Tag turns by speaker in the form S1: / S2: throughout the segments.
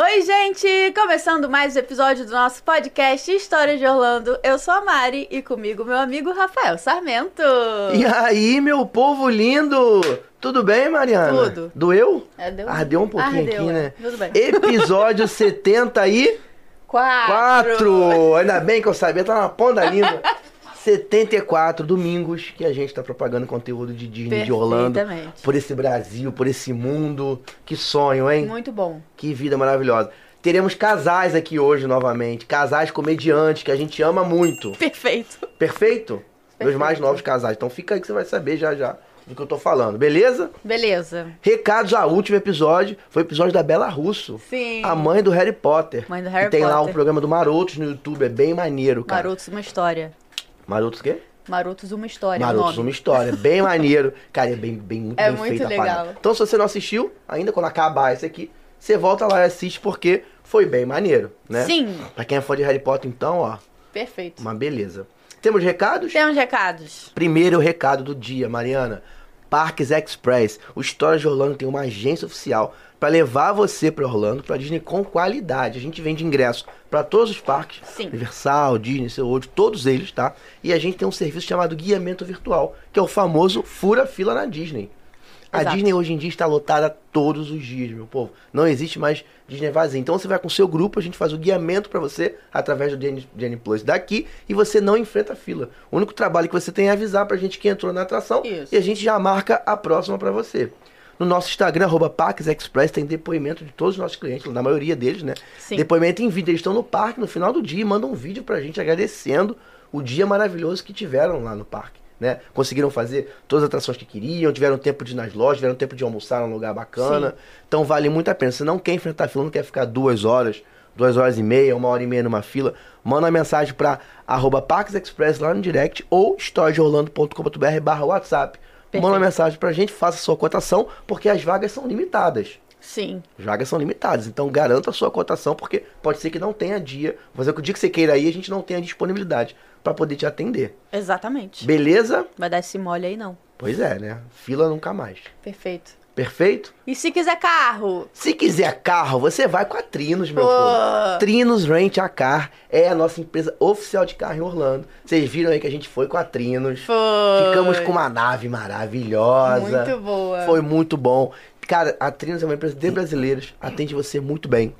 S1: Oi, gente! Começando mais um episódio do nosso podcast História de Orlando. Eu sou a Mari e comigo meu amigo Rafael Sarmento.
S2: E aí, meu povo lindo! Tudo bem, Mariana?
S1: Tudo.
S2: Doeu?
S1: É, deu-
S2: Ardeu um pouquinho
S1: Ardeu,
S2: aqui,
S1: é.
S2: né?
S1: Tudo bem.
S2: Episódio 74.
S1: Quatro!
S2: Ainda bem que eu sabia, tá na ponta da língua. 74 domingos que a gente tá propagando conteúdo de Disney de Orlando.
S1: Perfeitamente.
S2: Por esse Brasil, por esse mundo. Que sonho, hein?
S1: Muito bom.
S2: Que vida maravilhosa. Teremos casais aqui hoje novamente. Casais comediantes que a gente ama muito.
S1: Perfeito.
S2: Perfeito? Meus
S1: Perfeito.
S2: mais novos casais. Então fica aí que você vai saber já já do que eu tô falando, beleza?
S1: Beleza.
S2: Recados ao último episódio. Foi o episódio da Bela Russo.
S1: Sim.
S2: A mãe do Harry Potter.
S1: Mãe do Harry
S2: que tem lá
S1: Potter.
S2: o programa do Marotos no YouTube. É bem maneiro, cara.
S1: Marotos uma história.
S2: Marotos o quê?
S1: Marotos uma história. é o
S2: Marotos,
S1: nome.
S2: uma história. Bem maneiro. Cara, é bem, bem muito
S1: É
S2: bem
S1: muito
S2: feita a
S1: legal.
S2: parada. Então, se você não assistiu, ainda quando acabar esse aqui, você volta lá e assiste porque foi bem maneiro, né?
S1: Sim.
S2: Pra quem é fã de Harry Potter, então, ó,
S1: Perfeito.
S2: uma beleza. Temos recados?
S1: Temos recados.
S2: Primeiro recado do dia, Mariana. Parques Express. O História de Orlando tem uma agência oficial para levar você para Orlando, para Disney com qualidade. A gente vende ingresso para todos os parques,
S1: Sim.
S2: Universal, Disney, seu outro, todos eles, tá? E a gente tem um serviço chamado guiamento virtual, que é o famoso fura fila na Disney. A
S1: Exato.
S2: Disney hoje em dia está lotada todos os dias, meu povo. Não existe mais Disney vazia. Então você vai com o seu grupo, a gente faz o guiamento para você através do DN, DN Plus daqui e você não enfrenta a fila. O único trabalho que você tem é avisar pra gente que entrou na atração
S1: Isso.
S2: e a gente já marca a próxima para você. No nosso Instagram, arroba Parques Express, tem depoimento de todos os nossos clientes, na maioria deles, né?
S1: Sim.
S2: Depoimento em vídeo. Eles estão no parque no final do dia e mandam um vídeo pra gente agradecendo o dia maravilhoso que tiveram lá no parque. Né? Conseguiram fazer todas as atrações que queriam, tiveram tempo de ir nas lojas, tiveram tempo de almoçar num lugar bacana. Então vale muito a pena. Se não quer enfrentar a fila, não quer ficar duas horas, duas horas e meia, uma hora e meia numa fila, manda uma mensagem para arroba Parques Express lá no direct ou storageorlando.com.br barra WhatsApp. Manda uma mensagem pra gente, faça a sua cotação, porque as vagas são limitadas.
S1: Sim.
S2: Vagas são limitadas, então garanta a sua cotação, porque pode ser que não tenha dia. Mas é que o dia que você queira ir, a gente não tenha disponibilidade para poder te atender.
S1: Exatamente.
S2: Beleza?
S1: Vai dar esse mole aí, não.
S2: Pois é, né? Fila nunca mais.
S1: Perfeito.
S2: Perfeito?
S1: E se quiser carro?
S2: Se quiser carro, você vai com a Trinos, meu
S1: Pô.
S2: povo. Trinos Rent a Car é a nossa empresa oficial de carro em Orlando. Vocês viram aí que a gente foi com a Trinos.
S1: Foi.
S2: Ficamos com uma nave maravilhosa.
S1: Muito boa.
S2: Foi muito bom. Cara, a Trinos é uma empresa de brasileiros, atende você muito bem.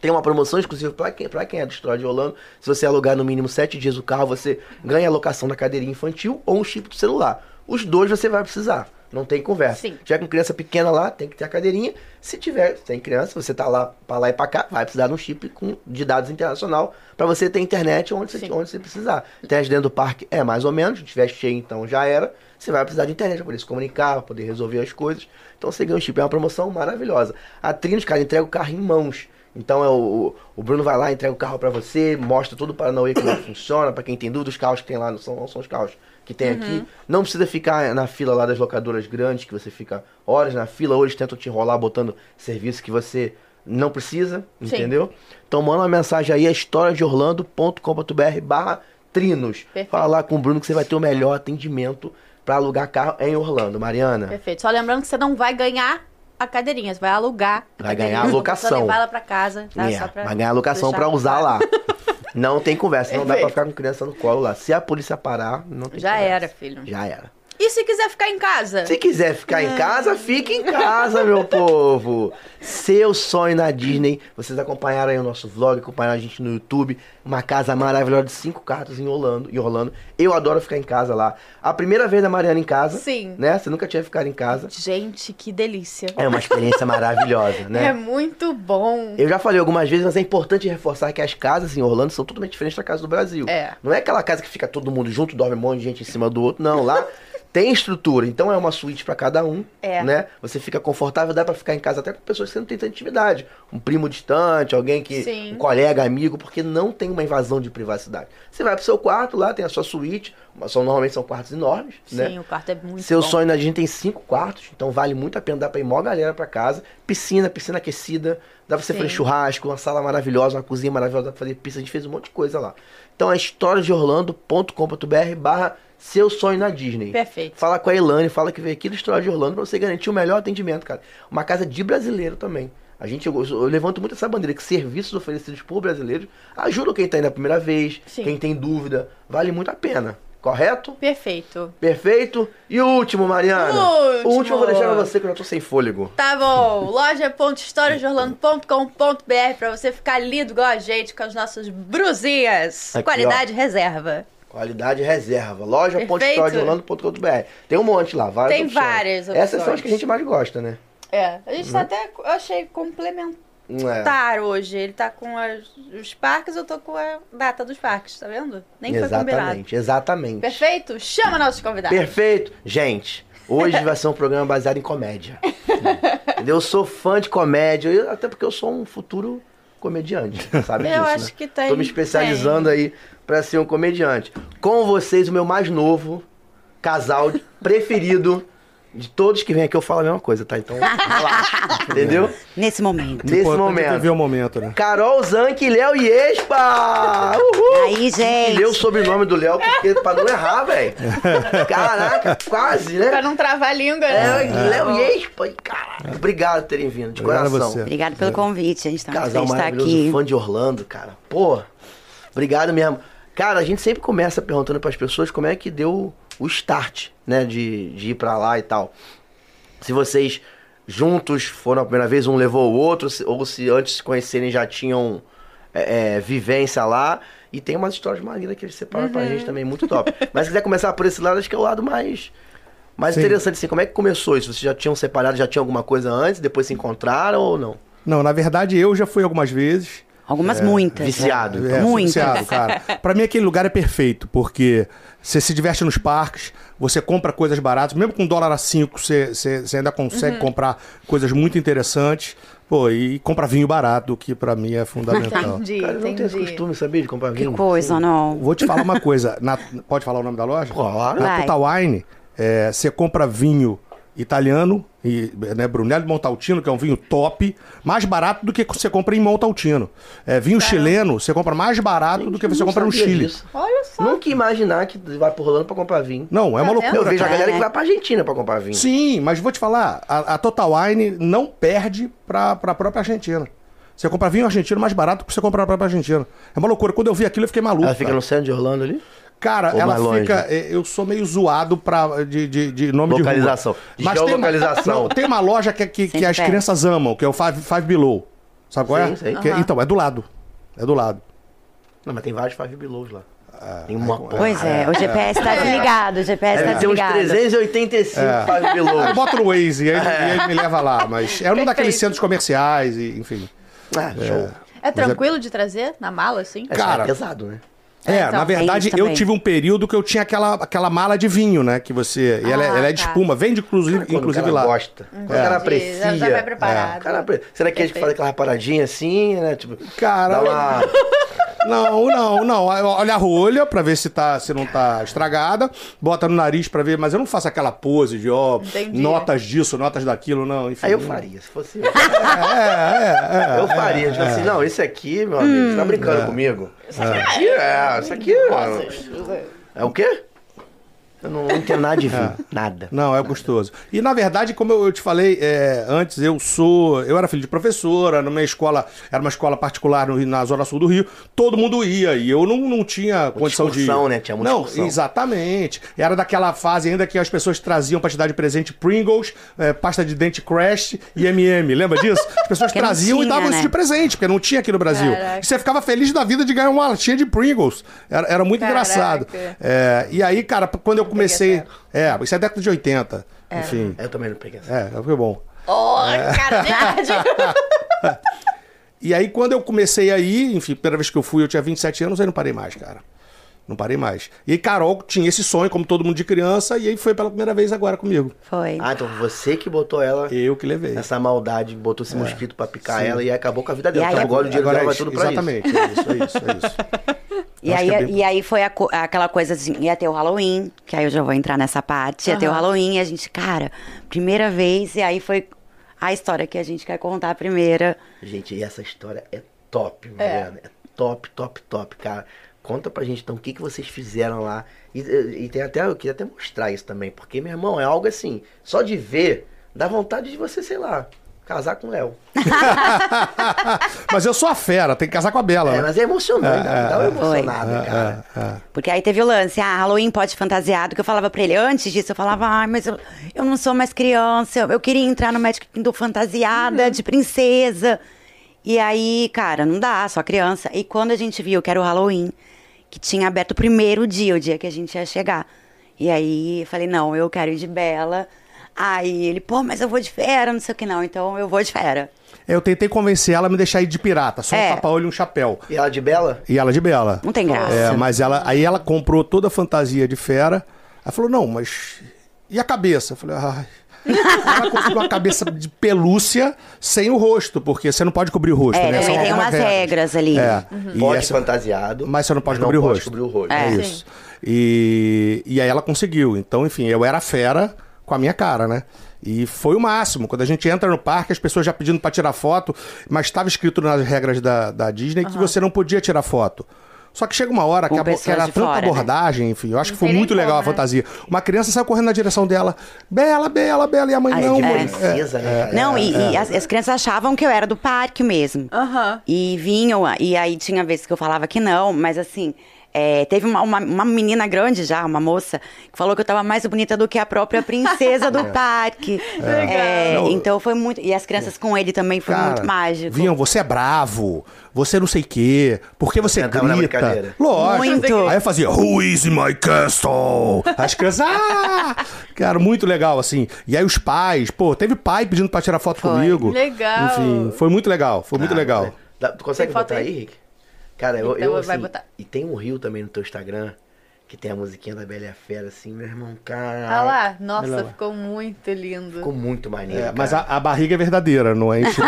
S2: Tem uma promoção exclusiva para quem, pra quem é do História de Orlando. Se você alugar no mínimo 7 dias o carro, você ganha a locação da cadeirinha infantil ou um chip do celular. Os dois você vai precisar. Não tem conversa.
S1: Sim.
S2: Já com criança pequena lá, tem que ter a cadeirinha. Se tiver, se tem criança, você tá lá para lá e para cá, vai precisar de um chip com, de dados internacional para você ter internet onde você,
S1: Sim.
S2: onde você precisar. Internet dentro do parque é mais ou menos, se tiver cheio então já era. Você vai precisar de internet para poder se comunicar, pra poder resolver as coisas. Então você ganha um chip, é uma promoção maravilhosa. A Trinos, cara, entrega o carro em mãos. Então é o, o Bruno vai lá, entrega o carro para você, mostra todo o Paranauê como é que funciona, para quem tem dúvida, os carros que tem lá não são, não são os carros que tem aqui. Não precisa ficar na fila lá das locadoras grandes, que você fica horas na fila, ou eles tentam te enrolar botando serviço que você não precisa,
S1: Sim.
S2: entendeu? Então manda uma mensagem aí, é historiadeorlando.com.br barra trinos.
S1: Perfeito.
S2: Fala lá com o Bruno que você vai ter o melhor atendimento para alugar carro em Orlando, Mariana.
S1: É. Perfeito. Só lembrando que você não vai ganhar a cadeirinha, você vai alugar. a
S2: Vai
S1: cadeirinha,
S2: ganhar a
S1: você
S2: locação.
S1: Só levar ela pra casa. Tá?
S2: É,
S1: Só pra
S2: vai ganhar locação
S1: deixar
S2: pra usar
S1: claro.
S2: lá. Não tem conversa, não dá pra
S1: Perfeito.
S2: ficar com criança no colo lá. Se a polícia parar, não tem
S1: Já
S2: conversa.
S1: era, filho.
S2: Já era.
S1: E se quiser ficar em casa?
S2: Se quiser ficar
S1: É.
S2: em casa, fique em casa, meu povo. Seu sonho na Disney. Vocês acompanharam aí o nosso vlog, acompanharam a gente no YouTube. Uma casa maravilhosa de cinco quartos em Orlando. Em Orlando. Eu adoro ficar em casa lá. A primeira vez da Mariana em casa.
S1: Sim.
S2: Né? Você nunca tinha ficado em casa.
S1: Gente, que delícia.
S2: É uma experiência maravilhosa, né?
S1: É muito bom.
S2: Eu já falei algumas vezes, mas é importante reforçar que as casas em Orlando são totalmente diferentes da casa do Brasil.
S1: É.
S2: Não é aquela casa que fica todo mundo junto, dorme um monte de gente em cima do outro, não. Lá Tem estrutura, então é uma suíte pra cada um,
S1: É.
S2: né? Você fica confortável, dá pra ficar em casa até com pessoas que você não tem tanta intimidade. Um primo distante, alguém que...
S1: Sim.
S2: Um colega, amigo, porque não tem uma invasão de privacidade. Você vai pro seu quarto, lá tem a sua suíte, mas são, normalmente são quartos enormes, né?
S1: Sim, o quarto é muito
S2: Seu
S1: bom.
S2: sonho, a gente tem cinco quartos, então vale muito a pena, dá pra ir mó galera pra casa. Piscina, piscina aquecida, dá pra você
S1: Sim.
S2: fazer churrasco, uma sala maravilhosa, uma cozinha maravilhosa, dá pra fazer pizza, a gente fez um monte de coisa lá. Então é historiasdeorlando.com.br barra seu sonho na Disney.
S1: Perfeito.
S2: Fala com a Elane, fala que veio aqui do História de Orlando pra você garantir o melhor atendimento, cara. Uma casa de brasileiro também. A gente, eu, eu levanto muito essa bandeira, que serviços oferecidos por brasileiros ajudam quem tá indo a primeira vez,
S1: Sim.
S2: quem tem dúvida, vale muito a pena. Correto?
S1: Perfeito.
S2: Perfeito. E o último, Mariana.
S1: O último.
S2: O último eu vou deixar pra você que eu já tô sem fôlego.
S1: Tá bom, loja.historiasdeorlando.com.br pra você ficar lido igual a gente com as nossas brusinhas.
S2: Aqui,
S1: Qualidade reserva.
S2: Qualidade reserva. Loja.historiadeorlando.com.br. Tem um monte lá, várias
S1: Tem
S2: opções.
S1: várias
S2: Essas são
S1: opções.
S2: as que a gente mais gosta, né?
S1: É, a gente tá até, eu achei complementar
S2: Não é.
S1: hoje. Ele tá com as- os parques, eu tô com a data dos parques, tá vendo? Nem foi combinado.
S2: exatamente, exatamente.
S1: Perfeito? Chama nossos convidados.
S2: Perfeito. Gente, hoje vai ser um programa baseado em comédia. Entendeu? Eu sou fã de comédia, eu- até porque eu sou um futuro comediante, sabe
S1: Eu
S2: disso,
S1: acho
S2: né?
S1: que tem-
S2: Tô me especializando aí pra ser um comediante. Com vocês, o meu mais novo casal de- preferido de todos que vêm aqui, eu falo a mesma coisa, tá? Então, relaxa, entendeu?
S3: Nesse momento.
S2: Nesse
S4: É. Importante
S2: momento.
S4: Tipo, viver o momento, né?
S2: Carol Zank e Léo Iespa! Uhul!
S3: Aí,
S2: E leu o
S3: gente.
S2: sobrenome do Léo porque, pra não errar, velho. Caraca, quase, né?
S1: Pra não travar a língua, né?
S2: É, Léo Iespa, caraca. Obrigado por terem vindo, de
S4: Obrigado a
S2: coração.
S4: você.
S3: Obrigado pelo convite. A gente tá muito
S2: É. Casal
S3: feliz de estar
S2: maravilhoso,
S3: aqui.
S2: fã de Orlando, cara. Pô, obrigado mesmo. Cara, a gente sempre começa perguntando pras pessoas como é que deu o start, né, de, de ir pra lá e tal. Se vocês juntos foram a primeira vez, um levou o outro, se- ou se antes se conhecerem já tinham é, é, vivência lá. E tem umas histórias maneiras que eles separam pra gente também, muito top. Mas se quiser começar por esse lado, acho que é o lado mais. Mais
S4: Sim.
S2: interessante, assim, como é que começou isso? Vocês já tinham separado, já tinha alguma coisa antes, depois se encontraram ou não?
S4: Não, na verdade eu já fui algumas vezes.
S3: Algumas muitas. né?
S2: é, Viciado.
S4: É, sou
S3: Muitas.
S4: viciado, cara. Pra mim aquele lugar é perfeito, porque você se diverte nos parques, você compra coisas baratas, mesmo com dólar a 5, você, você- você ainda
S2: Uhum.
S4: consegue comprar coisas muito interessantes. Pô, e compra vinho barato, que pra mim é fundamental.
S1: Entendi,
S2: Cara, eu não tenho esse
S1: entendi.
S2: costume, sabia, de comprar vinho.
S3: Que coisa, né? não.
S4: Vou te falar uma coisa. na- pode falar o nome da loja?
S2: Claro.
S4: Na
S3: Vai.
S4: Total Wine, é, você compra vinho italiano, e, né, Brunello Montaltino, que é um vinho top, mais barato do que você compra em Montaltino. É, vinho chileno, você compra mais barato do que
S2: Eu
S4: você
S2: não
S4: compra no
S2: sabia
S4: Chile.
S2: disso.
S1: Olha só.
S2: Nunca ia imaginar que vai pro Rolando pra comprar vinho.
S4: Não, é uma
S1: Tá
S4: loucura.
S1: vendo?
S2: Eu vejo assim. a
S3: cara.
S2: galera que vai pra Argentina pra comprar vinho.
S4: Sim, mas vou te falar, a, a Total Wine não perde pra, pra própria Argentina. Você compra vinho argentino mais barato do que você compra na própria Argentina. É uma loucura. Quando eu vi aquilo, eu fiquei maluco.
S2: Ela fica
S4: cara.
S2: no centro de Orlando ali?
S4: Cara,
S2: Ou mais
S4: ela
S2: longe?
S4: fica. eh, Eu sou meio zoado pra, de, de, de nome
S2: Localização.
S4: de rua. tem uma-
S2: Geolocalização.
S4: não, Tem uma loja que, que, que
S3: Sem
S4: as
S3: pé.
S4: crianças amam, que é o Five, Five Below. Sabe qual é?
S2: Sim, sei.
S4: Que é- Então, é do lado. É do lado.
S2: Não, mas tem vários Five Belows lá. tem uma Ah, porra.
S3: Pois é, o GPS tá desligado. O GPS tá
S2: Ah, Deve ter uns
S3: desligado.
S2: 385 Five
S4: Aí
S2: Belows.
S4: bota no Waze e aí, e aí me leva lá. Mas é um daqueles
S1: Perfeito.
S4: centros comerciais, e, enfim.
S2: Ah, show.
S1: É tranquilo de trazer na mala, assim?
S2: É,
S4: Cara.
S2: é pesado, né?
S4: É,
S3: então,
S4: na verdade,
S3: tem isso
S4: eu
S3: também.
S4: tive um período que eu tinha aquela, aquela mala de vinho, né? Que você. E ela, é-
S1: Ah,
S4: ela é de
S1: tá.
S4: espuma, vende inclusive,
S2: Quando o
S4: inclusive
S2: cara
S4: lá.
S2: gosta. Quando o cara aprecia.
S1: Já-
S2: É.
S1: já vai preparado.
S2: O cara apre- Será que eles que fazem aquela paradinha assim, né? Tipo,
S4: Cara,
S2: dá uma...
S4: Não, não, não. Eu- Olha a rolha pra ver se, tá, se não tá estragada. Bota no nariz pra ver, mas eu não faço aquela pose de, ó,
S1: Entendi.
S4: notas disso, notas daquilo, não. Enfim,
S2: Aí eu
S4: não.
S2: faria, se fosse eu.
S4: É, é, é.
S2: Eu faria, tipo assim, não, esse aqui, meu amigo, você tá brincando comigo? Isso aqui é, isso aqui é. É o quê? É. Eu não entendo nada de vinho, nada.
S4: Não, é gostoso. E na verdade, como eu eu te falei é, antes, eu sou. Eu era filho de professora, na minha escola, era uma escola particular no Rio- na Zona Sul do Rio, todo mundo ia. E eu não, não tinha condição de.
S2: excursão, né? Tinha muita
S4: Não,
S2: excursão.
S4: exatamente. Era daquela fase ainda que as pessoas traziam pra te dar de presente Pringles, é, pasta de dente Crash e MM. Lembra disso? As pessoas
S3: Porque não
S4: traziam e
S3: tinha,
S4: davam tipo
S3: né?
S4: isso de presente, porque não tinha aqui no Brasil.
S1: Caraca.
S4: E você ficava feliz da vida de ganhar uma latinha de Pringles. Era, era muito
S1: Caraca.
S4: engraçado. É, e aí, cara, quando eu comecei.
S1: essa
S4: É, isso é década de 80.
S1: É.
S4: Enfim.
S2: Eu também não peguei essa.
S4: É, foi bom.
S1: Oh,
S2: É.
S1: cara, verdade.
S4: E aí, quando eu comecei aí, enfim, primeira vez que eu fui, eu tinha 27 anos, aí não parei mais, cara. Não parei mais. E Carol tinha esse sonho, como todo mundo de criança, e aí foi pela primeira vez agora comigo.
S3: Foi.
S2: Ah, então você que botou ela.
S4: Eu que levei.
S2: Essa maldade, botou esse mosquito pra picar
S4: Sim.
S2: ela É. e acabou com a vida dela.
S3: aí
S2: Então agora o dinheiro
S4: Agora
S2: dela vai
S4: é-
S2: tudo pra
S4: Exatamente, é isso, é isso, é isso.
S3: E
S2: Acho
S3: aí,
S2: que é bem-
S3: e aí foi a co- aquela coisa assim, ia ter o Halloween, que aí eu já vou entrar nessa parte, ia ter o Halloween, e a gente, cara, primeira vez, e aí foi a história que a gente quer contar a primeira.
S2: isso. Gente, e essa história é top, Mariana. É. top, top, top, cara. Conta pra gente então o que, que vocês fizeram lá. E, e tem até, eu queria até mostrar isso também, porque, meu irmão, é algo assim, só de ver, dá vontade de você, sei lá, casar com o Léo.
S4: Mas eu sou a fera, tem que casar com a Bela.
S2: É,
S4: né?
S2: mas é emocionante,
S4: É,
S2: é, dá uma
S4: é,
S2: emocionada,
S4: É,
S2: cara.
S4: é, é.
S3: Porque aí teve o lance, ah, Halloween pode fantasiado, que eu falava pra ele antes disso, eu falava, ai, mas eu, eu não sou mais criança, eu, eu queria entrar no Magic Kingdom fantasiada, de princesa. E aí, cara, não dá, só criança. E quando a gente viu que era o Halloween, que tinha aberto o primeiro dia, o dia que a gente ia chegar. E aí, eu falei, não, eu quero ir de Bela. Aí ele, pô, mas eu vou de fera, não sei o que não, então eu vou de fera.
S4: É, Eu tentei convencer ela a me deixar ir de pirata, só
S3: É.
S4: um tapa-olho e um chapéu.
S2: E ela de Bela?
S4: E ela de bela.
S3: Não tem graça.
S4: É, mas ela, aí ela comprou toda a fantasia de fera. Aí falou: "Não, mas e a cabeça?" Eu falei: "Ai, ela conseguiu uma cabeça de pelúcia sem o rosto, porque você não pode cobrir o rosto,
S3: É,
S4: né?
S3: também
S4: São
S3: tem
S4: algumas
S3: umas regras Uhum. ali.
S4: É. E
S2: Pode
S4: essa-
S2: fantasiado.
S4: mas você não pode cobrir o rosto.
S2: cobrir o rosto.
S4: É,
S2: Sim.
S4: isso. E, e aí ela conseguiu. Então, enfim, eu era fera com a minha cara, né? E foi o máximo. Quando a gente entra no parque, as pessoas já pedindo pra tirar foto, mas estava escrito nas regras da, da Disney que você não podia tirar foto. Só que chega uma hora que, a, bo- que
S3: pessoas
S4: era
S3: de
S4: tanta
S3: fora, né?
S4: abordagem, enfim, eu acho que foi
S1: tem nem
S4: muito legal
S1: como,
S4: a
S1: né?
S4: fantasia. Uma criança saiu correndo na direção dela, Bela, Bela, Bela, e a mãe
S3: Ai,
S4: não,
S2: De
S3: É.
S4: mãe.
S2: princesa, né? cara?
S3: Não, e, e as, as crianças achavam que eu era do parque mesmo.
S1: Aham.
S3: E vinham, e aí tinha vezes que eu falava que não, mas assim, é, teve uma, uma, uma menina grande já, uma moça, que falou que eu tava mais bonita do que a própria princesa do parque. É,
S4: Legal.
S3: então foi muito. E as crianças com ele também foi
S4: Cara,
S3: muito mágico.
S4: Vinham, você é bravo, você não sei o quê, por que você
S2: Tentava na
S4: grita?
S2: brincadeira.
S4: Lógico.
S3: Muito.
S4: Aí eu fazia, who is in my castle? As crianças, ah! Cara, muito legal, assim. E aí os pais, pô, teve pai pedindo pra tirar foto
S3: Foi.
S4: comigo.
S1: Legal.
S4: Enfim, foi muito legal, foi muito legal.
S2: Ah, Dá- tu consegue
S1: Tem foto
S2: botar
S1: aí?
S2: aí, Rick? Cara, eu,
S1: Então
S2: eu
S1: vai
S2: assim,
S1: botar.
S2: E tem um rio também no teu Instagram que tem a musiquinha da Bela e a Fera, assim, meu irmão, cara.
S1: Ah lá, nossa,
S4: Olha lá.
S1: ficou muito lindo.
S2: Ficou muito maneiro.
S4: É, mas a,
S2: cara.
S4: a barriga é verdadeira, não é? enchida.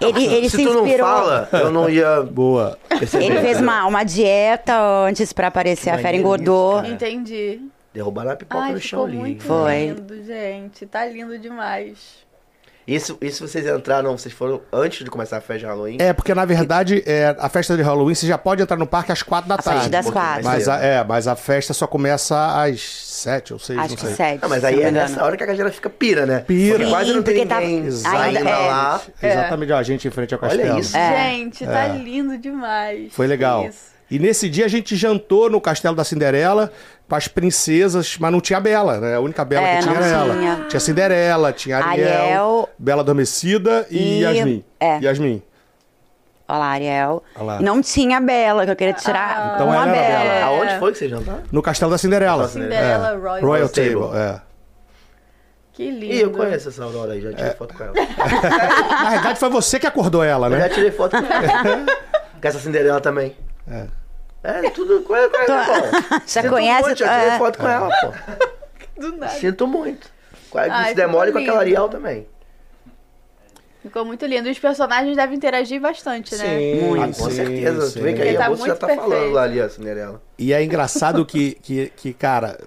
S3: Ele, ele
S2: se,
S3: se
S2: tu
S3: inspirou.
S2: não fala, eu não ia.
S4: Boa.
S2: perceber,
S3: Ele fez
S2: cara.
S3: uma, uma dieta antes pra aparecer, a fera
S2: Maneiro é isso,
S3: engordou.
S2: cara.
S1: Entendi.
S2: Derrubaram a pipoca
S1: Ai,
S2: no chão
S1: ficou
S2: ali.
S1: muito
S3: Foi.
S1: lindo, gente. Tá lindo demais.
S2: Isso, isso vocês entraram, vocês foram antes de começar a festa de Halloween?
S4: É, porque na verdade, é, a festa de Halloween, você já pode entrar no parque às quatro da
S3: A partir
S4: tarde.
S3: das
S2: um pouquinho
S3: quatro.
S4: Mas
S2: mais
S4: a,
S2: cedo.
S4: é, mas a festa só começa às sete ou seis,
S3: Acho
S4: não
S3: que
S4: sei.
S3: sete.
S2: Ah, mas
S3: se
S2: aí
S3: não
S2: é
S3: me engano.
S2: nessa hora que a galera fica pira, né?
S4: Pira.
S2: Porque quase
S3: Sim,
S2: não tem
S3: porque tá-
S2: ninguém
S3: ainda-
S2: saindo
S3: é.
S2: lá.
S4: Exatamente, ó, a gente em frente ao
S2: Olha
S4: castelo.
S2: isso.
S1: Gente, tá
S2: É.
S1: lindo demais.
S4: Foi legal.
S1: É Isso.
S4: E nesse dia a gente jantou no Castelo da Cinderela com as princesas, mas não tinha a Bela, né? A única Bela
S3: É,
S4: que tinha
S3: não
S4: era
S3: tinha.
S4: ela. Tinha Cinderela, tinha Ariel,
S3: Ariel.
S4: Bela Adormecida e,
S3: E-
S4: Yasmin.
S3: é.
S4: Yasmin.
S3: Olha lá, Ariel.
S4: Olha lá.
S3: Não tinha a Bela, que eu queria tirar
S4: Então
S3: uma
S4: era a
S3: Bela.
S1: É.
S4: Bela.
S2: Aonde foi que vocês jantaram?
S4: No Castelo da Cinderela.
S1: Cinderela,
S4: É.
S1: Royal
S4: Royal Table.
S2: Table.
S4: é.
S1: Que lindo.
S2: Ih, eu conheço essa Aurora aí, já tirei
S4: É.
S2: foto com ela.
S4: Na verdade foi você que acordou ela,
S2: Eu
S4: né?
S2: já tirei foto com ela. com essa Cinderela também.
S4: É. Tá.
S2: É, tudo com ela, pô.
S3: Já
S2: Sinto
S3: conhece?
S2: Muito, já tirei
S3: É.
S2: foto com ela, pô.
S1: Do nada.
S2: Sinto muito. Com a
S1: Ai,
S2: Ai, Demore e com
S1: ficou
S2: aquela
S1: lindo.
S2: Ariel também.
S1: Ficou muito lindo. Os personagens devem interagir bastante, né?
S2: Ah, com certeza. tu vê que aí
S1: Ele
S2: a
S1: tá
S2: moça já
S1: muito
S2: tá falando
S1: perfeito.
S2: lá ali, a Cinderela.
S4: E é engraçado que, que, que, cara,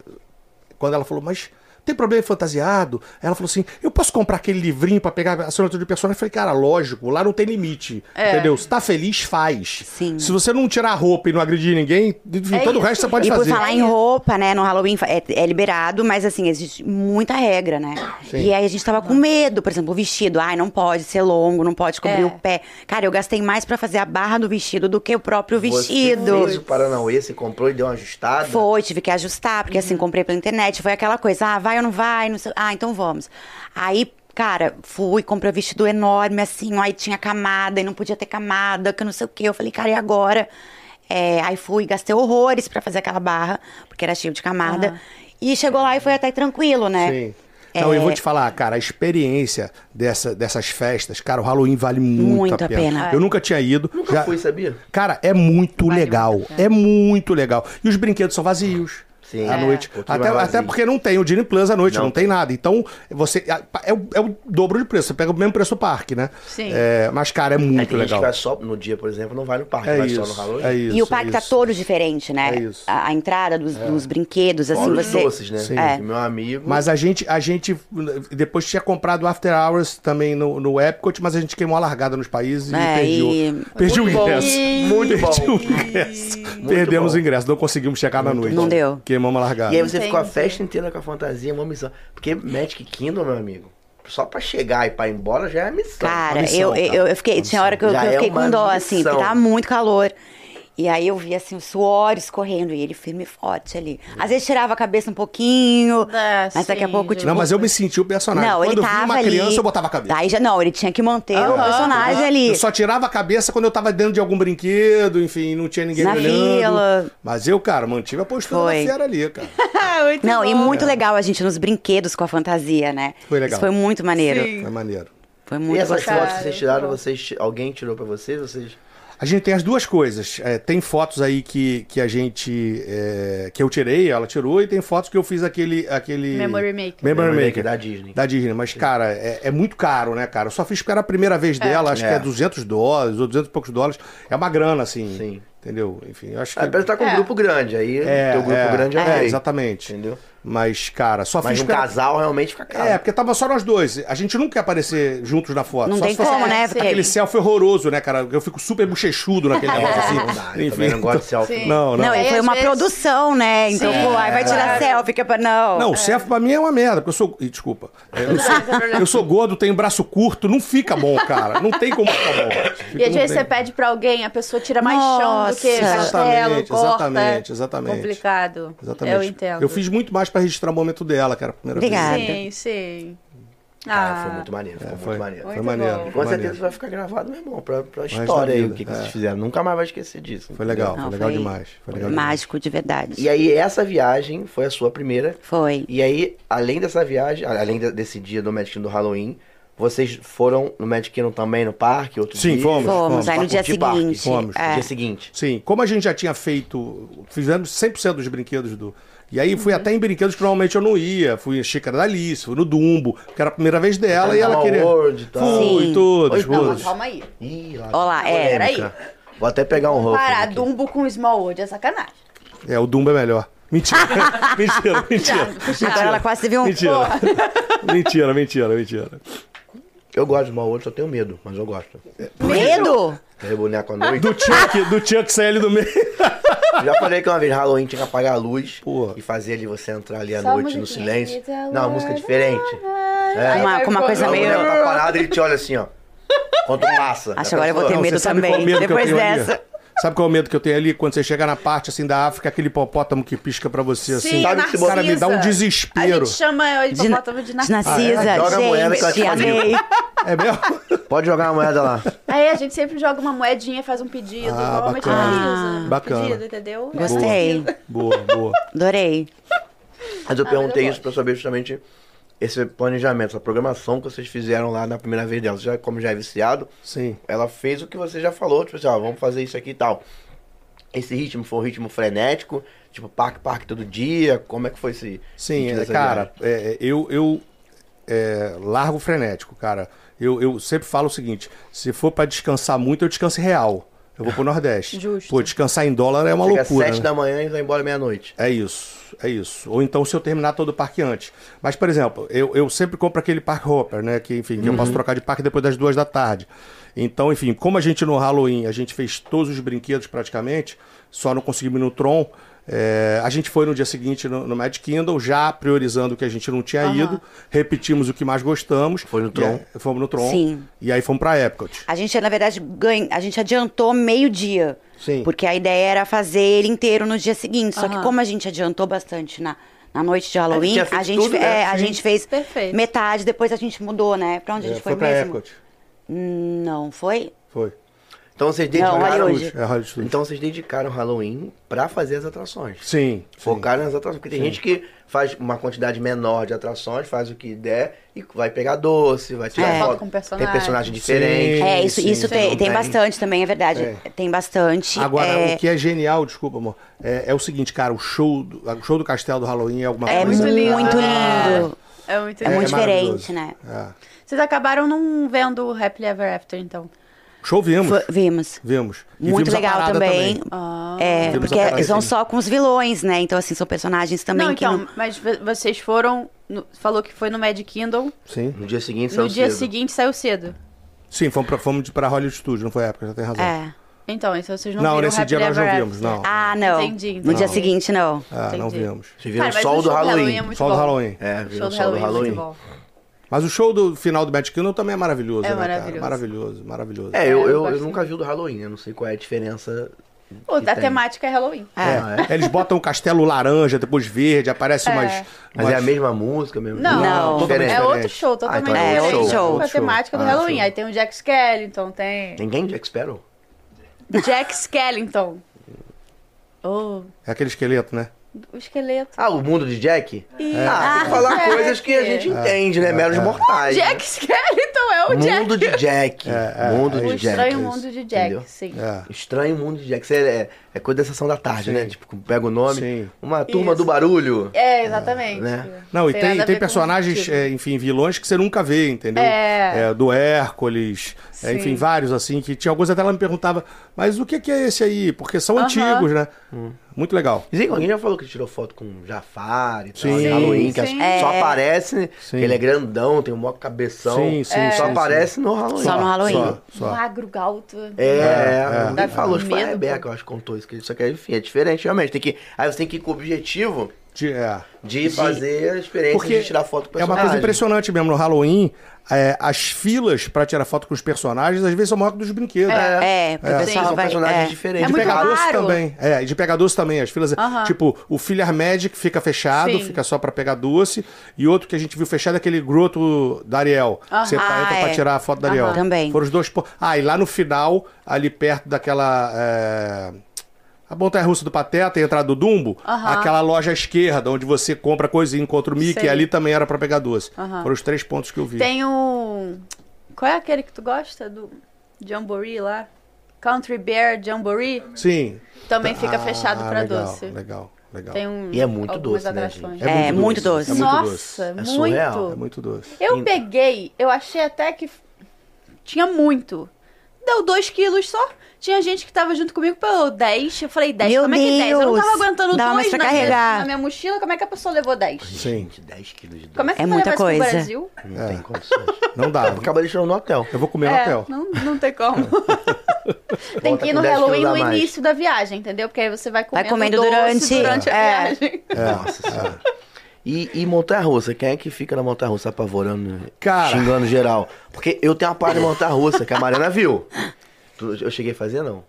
S4: quando ela falou, mas tem problema em fantasiado? Ela falou assim: eu posso comprar aquele livrinho pra pegar a assinatura de personagem? Eu falei, cara, lógico, lá não tem limite. Entendeu? Se tá feliz, faz.
S3: É. Sim.
S4: Se você não tirar a roupa e não agredir ninguém, enfim,
S1: É
S4: todo o
S1: isso.
S4: resto você pode
S3: E por
S4: fazer.
S3: falar em roupa, né? No Halloween é, é liberado, mas assim, existe muita regra, né? E aí a gente tava com medo, por exemplo, o vestido. Ai, não pode ser longo, não pode cobrir
S1: É.
S3: o pé. Cara, eu gastei mais pra fazer a barra do vestido do que o próprio vestido.
S2: Você fez o Paranauê, você comprou e deu uma ajustada.
S3: Foi, tive que ajustar, porque assim, comprei pela internet. Foi aquela coisa, ah, vai ou não vai? Não sei- Ah, então vamos. Aí, cara, fui, comprei um vestido enorme, assim, ó, aí tinha camada, e não podia ter camada, que eu não sei o quê. Eu falei, cara, e agora? É, aí fui, gastei horrores pra fazer aquela barra, porque era cheio de camada. E chegou lá e foi até tranquilo, né?
S4: Sim. Não, eu vou te falar, cara, a experiência dessa, dessas festas, cara, o Halloween vale muito,
S3: Muito
S4: a
S3: a
S4: pena.
S3: pena.
S4: Eu nunca tinha ido.
S2: Nunca fui, sabia?
S4: Cara, é muito
S1: Vale
S4: legal.
S1: muito a pena.
S4: É muito legal. E os brinquedos são vazios.
S2: Sim.
S4: à
S2: É.
S4: noite.
S2: Um pouquinho
S4: até,
S2: mais
S4: até
S2: vazio.
S4: porque não tem o Disney Plus à noite, não,
S2: Não
S4: tem nada. Então, você. É, o- é o dobro de preço. Você pega o mesmo preço do parque, né?
S1: Sim.
S4: É, mas, cara, é
S2: Aí
S4: muito
S2: tem gente que
S4: legal.
S2: vai só no dia, por exemplo, não vai no parque,
S4: É
S2: vai
S4: isso,
S2: só no Halloween.
S4: é isso.
S3: e o parque
S4: é
S3: tá
S4: isso.
S3: todo diferente, né?
S4: É isso. É.
S3: A, a entrada dos, dos brinquedos, assim,
S2: Fora os
S3: você. É.
S2: doces, né?
S4: Sim.
S2: Que Meu amigo.
S4: Mas a gente, a gente depois tinha comprado o After Hours também no, no Epcot, mas a gente queimou a largada nos países
S3: É,
S4: e perdi o,
S3: e-
S4: perdi o
S2: Muito bom.
S4: ingresso.
S2: Muito
S4: perdi
S2: bom.
S4: o ingresso. Perdemos
S2: bom.
S4: o ingresso, não conseguimos chegar na noite.
S3: Não deu.
S4: Queimamos a largada.
S2: E aí você
S1: Entendi.
S2: ficou a festa inteira com a fantasia, uma missão. Porque Magic Kingdom, meu amigo, só pra chegar e pra ir embora já é a missão. tá?
S3: Cara,
S4: Uma missão,
S3: eu, eu-
S4: cara.
S3: eu, fiquei. Tinha hora que eu,
S2: Já
S3: que eu
S2: é
S3: fiquei
S2: uma
S3: com dó, assim,
S2: missão.
S3: porque tava muito calor. E aí eu vi, assim, o suor escorrendo e ele firme e forte ali. Às vezes tirava a cabeça um pouquinho,
S1: É,
S3: mas daqui a
S1: sim,
S3: pouco,
S1: gente.
S3: tipo.
S4: Ah, Não, mas eu me senti o personagem.
S3: Não,
S4: quando
S3: ele
S4: eu vi
S3: tava
S4: uma
S3: ali.
S4: criança, eu botava a cabeça.
S3: Aí já, não, ele tinha que manter o
S1: Aham,
S3: personagem ali.
S4: Eu só tirava a cabeça quando eu tava dentro de algum brinquedo, enfim, não tinha ninguém
S3: Na
S4: me olhando.
S3: fila.
S4: Mas eu, cara, mantive a postura
S3: Foi.
S4: da fera ali, cara.
S1: Ah, muito
S3: Não, e
S1: bom.
S3: muito legal a gente nos brinquedos com a fantasia, né?
S4: Foi legal.
S3: Isso foi muito maneiro.
S1: Sim.
S4: É maneiro.
S3: Foi
S2: E
S3: muito
S2: essas
S3: gostoso.
S2: fotos que vocês tiraram, vocês, alguém tirou pra vocês? vocês...
S4: A gente tem as duas coisas. É, tem fotos aí que, que a gente. é, que eu tirei, ela tirou, e tem fotos que eu fiz aquele. aquele
S1: Memory Maker.
S4: Memory
S2: Memory
S4: Maker.
S2: Maker da Disney.
S4: Da Disney. Mas, cara, é, é muito caro, né, cara? Eu só fiz porque era a primeira vez dela, acho que é
S2: É.
S4: 200 dólares ou 200 e poucos dólares. É uma grana, assim.
S2: Sim.
S4: Entendeu? Enfim, eu acho que.
S2: Ah, parece que tá com um
S1: É.
S2: grupo grande, aí
S4: É,
S2: teu grupo
S4: é,
S2: grande é,
S4: é,
S2: ok,
S4: exatamente.
S2: Entendeu?
S4: Mas, cara, só
S2: Mas
S4: fiz
S2: um
S4: porque-
S2: casal realmente fica caro.
S4: É, porque tava só nós dois. A gente não quer aparecer juntos na foto.
S3: Não
S4: Só
S3: tem
S4: se fosse-
S3: como, né? Porque-
S4: Aquele selfie horroroso, né, cara? Eu fico super bochechudo naquele negócio assim.
S2: não dá, eu também não gosto de selfie.
S1: Sim.
S4: Não,
S3: Não,
S4: não. Não,
S1: é-
S3: e
S1: Aí,
S3: foi
S1: às
S3: uma
S1: vezes-
S3: produção, né? Então,
S1: Sim.
S3: pô, aí vai tirar
S1: É.
S3: selfie, que é pra... Não.
S4: o selfie pra mim é uma merda, porque eu sou. Ih, desculpa. É, Eu sou,
S1: tem problema.
S4: eu sou gordo, tenho braço curto, não fica bom, cara. Não tem como ficar bom.
S1: E às vezes
S4: Não tem.
S1: você pede pra alguém, a pessoa tira mais chão do que
S3: Nossa.
S1: castelo,
S4: Exatamente,
S1: corta.
S4: exatamente, exatamente.
S1: Complicado.
S4: Exatamente.
S1: Eu entendo.
S4: Eu fiz muito mais pra registrar o momento dela, cara. a Primeira
S3: Obrigada.
S4: Vez.
S1: Sim, sim.
S2: Cara,
S1: Ah.
S2: foi muito maneiro, foi
S4: É,
S2: muito
S4: foi,
S2: maneiro.
S4: foi
S1: Muito
S4: maneiro.
S1: bom.
S4: foi
S2: Com
S4: maneiro.
S2: certeza vai ficar gravado, meu irmão, pra, pra
S4: resto
S2: história aí,
S4: da
S2: o que, que
S4: vida,
S2: vocês
S4: é.
S2: fizeram. Nunca mais vai esquecer disso.
S4: Foi legal,
S3: Não,
S4: foi legal demais. Foi legal demais.
S3: Mágico, de verdade.
S2: E aí, essa viagem foi a sua primeira.
S3: Foi.
S2: E aí, além dessa viagem, a- além de- desse dia do Magic Kingdom do Halloween, vocês foram no Magic Kingdom também, no parque, outro
S4: Sim,
S2: dia?
S4: fomos.
S3: Fomos, aí
S2: pra
S3: no dia
S2: curtir parque.
S3: seguinte.
S4: Fomos.
S2: No
S3: é.
S2: dia seguinte.
S4: Sim, como a gente já tinha feito, fizemos 100% dos brinquedos do. E aí
S3: Uhum.
S4: fui até em brinquedos que normalmente eu não ia. Fui em Xícara da Alice, fui no Dumbo, que era a primeira vez dela e ela
S2: Animal
S4: queria.
S2: World e tal.
S4: Fui,
S3: Sim.
S4: todos,
S2: Não,
S1: Não, mas
S4: todos.
S1: calma aí.
S2: Ih, lá.
S3: Ó lá, é.
S2: polêmica. Vou até pegar um roupa.
S1: Parar Dumbo com Small World é sacanagem.
S4: É, o Dumbo é melhor. Mentira, mentira, mentira.
S3: Agora ela quase teve um...
S4: Mentira. mentira, mentira, mentira.
S2: Eu gosto de mal outro, só tenho medo, mas eu gosto.
S4: É.
S3: Medo?
S2: Tem boneco à noite.
S4: Do Chuck, do Chuck sair ali do meio.
S2: Já falei que uma vez Halloween tinha que apagar a luz
S4: Pô.
S2: e fazer ali você entrar ali à
S1: Só a
S2: noite no
S1: musiquinha.
S2: silêncio. Não, uma música diferente. É.
S3: Uma-
S1: vai
S3: com uma
S1: embora.
S3: coisa
S2: Aí o
S3: meio-
S2: boneco tá parado, ele te olha assim, ó. Quando passa.
S3: Acho agora eu vou ter
S4: Não,
S3: medo
S4: você sabe
S3: também,
S4: qual é o medo que eu
S3: depois
S4: tenho ali?
S3: dessa.
S4: Sabe qual é o medo que eu tenho ali? Quando você chega na parte assim da África, aquele hipopótamo que pisca pra você assim.
S1: Sim,
S2: Sabe
S1: Narcisa.
S2: que bora
S4: me dar um desespero.
S1: A gente chama o
S3: De,
S1: hipopótamo de
S3: de
S1: Narcisa.
S4: Ah,
S3: Narcisa,
S2: Joga a moeda que ela te
S3: gente,
S2: faliu.
S3: amei.
S4: É mesmo?
S2: Pode jogar a moeda lá.
S1: Aí a gente sempre joga uma moedinha, faz um pedido.
S4: Ah,
S1: normalmente
S4: bacana.
S1: Narcisa. um
S4: Bacana.
S1: Pedido, entendeu? É
S3: Gostei,
S4: Boa, boa.
S3: adorei.
S2: Mas eu
S3: Ah,
S2: perguntei
S1: eu
S2: isso pra saber justamente esse planejamento, essa programação que vocês fizeram lá na primeira vez dela. Você Já, como já é viciado,
S4: Sim.
S2: ela fez o que você já falou, tipo assim, ó, vamos fazer isso aqui e tal. Esse ritmo foi um ritmo frenético, tipo parque, parque todo dia, como é que foi esse
S4: Sim,
S2: ritmo
S4: é,
S2: dessa
S4: cara,
S2: viagem?
S4: é, é, eu, eu é, largo frenético, cara. Eu, eu sempre falo o seguinte: se for pra descansar muito, eu descanso em real. Eu vou pro Nordeste.
S1: Justo.
S4: Pô, descansar em dólar é uma
S2: Chega às
S4: loucura.
S2: sete
S4: né?
S2: da manhã e vai embora meia-noite.
S4: É isso, é isso. Ou então se eu terminar todo o parque antes. Mas, por exemplo, eu, eu sempre compro aquele parque hopper, né? Que, enfim, que eu
S2: Uhum.
S4: posso trocar de parque depois das duas da tarde. Então, enfim, como a gente no Halloween, a gente fez todos os brinquedos praticamente, só não conseguimos ir no Tron. é, a gente foi no dia seguinte no, no Mad Kindle, já priorizando o que a gente não tinha ido, repetimos o que mais gostamos.
S2: Foi no
S4: E
S2: Tron.
S4: aí- fomos no Tron.
S3: Sim.
S4: E aí fomos pra Epcot.
S3: A gente, na verdade, ganha, a gente adiantou meio-dia.
S4: Sim.
S3: Porque a ideia era fazer ele inteiro no dia seguinte. Só que
S1: Aham.
S3: como a gente adiantou bastante na, na noite de Halloween,
S2: tinha
S3: a
S2: feito
S3: gente,
S2: tudo,
S3: fe-
S2: né?
S3: é, a
S2: Sim.
S3: gente fez
S1: Perfeito.
S3: metade, depois a gente mudou, né? Pra onde a
S4: É,
S3: gente foi,
S4: pra
S3: mesmo?
S4: Epcot.
S3: Hum, Não, foi?
S4: Foi.
S2: Então vocês
S3: Não, olha
S2: dedicaram.
S3: hoje.
S4: É Hollywood Studios.
S2: então vocês dedicaram o Halloween pra fazer as atrações.
S4: Sim. sim.
S2: Focar nas atrações. Porque tem gente que faz uma quantidade menor de atrações, faz o que der e vai pegar doce, vai tirar
S3: É.
S2: foto.
S1: Foto com personagem.
S2: Tem personagem
S4: Sim.
S2: diferente.
S3: É, isso,
S4: Sim,
S3: isso
S4: sim.
S3: tem,
S2: Não
S3: tem
S2: tem.
S3: bastante também, é verdade.
S4: É.
S3: Tem bastante.
S4: Agora,
S3: é,
S4: o que é genial, desculpa, amor, é, é o seguinte, cara, o show, do, o show do Castelo do Halloween é alguma
S3: é
S4: coisa.
S3: muito lindo.
S1: né? É muito
S3: É
S1: lindo.
S3: muito
S4: maravilhoso.
S3: diferente, né?
S4: É.
S1: Vocês acabaram não vendo o Happily Ever After, então.
S4: Show vimos.
S3: Foi- vimos.
S4: Vimos. E
S3: Muito
S4: vimos a
S3: legal
S4: parada
S3: também.
S1: Ah.
S3: É,
S4: Vimos a
S3: porque
S4: parada
S3: são
S4: também.
S3: só com os vilões, né? Então, assim, são personagens também
S1: não,
S3: que
S1: então,
S3: não.
S1: mas v- vocês foram. no- falou que foi no Mad Kingdom.
S4: Sim.
S2: No dia seguinte
S1: É. No
S2: saiu
S1: dia
S2: cedo.
S1: seguinte saiu cedo.
S4: Sim, fomos pra, fomos pra Hollywood Studios, não foi época, já tem razão.
S3: É.
S1: Então, isso vocês não
S4: Não,
S1: viram
S4: nesse
S1: Happily
S4: dia nós não
S1: Ever
S4: vimos,
S1: After.
S4: não.
S3: Ah, não.
S1: Entendi,
S3: No dia
S1: entendi.
S3: seguinte, não.
S4: Ah, não
S1: Entendi.
S4: vimos.
S2: Vocês viram
S1: Cara, mas
S2: o sol
S1: o
S2: do
S1: show do
S2: Halloween.
S1: Halloween é muito
S4: Sol do
S1: bom.
S4: Halloween.
S2: É,
S1: O
S2: viram
S1: show
S2: o
S1: do
S2: sol
S1: Halloween
S2: do
S1: é muito
S2: Halloween.
S1: bom.
S4: Mas o show do final do Magic Kingdom também é maravilhoso,
S1: É
S4: né, cara?
S1: maravilhoso.
S4: Maravilhoso, maravilhoso.
S2: É, eu,
S1: eu
S2: eu,
S1: gosto
S2: eu nunca vi o do Halloween, eu não sei qual é a diferença.
S1: Pô,
S2: que
S1: a
S2: tem.
S1: temática é Halloween.
S3: É.
S2: Ah, é?
S4: Eles botam o castelo laranja, depois verde, aparece umas,
S2: Mas
S4: umas-
S2: é a mesma música, mesmo.
S1: Não.
S3: Não.
S4: Totalmente
S1: É
S2: diferente.
S1: outro show,
S2: Ah,
S1: totalmente
S2: então
S3: é
S1: diferente.
S3: outro show,
S1: Com a
S4: outro show.
S1: temática do
S4: Ah,
S1: Halloween.
S4: show.
S1: Aí tem o Jack Skellington, tem.
S2: Ninguém Jack Sparrow.
S1: Jack Skellington. Oh,
S4: É aquele esqueleto, né?
S1: o esqueleto.
S2: Ah, o mundo de Jack?
S1: Ih,
S2: Ah, tem que falar
S1: Jack.
S2: coisas que a
S4: É.
S2: gente entende, né? Meros mortais. né?
S1: Jack Skellington é o Jack.
S2: Mundo de Jack.
S4: É, é,
S2: mundo
S4: é
S2: de
S1: O
S4: isso.
S2: Jack.
S1: estranho
S4: isso,
S1: mundo de Jack,
S2: entendeu?
S1: sim.
S4: É.
S2: Estranho mundo de Jack. Isso é, é- é coisa da sessão da tarde,
S4: Sim.
S2: né? Tipo, pega o nome.
S4: Sim.
S2: Uma turma
S1: Isso.
S2: do barulho.
S1: É, exatamente.
S2: Né?
S4: Não, e
S1: Tem
S4: tem,
S1: nada a ver
S4: tem
S1: com
S4: personagens,
S1: motivo.
S4: é, enfim, vilões que você nunca vê, entendeu?
S1: É.
S4: do Hércules, é,
S1: Sim.
S4: enfim, vários assim, que tinha alguns até ela me perguntava, mas o que que é esse aí? Porque são
S1: Aham.
S4: antigos, né?
S2: Hum.
S4: Muito legal.
S2: Dizem que alguém já falou que tirou foto com Jafar e tal,
S4: Sim.
S2: de Halloween, que
S1: Sim.
S2: as- só aparece, né?
S4: Sim.
S2: ele é grandão, tem um maior cabeção,
S4: Sim, sim, É. sim,
S2: só
S4: sim.
S2: aparece no Halloween.
S3: Só no Halloween.
S4: Só, só.
S1: Magro, galto.
S2: É, é,
S1: Dá
S2: é. falou, acho que foi a
S1: medo,
S2: Rebeca,
S1: pô.
S2: eu acho que contou isso, que- só que enfim, é diferente, realmente, tem que, aí você tem que ir com o objetivo
S4: De- é.
S2: de fazer a experiência
S4: Porque
S2: de tirar foto com o
S4: É uma
S2: personagem.
S4: coisa impressionante mesmo. No Halloween, é, as filas pra tirar foto com os personagens, às vezes são maiores que dos brinquedos.
S3: É, o
S4: É.
S3: pessoal
S2: São
S3: vai.
S2: personagens
S3: é.
S4: E
S2: diferentes.
S4: de
S1: muito
S4: pegar doce
S1: raro.
S4: também. É, e de pegar doce também. As filas.
S1: Aham.
S4: Tipo, o Filiar Magic fica fechado,
S1: Sim.
S4: fica só pra pegar doce. E outro que a gente viu fechado é aquele groto da Ariel. que Você tá,
S3: Ah,
S4: entra pra
S3: é.
S4: tirar a foto da Ariel.
S3: Aham. Também.
S4: Foram os dois. po- Ah, e lá no final, ali perto daquela. é, A montanha russa do Pateta e a entrada do Dumbo,
S1: Aham.
S4: aquela loja à esquerda, onde você compra coisa e encontra o Mickey,
S1: Sei.
S4: ali também era pra pegar doce.
S1: Aham.
S4: Foram os três pontos que eu vi.
S1: Tem o. Qual é aquele que tu gosta do Jamboree lá? Country Bear Jamboree?
S4: Sim.
S1: Também fica
S4: Ah,
S1: fechado pra
S4: legal,
S1: doce.
S4: Legal, legal.
S1: Tem um,
S2: E é muito
S1: algumas
S2: doce, né,
S1: atrações.
S2: gente?
S3: É, muito doce.
S4: É muito doce.
S1: Nossa,
S2: É
S1: muito.
S2: surreal,
S4: É muito doce.
S1: Eu peguei, eu achei até que f- tinha muito. Deu 2 quilos só. Tinha gente que tava junto comigo, pô, 10. Eu falei, 10,
S3: Meu
S1: como é que 10? Eu não tava
S3: Deus,
S1: aguentando
S3: dá mais
S1: 2
S3: pra
S1: na, minha-
S3: carregar.
S1: na minha mochila, como é que a pessoa levou 10?
S4: Sim, É.
S2: Gente, 10 quilos de doce,
S1: Como é que
S3: É
S1: você
S3: muita
S1: leva isso pro
S3: coisa.
S1: Brasil?
S2: não tem condições.
S4: não dá.
S2: Acaba deixando no hotel.
S4: Eu vou comer no
S1: É,
S4: hotel.
S1: Não, não tem como. tem
S2: Volta
S1: que ir
S2: com
S1: no
S2: 10
S1: Halloween
S2: quilos
S1: no
S2: a mais.
S1: início da viagem, entendeu? Porque aí você vai comendo,
S3: comendo
S1: doce
S3: durante-
S1: durante a
S3: É.
S1: viagem.
S2: Nossa senhora. E, e montanha-russa, quem é que fica na montanha-russa apavorando,
S4: Cara.
S2: xingando geral? Porque eu tenho uma parte de montanha-russa que a Mariana viu. Tu- Eu cheguei a fazer, não.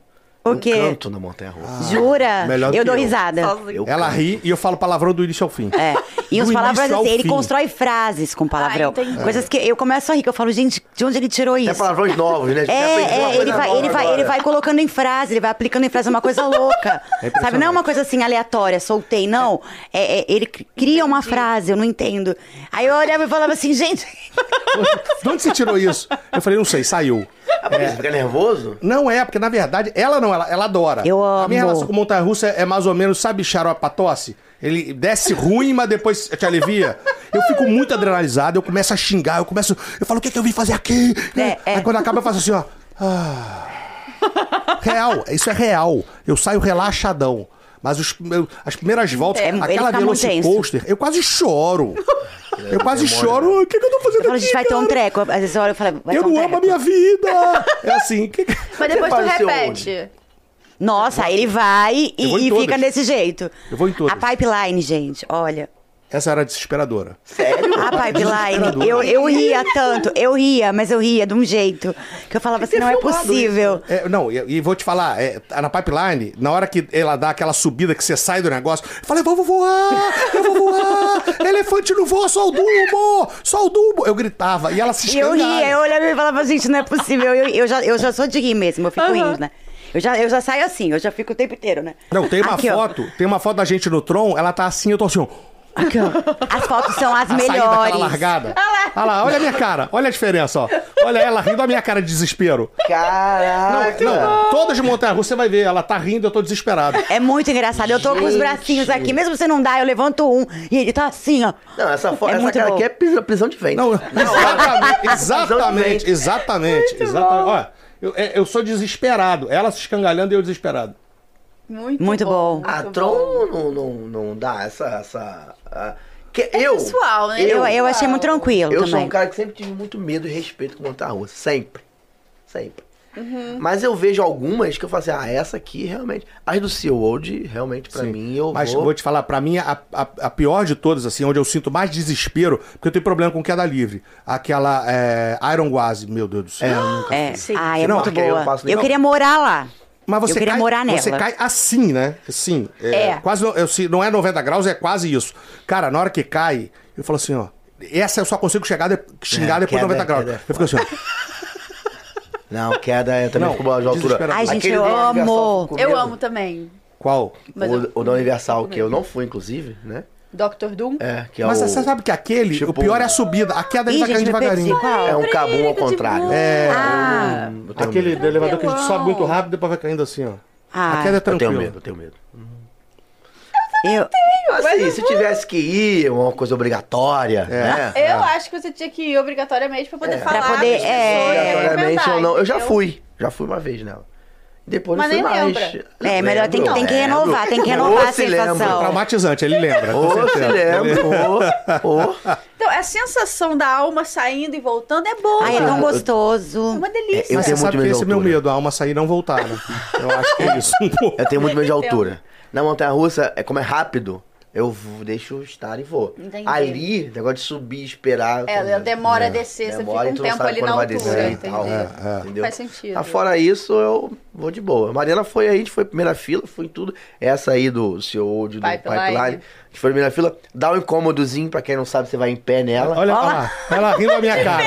S3: O
S2: eu
S3: quê?
S2: canto na montanha-russa.
S3: Jura?
S4: É. Melhor do
S3: eu
S4: que
S3: dou
S4: eu.
S3: risada.
S2: Eu
S4: Ah. Ela
S2: canto.
S4: ri e eu falo palavrão do início ao fim.
S3: É. E
S4: Do
S3: os palavras
S4: início ao
S3: assim, ele
S4: fim.
S3: constrói frases com palavrão.
S1: Ah, entendi.
S3: Coisas que eu começo a rir, que eu falo, gente, de onde ele tirou
S2: Até
S3: isso?
S2: é palavrões novos, né? A gente aprendeu uma
S3: É, é,
S2: coisa
S3: ele vai,
S2: nova
S3: ele, vai,
S2: agora.
S3: ele vai colocando em frase, ele vai aplicando em frase é uma coisa louca.
S4: impressionante.
S3: Sabe, não é uma coisa assim aleatória, soltei, não. É, é, ele cri- cria uma frase, eu não entendo. Aí eu olhava e falava assim, gente,
S4: De onde você tirou isso? Eu falei, não sei, saiu.
S2: Ah, porque Você fica nervoso?
S4: Não é, porque na verdade, ela não, ela, ela adora.
S3: Eu
S4: A minha
S3: amo.
S4: relação com montanha russa é mais ou menos, sabe, xaropa tosse? Ele desce ruim, mas depois te alivia. Eu fico muito adrenalizado, eu começo a xingar, eu começo. Eu falo, o que, que eu vim fazer aqui?
S3: É, é.
S4: Aí quando acaba, eu faço assim, ó. Ah. Real, isso é real. Eu saio relaxadão. Mas os- eu- as primeiras voltas,
S3: É, ele
S4: aquela
S3: fica muito
S4: Velocicoaster, eu quase choro. Eu quase choro. O que, que eu tô fazendo
S3: eu falo, a gente
S4: aqui,
S3: vai ter um
S4: cara?
S3: treco. Às vezes eu olho e falo, vai
S4: Eu
S3: ter um
S4: não
S3: treco.
S4: amo a minha vida! É assim. Que...
S1: Mas depois tu
S2: faz o seu
S1: repete.
S3: Nossa, aí ele vai
S4: Eu vou em
S3: e, e
S4: todas.
S3: fica desse jeito.
S4: Eu vou em todas.
S3: A pipeline, gente, olha.
S4: Essa era desesperadora.
S3: Ah, pipeline.
S4: Desesperador.
S3: Eu, eu ria tanto, eu ria, mas eu ria de um jeito que eu falava assim: não é possível.
S4: É, não, e, e vou te falar, é, na pipeline, na hora que ela dá aquela subida que você sai do negócio, fala, vamos voar, eu vou voar, elefante não voa, só o Dumbo, só o Dumbo. Eu gritava e ela se
S3: E eu ria, eu
S4: escangalha.
S3: olhava e falava: gente, não é possível. Eu, eu já, eu já sou de rir mesmo, eu fico
S1: Aham.
S3: rindo, né? Eu já, eu já saio assim, eu já fico o tempo inteiro, né?
S4: Não, tem uma
S3: Aqui, ó.
S4: foto, tem uma foto da gente no Tron, ela tá assim, eu tô assim, ó,
S3: Aqui, ó. As fotos são as
S4: a saída daquela
S3: melhores.
S4: largada. Olha lá, olha a minha cara, olha a diferença, ó. Olha ela rindo, a minha cara de desespero.
S2: Caraca!
S4: Não, todas de montanha russa você vai ver, ela tá rindo, eu tô desesperado.
S3: É muito engraçado. Eu tô com os
S2: Gente.
S3: bracinhos aqui. Mesmo se não dá, eu levanto um. E ele tá assim, ó.
S2: Não, essa, fo-
S3: É
S2: essa
S3: muito
S2: cara
S3: bom.
S2: aqui é prisão, prisão de ventre.
S4: Não, exatamente,
S2: Prisão de
S4: exatamente,
S2: ventre.
S4: exatamente, exatamente. Olha, eu, é- eu sou desesperado. Ela se escangalhando e eu desesperado.
S1: Muito,
S3: Muito bom.
S1: muito
S2: A
S1: bom.
S2: Tron não, não, não dá essa. essa a- que eu,
S1: pessoal, né?
S3: É Eu, eu achei
S1: Uau.
S3: muito tranquilo
S2: eu
S3: também.
S2: sou um cara que sempre tive muito medo e respeito com montanha russa. Sempre. Sempre. Mas eu vejo algumas que eu falo assim, ah, essa aqui realmente. As do SeaWorld, realmente, pra
S4: Sim.
S2: mim, eu
S4: Mas
S2: vou.
S4: vou te falar, pra mim, a, a- a pior de todas, assim, onde eu sinto mais desespero, porque eu tenho problema com queda livre. Aquela é, Iron Guazi, meu Deus do céu.
S3: É.
S1: Sim.
S3: Ah, é
S4: Não,
S3: muito
S2: porque eu
S3: boa.
S2: passo
S3: Eu,
S2: legal.
S3: queria morar lá.
S4: Mas você
S3: eu queria
S4: cai,
S3: morar nela.
S4: Você cai assim, né? Assim. É.
S1: É.
S4: Quase, não- eu, se não é 90 graus, é quase isso. Cara, na hora que cai, eu falo assim, ó. Essa eu só consigo chegar de, xingar
S2: É,
S4: depois de
S2: queda,
S4: 90 graus.
S2: queda.
S4: Eu fico assim, ó.
S2: Não, queda, eu também
S4: Não,
S2: fico com de altura.
S4: desesperado.
S3: Ai, gente,
S2: Aquele
S3: eu
S2: do Universal,
S3: amo.
S2: fico com
S1: Eu
S2: medo.
S1: amo também.
S4: Qual?
S1: Mas eu-
S2: O, o da Universal, que eu não fui, inclusive, né?
S1: Dr. Doom?
S2: É, que é
S4: Mas
S2: o.
S4: você sabe que aquele,
S2: Tipo-
S4: o pior é a subida. A queda ele
S3: Ih,
S4: vai
S3: gente,
S4: caindo
S3: me perdi.
S4: devagarinho.
S3: Qual?
S2: É um cabum
S1: Briga de
S2: ao contrário.
S1: boa.
S4: É.
S3: Ah,
S2: Eu tenho
S4: Aquele
S2: medo.
S4: do elevador que a gente
S1: Tranquilão.
S4: sobe muito rápido e depois vai caindo assim, ó.
S3: Ah,
S4: a queda é
S2: Eu tenho
S4: tranquila.
S2: medo, eu tenho medo.
S3: eu...
S2: Assim, se tivesse que ir, uma coisa obrigatória,
S4: É.
S2: né?
S1: Eu acho que você tinha que ir obrigatoriamente pra poder falar.
S3: Pra poder,
S1: pras
S3: é,
S1: pessoas e
S2: Obrigatoriamente
S1: recomendar,
S2: ou não. Eu já
S1: entendeu?
S2: fui. Já fui uma vez nela. Depois
S1: Mas
S2: não fui
S1: nem
S2: mais.
S1: lembra.
S3: É, melhor tem que-
S2: Lembro,
S3: tem que
S2: lembro.
S3: renovar, tem que
S2: Ou
S3: renovar a
S2: se
S3: sensação.
S2: lembra.
S4: É Traumatizante, ele lembra. com
S2: Ou se
S4: certeza.
S2: lembra. Ou, ou.
S1: Então, a sensação da alma saindo e voltando é boa.
S3: Ai, é tão
S1: É
S3: gostoso.
S1: uma delícia.
S2: Eu tenho
S4: Mas você
S2: muito
S4: sabe
S2: medo
S4: que
S2: de
S4: esse é meu
S2: altura.
S4: medo, a alma sair e não voltar, né? Eu acho que é isso.
S2: Eu tenho muito medo de
S1: Entendo.
S2: altura. Na montanha russa, é como é rápido, eu v- deixo estar e vou.
S1: Entendi.
S2: Ali, negócio de subir, esperar.
S1: É,
S2: também.
S1: demora a descer, você
S2: Demora
S1: fica
S2: e
S1: um
S2: né, tu não
S1: tempo
S2: sabe
S1: ali
S2: quando
S1: na
S2: vai
S1: altura,
S2: descer e
S1: entendi.
S2: tal, né,
S4: É, é.
S2: entendeu?
S1: Faz sentido.
S2: Ah, fora isso, eu vou de boa. A Mariana foi aí, a gente foi primeira fila, foi em tudo. Essa aí do CEO de, do
S1: Pipeline.
S2: Pipeline. A gente foi primeira fila. Dá um incômodozinho, pra quem não sabe, você vai em pé nela. Ah,
S4: Olha lá, ela rindo a minha cara.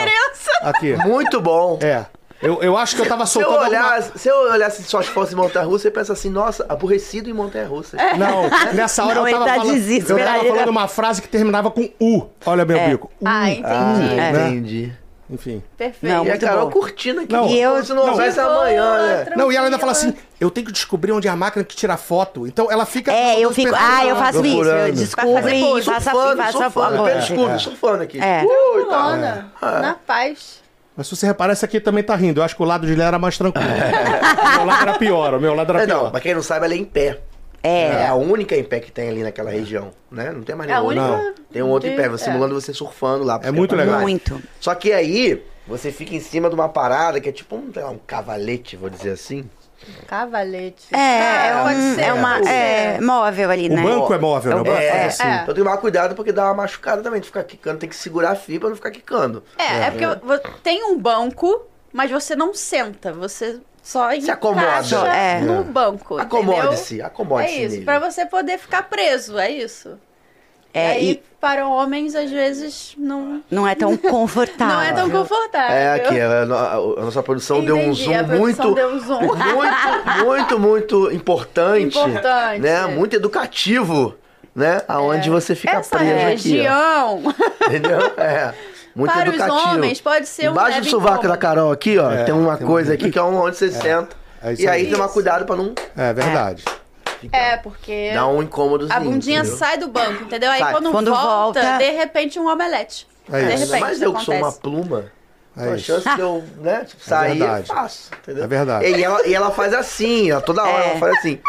S4: Aqui.
S2: Muito bom.
S4: É. Eu, eu acho que eu assim. tava
S2: Se eu,
S4: soltando alguma...
S2: olhasse, se eu olhasse só as fotos em montanha russa, eu penso assim, nossa, aborrecido em montanha russa.
S1: É.
S4: Não, nessa hora
S3: Não,
S4: eu
S3: ele
S4: tava
S3: tá
S4: falando... Eu
S3: desesperado, É.
S4: tava
S3: ele tá-
S4: falando uma frase que terminava com U. Olha meu bico. U.
S1: Ah, entendi.
S4: É.
S3: né?
S2: Entendi.
S4: Enfim.
S1: Perfeito.
S3: Não,
S2: E a
S3: Muito
S2: Carol
S3: bom.
S2: curtindo aqui.
S4: Não.
S2: E eu, se não,
S4: Não.
S2: houvesse amanhã, né?
S4: Não, e ela ainda
S1: Tranquila.
S4: fala assim, eu tenho que descobrir onde é a máquina que tira foto. Então ela fica...
S1: um
S3: É, eu fico. Ah, eu faço isso. Eu
S2: Procurando.
S3: descubro
S1: Vai fazer
S3: e
S1: pose,
S3: faço a
S2: Fã,
S3: faço
S2: sou
S3: a
S2: fã,
S3: favor.
S2: pelo escudo, sou fã aqui.
S3: É.
S2: Ui, tá.
S1: Tranquilona, na paz.
S4: Mas se você reparar, esse aqui também tá rindo. Eu acho que o lado de lá era mais tranquilo. o meu lado era pior, o meu lado era
S2: É, não,
S4: pior.
S2: pra quem não sabe, ela é em pé.
S3: É.
S2: É a única em pé que tem ali naquela região, né? Não tem mais
S1: É a
S2: nenhuma.
S1: única-
S2: Não. Tem um outro em pé,
S1: É.
S2: simulando você surfando lá.
S4: É muito legal.
S3: Muito.
S2: Só que aí, você fica em cima de uma parada que é tipo um, sei lá, um cavalete, vou dizer assim.
S1: Cavalete.
S3: É,
S1: Ah,
S3: é,
S1: pode
S3: um,
S1: ser,
S3: é uma.
S1: pode
S3: É
S1: ser.
S3: móvel ali,
S4: O
S3: né?
S4: banco é móvel, né? O banco
S2: É,
S4: faz assim.
S2: assim. Então tem que tomar cuidado porque dá uma machucada também. Tu ficar quicando, tem que segurar a fibra pra não ficar quicando.
S1: É, é, porque vo- tem um banco, mas você não senta, você só
S2: Se acomoda.
S1: encaixa
S3: É.
S1: no banco, entendeu?
S2: Acomode-se,
S1: É
S2: acomode-se
S1: isso,
S2: nele.
S1: pra você poder ficar preso, é isso. e
S3: É,
S1: aí,
S3: e-
S1: para homens, às vezes, não,
S3: Não é tão confortável.
S1: não é tão confortável.
S2: É, aqui, a, a- a nossa produção deu um
S1: Entendi,
S2: zoom
S1: a produção
S2: muito.
S1: deu um zoom.
S2: Muito, muito, muito importante.
S1: Importante. É.
S2: Né? Muito educativo, né? Aonde você fica
S1: Essa
S2: preso aqui.
S1: região,
S2: Ó, entendeu? É. Muito
S1: para
S2: educativo.
S1: os homens, pode ser um
S2: Embaixo do
S1: leve
S2: sovaco
S1: incômodo.
S2: da Carol aqui, ó,
S4: É,
S2: tem uma
S4: tem um-
S2: coisa aqui que é onde você senta.
S4: é isso
S2: e aí
S4: aí.
S2: tomar cuidado pra não
S4: É verdade.
S1: É, porque
S2: dar um incômodozinho.
S1: a bundinha
S2: entendeu?
S1: sai do banco, entendeu? Aí
S2: Sai.
S1: quando,
S3: Quando
S1: volta,
S3: volta-
S1: de repente, um omelete.
S4: É
S1: de
S4: isso.
S1: repente,
S2: Mas
S1: isso
S2: eu que sou uma
S1: acontece.
S2: pluma,
S4: É
S2: a
S4: isso. É
S2: chance de eu né, tipo, sair, eu
S4: verdade.
S2: faço. Entendeu?
S4: É verdade.
S2: E ela, e ela faz assim, ó, toda hora
S3: É.
S2: ela faz assim.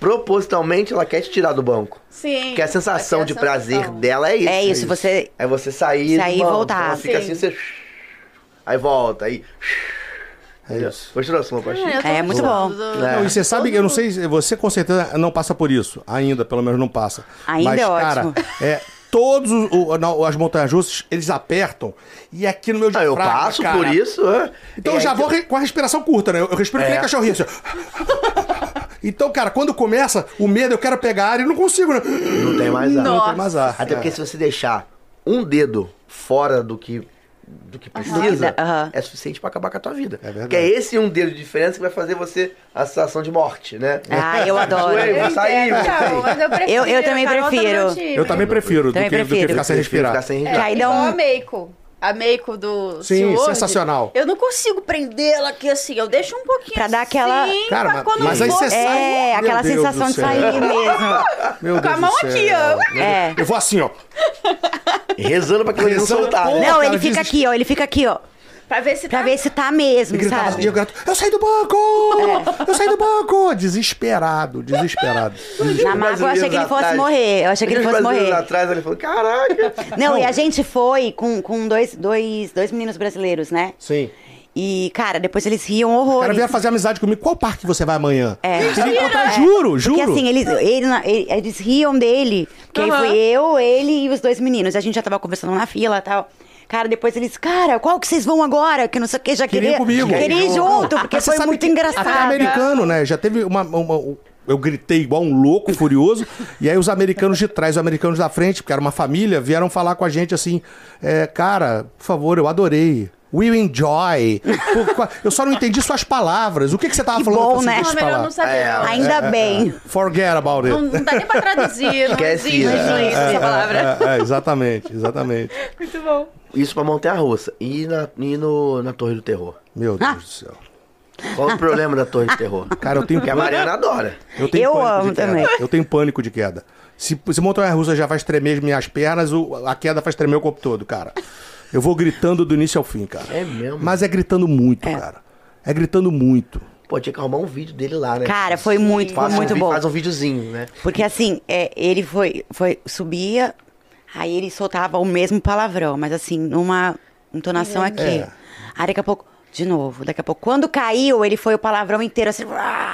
S2: Propositalmente, ela quer te tirar do banco.
S1: Sim.
S2: Porque a sensação
S1: Aqui
S2: de
S1: é a
S2: prazer
S1: sensação.
S2: dela é isso.
S3: É isso, você.
S2: É você sair,
S3: Sair e
S2: do banco.
S3: voltar.
S2: Ela fica
S1: Sim.
S2: assim, você... Aí volta, aí...
S4: É isso.
S2: Gostou da sua, Pastinha?
S1: eu tô
S3: É, muito
S1: gostando
S3: bom.
S1: do-
S2: É.
S4: Não, e você sabe, eu não sei, se- você com certeza não passa por isso. Ainda, pelo menos não passa.
S3: Ainda
S4: Mas,
S3: é
S4: cara,
S3: ótimo.
S4: é, Todos os- o- na- as montanhas russas, eles apertam. E aqui no meu
S2: Ah, eu
S4: diafragma,
S2: passo
S4: cara,
S2: por isso. é.
S4: Então
S2: É,
S4: eu já
S2: aí
S4: vou re- com a respiração curta, né? Eu eu respiro que nem
S2: É.
S4: cachorrinho. Assim. ó. então, cara, quando começa, o medo, eu quero pegar a área e não consigo, né?
S2: Não tem mais ar.
S4: Não tem mais ar.
S2: Até porque se você deixar um dedo fora do que do que precisa,
S3: Aham.
S2: é suficiente pra acabar com a tua vida.
S4: É verdade.
S2: Porque é esse um dedo de diferença que vai fazer você a sensação de morte, né?
S3: Ah, eu adoro.
S2: Zoei, vou sair, vou sair.
S1: Então, mas eu prefiro.
S3: Eu- eu
S1: a Carol
S3: também
S1: tá no meu
S3: prefiro.
S1: time.
S4: Eu também prefiro,
S3: Também
S4: do, que, do que
S3: prefiro.
S4: ficar sem
S2: Prefiro
S4: respirar.
S2: ficar sem
S1: É,
S2: respirar.
S3: Aí dá
S1: igual
S3: um-
S1: a Meiko. A Meiko do
S4: Sim,
S1: Sea World.
S4: sensacional.
S1: Eu não consigo prender ela aqui assim. Eu deixo um pouquinho.
S3: Pra dar aquela-
S1: Sim,
S4: Cara,
S1: pra
S4: mas-
S1: quando
S4: mas aí
S1: for-
S4: você sai.
S3: É,
S4: Meu
S3: aquela
S4: Deus
S3: sensação
S4: do
S3: de
S4: céu.
S3: sair mesmo.
S4: Meu
S1: Com a mão aqui, ó.
S3: É.
S4: Eu vou assim, ó.
S2: Rezando pra que ele não
S4: Rezando,
S2: soltar,
S4: porra.
S2: né?
S3: Não,
S4: cara,
S3: ele fica
S4: desiste.
S3: aqui, ó. Ele fica aqui, ó.
S1: Pra ver se
S3: Pra
S1: tá.
S3: ver se tá mesmo,
S4: E gritava
S3: sabe? É.
S4: Diego Gato, assim, eu saí do banco! Eu saí do banco! Desesperado, desesperado.
S3: Na mágoa, eu achei que ele fosse morrer. Eu achei que ele fosse morrer.
S2: atrás, ele falou, caraca.
S3: Não, e a gente foi com, com dois, dois, dois meninos brasileiros, né?
S4: Sim.
S3: E, cara, depois eles riam
S4: O cara
S3: horrores.
S4: veio fazer amizade comigo. Qual parque você vai amanhã?
S3: É.
S4: Queria encontrar, juro, juro.
S3: Porque assim, eles, ele- ele- eles riam dele. Porque aí
S1: Aham.
S3: foi eu, ele e os dois meninos. A gente já tava conversando na fila e tal. Cara, depois eles, cara, qual que vocês vão agora? Que não sei o que, já
S4: Queriam
S3: queria.
S4: comigo.
S3: Queria ir junto, porque
S4: Mas você
S3: foi
S4: sabe
S3: muito
S4: que Até
S3: engraçado.
S4: americano, né? Já teve uma. uma- um- eu gritei igual um louco, furioso, e aí os americanos de trás, os americanos da frente, porque era uma família, vieram falar com a gente assim: é, Cara, por favor, eu adorei. We enjoy. Pô, Eu só não entendi suas palavras. O que, que você tava
S3: Que
S4: falando?
S3: bom,
S4: Eu falei, assim,
S3: né?
S4: "Deixa
S1: Não,
S4: eu
S1: melhor
S4: falar." É.
S1: não saber.
S2: É,
S1: não.
S3: Ainda bem.
S4: Forget about it.
S1: Não, não dá nem pra traduzir. Não
S2: Esquece
S1: existe, não
S2: isso.
S1: existe essa palavra.
S4: É, é, exatamente, exatamente.
S1: Muito bom.
S2: Isso pra Montanha Russa. E, na, e no, na Torre do Terror.
S4: Meu
S3: Ah.
S4: Deus do céu.
S2: Qual o problema da Torre do Terror?
S4: Cara, eu tenho
S2: Que a Mariana adora.
S4: Eu tenho
S3: Eu
S4: pânico
S3: amo
S4: de queda.
S3: também.
S4: Eu tenho pânico de queda. Se, se montanha russa já faz tremer as minhas pernas, o- a queda faz tremer o corpo todo, cara. Eu vou gritando do início ao fim, cara.
S2: É mesmo?
S4: Mas é gritando muito, cara. É gritando muito.
S2: Pô, tinha que arrumar um vídeo dele lá, né?
S3: Cara, foi muito, foi
S2: Faz um
S3: muito
S2: vi-
S3: bom.
S2: Faz um videozinho, né?
S3: Porque assim, é, ele foi, foi, subia, aí ele soltava o mesmo palavrão, mas assim, numa
S4: Uhum.
S3: entonação aqui.
S4: É.
S3: Aí daqui a pouco, de novo, daqui a pouco. Quando caiu, ele foi o palavrão inteiro assim.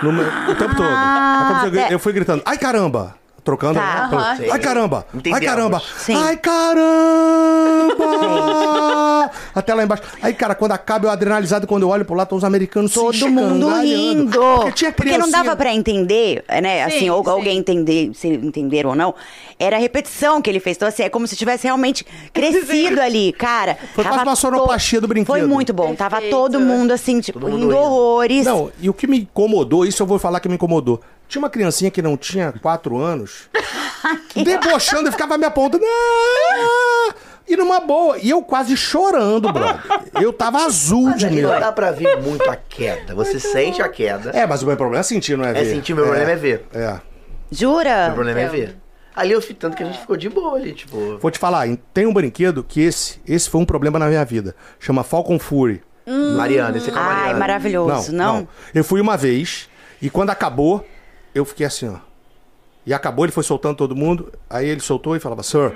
S4: No meu- o tempo todo. É como se eu, gri- eu fui gritando, ai caramba! Trocando.
S3: Ah, Tá,
S4: né, pelo-
S1: aham.
S4: ai caramba!
S2: Entendemos.
S4: Ai caramba!
S3: Sim.
S4: Ai caramba! Até lá embaixo. Aí, cara, quando acaba eu adrenalizado, quando eu olho pro lado, estão os americanos se
S3: Todo mundo
S4: escangalhando.
S3: rindo.
S4: Porque, tinha
S3: não
S4: criancinha-
S3: dava pra entender, né? Assim,
S1: Sim,
S3: ou
S1: sim.
S3: alguém entender, se entenderam ou não. Era a repetição que ele fez. Então, assim, é como se tivesse realmente crescido ali, cara.
S4: Foi quase
S3: Tava
S4: uma sonoplastia do brinquedo.
S3: Foi muito bom. Tava
S1: Perfeito.
S3: todo mundo, assim, tipo,
S2: mundo
S3: rindo
S2: rindo.
S3: horrores.
S4: Não, e o que me incomodou, isso eu vou falar que me incomodou. Tinha uma criancinha que não tinha quatro anos, debochando e ficava me apontando. "Ah!" E numa boa. E eu quase chorando, brother. Eu tava azul de
S2: E
S4: medo.
S2: é não dá pra ver muito a queda. Você sente a queda.
S4: É, mas o meu problema é sentir, não é ver.
S2: É sentir, meu problema é ver.
S4: É.
S2: O
S3: Jura?
S2: problema é ver. Ali eu fui tanto que a gente ficou de boa ali, tipo.
S4: Vou te falar, em- tem um brinquedo que esse, esse foi um problema na minha vida. Chama Falcon Fury.
S2: Mariana, esse é com a Mariana.
S3: Hum. Ai, maravilhoso, não?
S4: Eu fui uma vez e quando acabou, eu fiquei assim, ó. E acabou, ele foi soltando todo mundo. Aí ele soltou e falava, sir,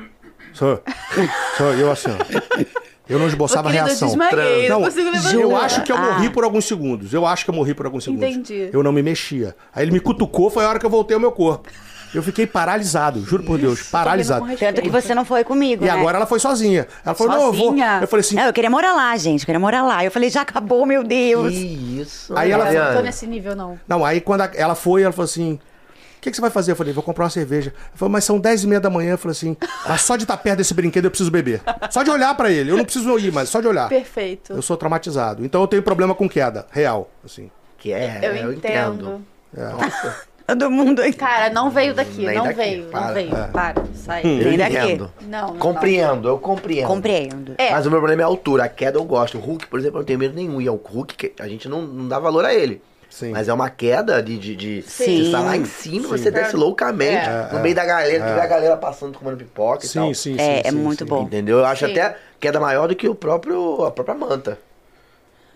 S4: sir, sir. E eu assim, ó. Eu não esboçava
S1: Ô, querido, eu
S4: reação.
S1: desmaiei, não consigo levantar.
S4: eu acho que eu morri
S3: Ah.
S4: por alguns segundos. Eu acho que eu morri por alguns segundos.
S1: Entendi.
S4: Eu não me mexia. Aí ele me cutucou, foi a hora que eu voltei ao meu corpo. Eu fiquei paralisado, juro por Deus, paralisado.
S1: Combina com
S3: Tanto que você não foi comigo,
S4: E
S3: né?
S4: agora ela foi sozinha. Ela falou, não, eu
S1: Sozinha?
S4: vou. Eu falei assim,
S3: Não, eu queria morar lá, gente. Eu queria morar lá. Eu falei, já acabou, meu Deus.
S2: Que isso.
S4: Aí ela-
S1: Não tô
S2: Mariana.
S1: nesse nível, não.
S4: Não, aí quando a- ela foi, ela falou assim: o que, que você vai fazer? Eu falei, vou comprar uma cerveja. Ela falou, mas são 10 e meia da manhã. Eu falei assim, mas só de estar perto desse brinquedo eu preciso beber. Só de olhar pra ele. Eu não preciso ir, mas só de olhar.
S1: Perfeito.
S4: Eu sou traumatizado. Então eu tenho problema com queda, real. Assim.
S2: Que é,
S1: Eu
S2: eu,
S1: entendo.
S2: entendo.
S4: É.
S3: Todo mundo aqui.
S1: Cara, não veio daqui,
S2: Nem
S1: não
S2: daqui,
S1: veio, não
S2: para.
S1: veio.
S4: É.
S1: Para, sai.
S4: Hum.
S2: Eu
S3: Nem daqui.
S2: entendo.
S1: Não, não.
S2: Compreendo, eu compreendo.
S3: Compreendo.
S1: É.
S2: Mas o meu problema é a altura. A queda eu gosto. O Hulk, por exemplo, eu não tenho medo nenhum. E é o Hulk que a gente não, não dá valor a ele.
S4: Sim.
S2: Mas é uma queda de. de, de
S3: Sim.
S2: Você está lá em cima, você desce loucamente.
S1: É.
S2: No meio da galera, tu vê a galera passando, comendo pipoca e tal.
S3: É, é muito bom.
S2: Entendeu? Eu acho
S1: Sim.
S2: até queda maior do que o próprio, a própria manta.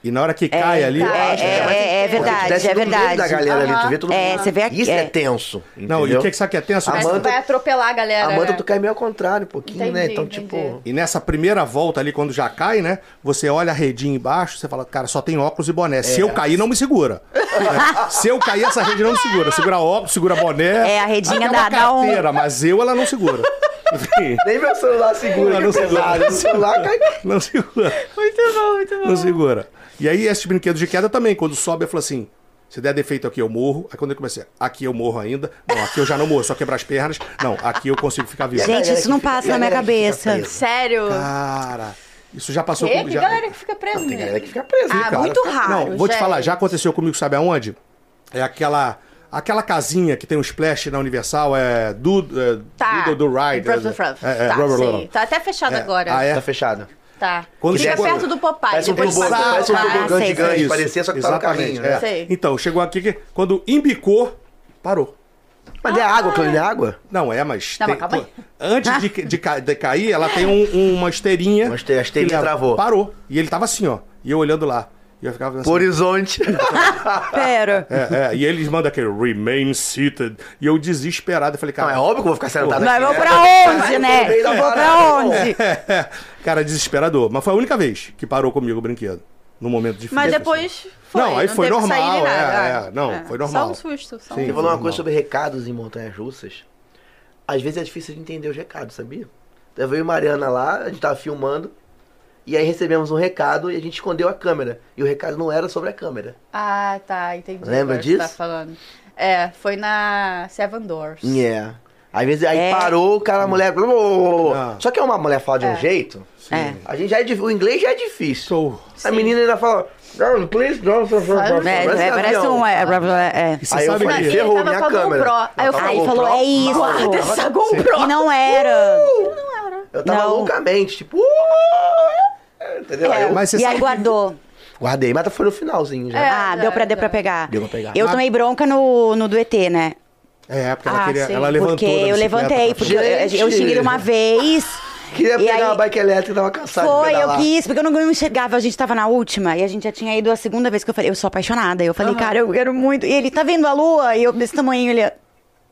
S4: E na hora que cai ali, eu
S3: é,
S4: acho que é.
S3: é, é, é
S2: Porque tu
S3: verdade,
S2: desce
S3: é
S2: no meio
S3: verdade.
S2: da galera ali, tu vê todo
S3: É,
S2: mundo.
S3: você vê a-
S2: Isso é,
S3: é.
S2: tenso.
S4: Não, e
S2: entendeu?
S4: o que, que sabe que é tenso?
S2: A
S1: Mas
S2: Amanda-
S1: vai atropelar a galera.
S2: A manta
S1: né?
S2: tu cai meio ao contrário um pouquinho, né?
S1: Entendi,
S2: Então,
S1: entendi.
S2: tipo.
S4: E nessa primeira volta ali, quando já cai, né? Você olha a redinha embaixo, você fala, cara, só tem óculos e boné. Se eu cair, não me segura. É. Se eu cair, essa rede não me segura. Segura óculos, segura boné.
S3: É, a redinha
S4: Até
S3: dá-
S4: uma
S3: dá um-
S4: carteira, Mas eu, ela não segura. Enfim,
S2: Nem meu celular segura,
S4: Não,
S2: que
S4: não
S2: é pesado.
S4: segura.
S2: O celular cai.
S4: não segura.
S1: Ah, Muito bom, muito bom.
S4: Não segura. E aí, esses brinquedos de queda também, quando sobe, eu falo assim: se der defeito aqui, eu morro. Aí quando eu comecei, aqui eu morro ainda. Não, aqui eu já não morro, só quebrar as pernas. Não, aqui eu consigo ficar vivo.
S3: Gente,
S2: Galera
S3: isso
S2: que
S3: não
S2: fica-
S3: passa na minha
S2: galera que fica
S3: cabeça.
S2: presa.
S1: Sério?
S4: Cara, isso já passou
S1: Que?
S4: comigo.
S1: Que
S4: já-
S1: galera que fica presa?
S2: Tem
S1: né?
S2: galera que fica presa.
S1: Ah,
S2: cara.
S1: muito raro.
S4: Não, vou te
S1: gente.
S4: falar, já aconteceu comigo, sabe aonde? É aquela. Aquela casinha que tem um splash na Universal é do é,
S1: Tá.
S4: Doodle do Ride.
S1: Tá,
S4: É, é,
S1: tá,
S4: Rubber
S1: sei.
S4: Roll.
S1: tá até fechado
S4: É,
S1: agora.
S4: ah, é?
S2: Tá fechado.
S1: Tá.
S4: Quando
S1: Fica
S4: chega-
S1: perto do Popeye.
S2: Parece um
S1: depois
S2: tobogã,
S1: passa-
S2: parece um
S4: tipo
S1: Ah,
S2: tobogã
S1: sei,
S2: gigante.
S4: Isso,
S2: parecia, só que tá no
S4: exatamente,
S2: carrinho, né?
S4: é.
S1: Sei.
S4: Então, chegou aqui que quando embicou, parou.
S2: Mas não é água, aquilo ali não é água?
S4: Não, é, mas.
S1: Não,
S4: tem-
S1: mas calma
S4: pô, antes de, de ca- de cair, ela tem um- uma esteirinha.
S2: Uma este- a esteirinha
S4: que leva-
S2: travou.
S4: Parou. E ele tava assim, ó. E eu olhando lá. E eu ficava assim.
S2: Pro horizonte.
S3: Pera.
S4: É, é, e eles mandam aquele remain seated. E eu desesperado, eu falei,
S2: Não,
S4: cara.
S2: é óbvio que eu vou ficar sentado
S3: Mas
S2: aqui.
S3: vou
S2: né?
S3: pra
S4: um
S3: onde,
S2: Eu
S3: né?
S2: tô
S3: Vou
S2: bem na
S3: pra
S2: parada,
S3: onde?
S4: cara, desesperador. Mas foi a única vez que parou comigo o brinquedo. No momento difícil.
S1: Mas
S4: assim.
S1: depois foi.
S4: Não, aí foi
S1: teve que sair nem
S4: normal, é,
S1: nada.
S4: é, não, foi normal.
S1: Só um susto. Só um
S2: Você
S4: Sim.
S1: susto.
S2: falou uma
S4: normal.
S2: coisa sobre recados em montanhas russas. Às vezes é difícil de entender os recados, sabia? Eu veio Mariana lá, a gente tava filmando, e aí recebemos um recado e a gente escondeu a câmera. E o recado não era sobre a câmera.
S1: Ah, tá, entendi.
S2: Lembra
S1: agora o que você Tá
S2: disso?
S1: falando. É, foi na Seven Doors.
S2: Yeah. Às vezes aí
S3: É.
S2: parou, o cara, a mulher.
S4: Ah.
S2: Só que é uma mulher fala de um jeito.
S3: É.
S2: A gente já é dif- O inglês já é difícil.
S4: Sou.
S2: A menina ainda fala. "Girl, please don't-"
S3: É,
S2: Parece
S3: é, parece
S2: avião.
S3: um. É, é, é.
S4: E você
S2: Aí eu
S4: sabe
S1: Não,
S2: falei,
S4: que.
S1: ele
S2: ferrou
S1: tava
S2: minha
S1: com a
S2: câmera.
S1: GoPro. Aí eu
S2: Ela tava
S1: falei,
S3: Aí
S2: com a
S3: falou,
S2: GoPro.
S3: é isso.
S1: Guarda essa GoPro.
S3: E não era.
S2: Eu tava
S3: Não. É.
S2: loucamente, tipo. "Uh!" Entendeu? Aí eu
S4: Mas você
S3: e aí
S4: sabe-
S3: guardou.
S2: guardei, mas foi no finalzinho já.
S3: ah,
S1: já,
S3: deu pra, deu
S1: já.
S3: pra pegar.
S2: Deu pra pegar.
S3: Eu
S4: Mas-
S3: tomei bronca no, no do ET, né?
S4: É, porque ela
S1: Ah,
S4: queria.
S1: sim.
S4: Ela levantou.
S3: porque
S4: da
S3: eu
S4: bicicleta
S3: levantei,
S4: pra-
S3: porque eu, eu
S2: Gente!
S3: xinguei ele uma vez.
S2: Queria
S3: e
S2: pegar
S3: aí-
S2: uma bike elétrica e tava cansado. de
S3: Foi, eu
S2: pedalar.
S3: quis, porque eu não, não enxergava, a gente tava na última, e a gente já tinha ido a segunda vez que eu falei, eu sou apaixonada. Eu falei, cara, eu quero muito. E ele, tá vendo a lua? E eu, desse tamanho, ele...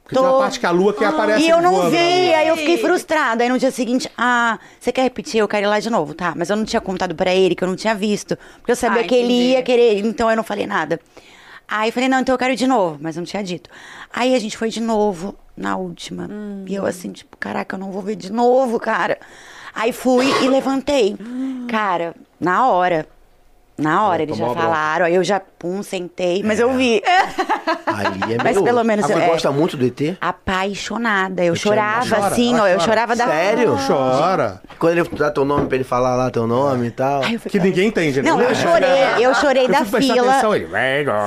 S4: Porque tem uma parte que a lua que aparece.
S3: Ah, E eu não
S4: voando
S3: vi,
S4: na lua.
S3: aí eu fiquei frustrada. Aí no dia seguinte, ah, você quer repetir? Eu quero ir lá de novo, tá? Mas eu não tinha contado pra ele, que eu não tinha visto. Porque eu sabia
S1: Ah,
S3: que ele
S1: entendi.
S3: ia querer, então eu não falei nada. Aí eu falei, não, então eu quero ir de novo, mas eu não tinha dito. Aí a gente foi de novo na última. E eu
S1: Hum.
S3: assim, tipo, caraca, eu não vou ver de novo, cara. Aí fui e levantei. Cara, na hora. Na hora, eles já
S4: É, tomou a bronca.
S3: falaram, aí eu já, pum, sentei, mas eu vi.
S2: Ali é
S3: Mas
S2: meio-
S3: pelo menos
S2: Ah, Você
S3: é-
S2: gosta muito do ET?
S3: Apaixonada. Eu
S2: te amo.
S3: chorava
S4: Chora,
S3: assim,
S4: ela
S3: ó, eu
S4: chora.
S3: chorava da
S2: Sério?
S4: Chora.
S2: Quando ele dá teu nome pra ele falar lá teu nome e tal.
S3: Ai, eu fui-
S4: Que ninguém entende, né?
S3: Não, eu chorei, eu chorei da fila.
S1: Só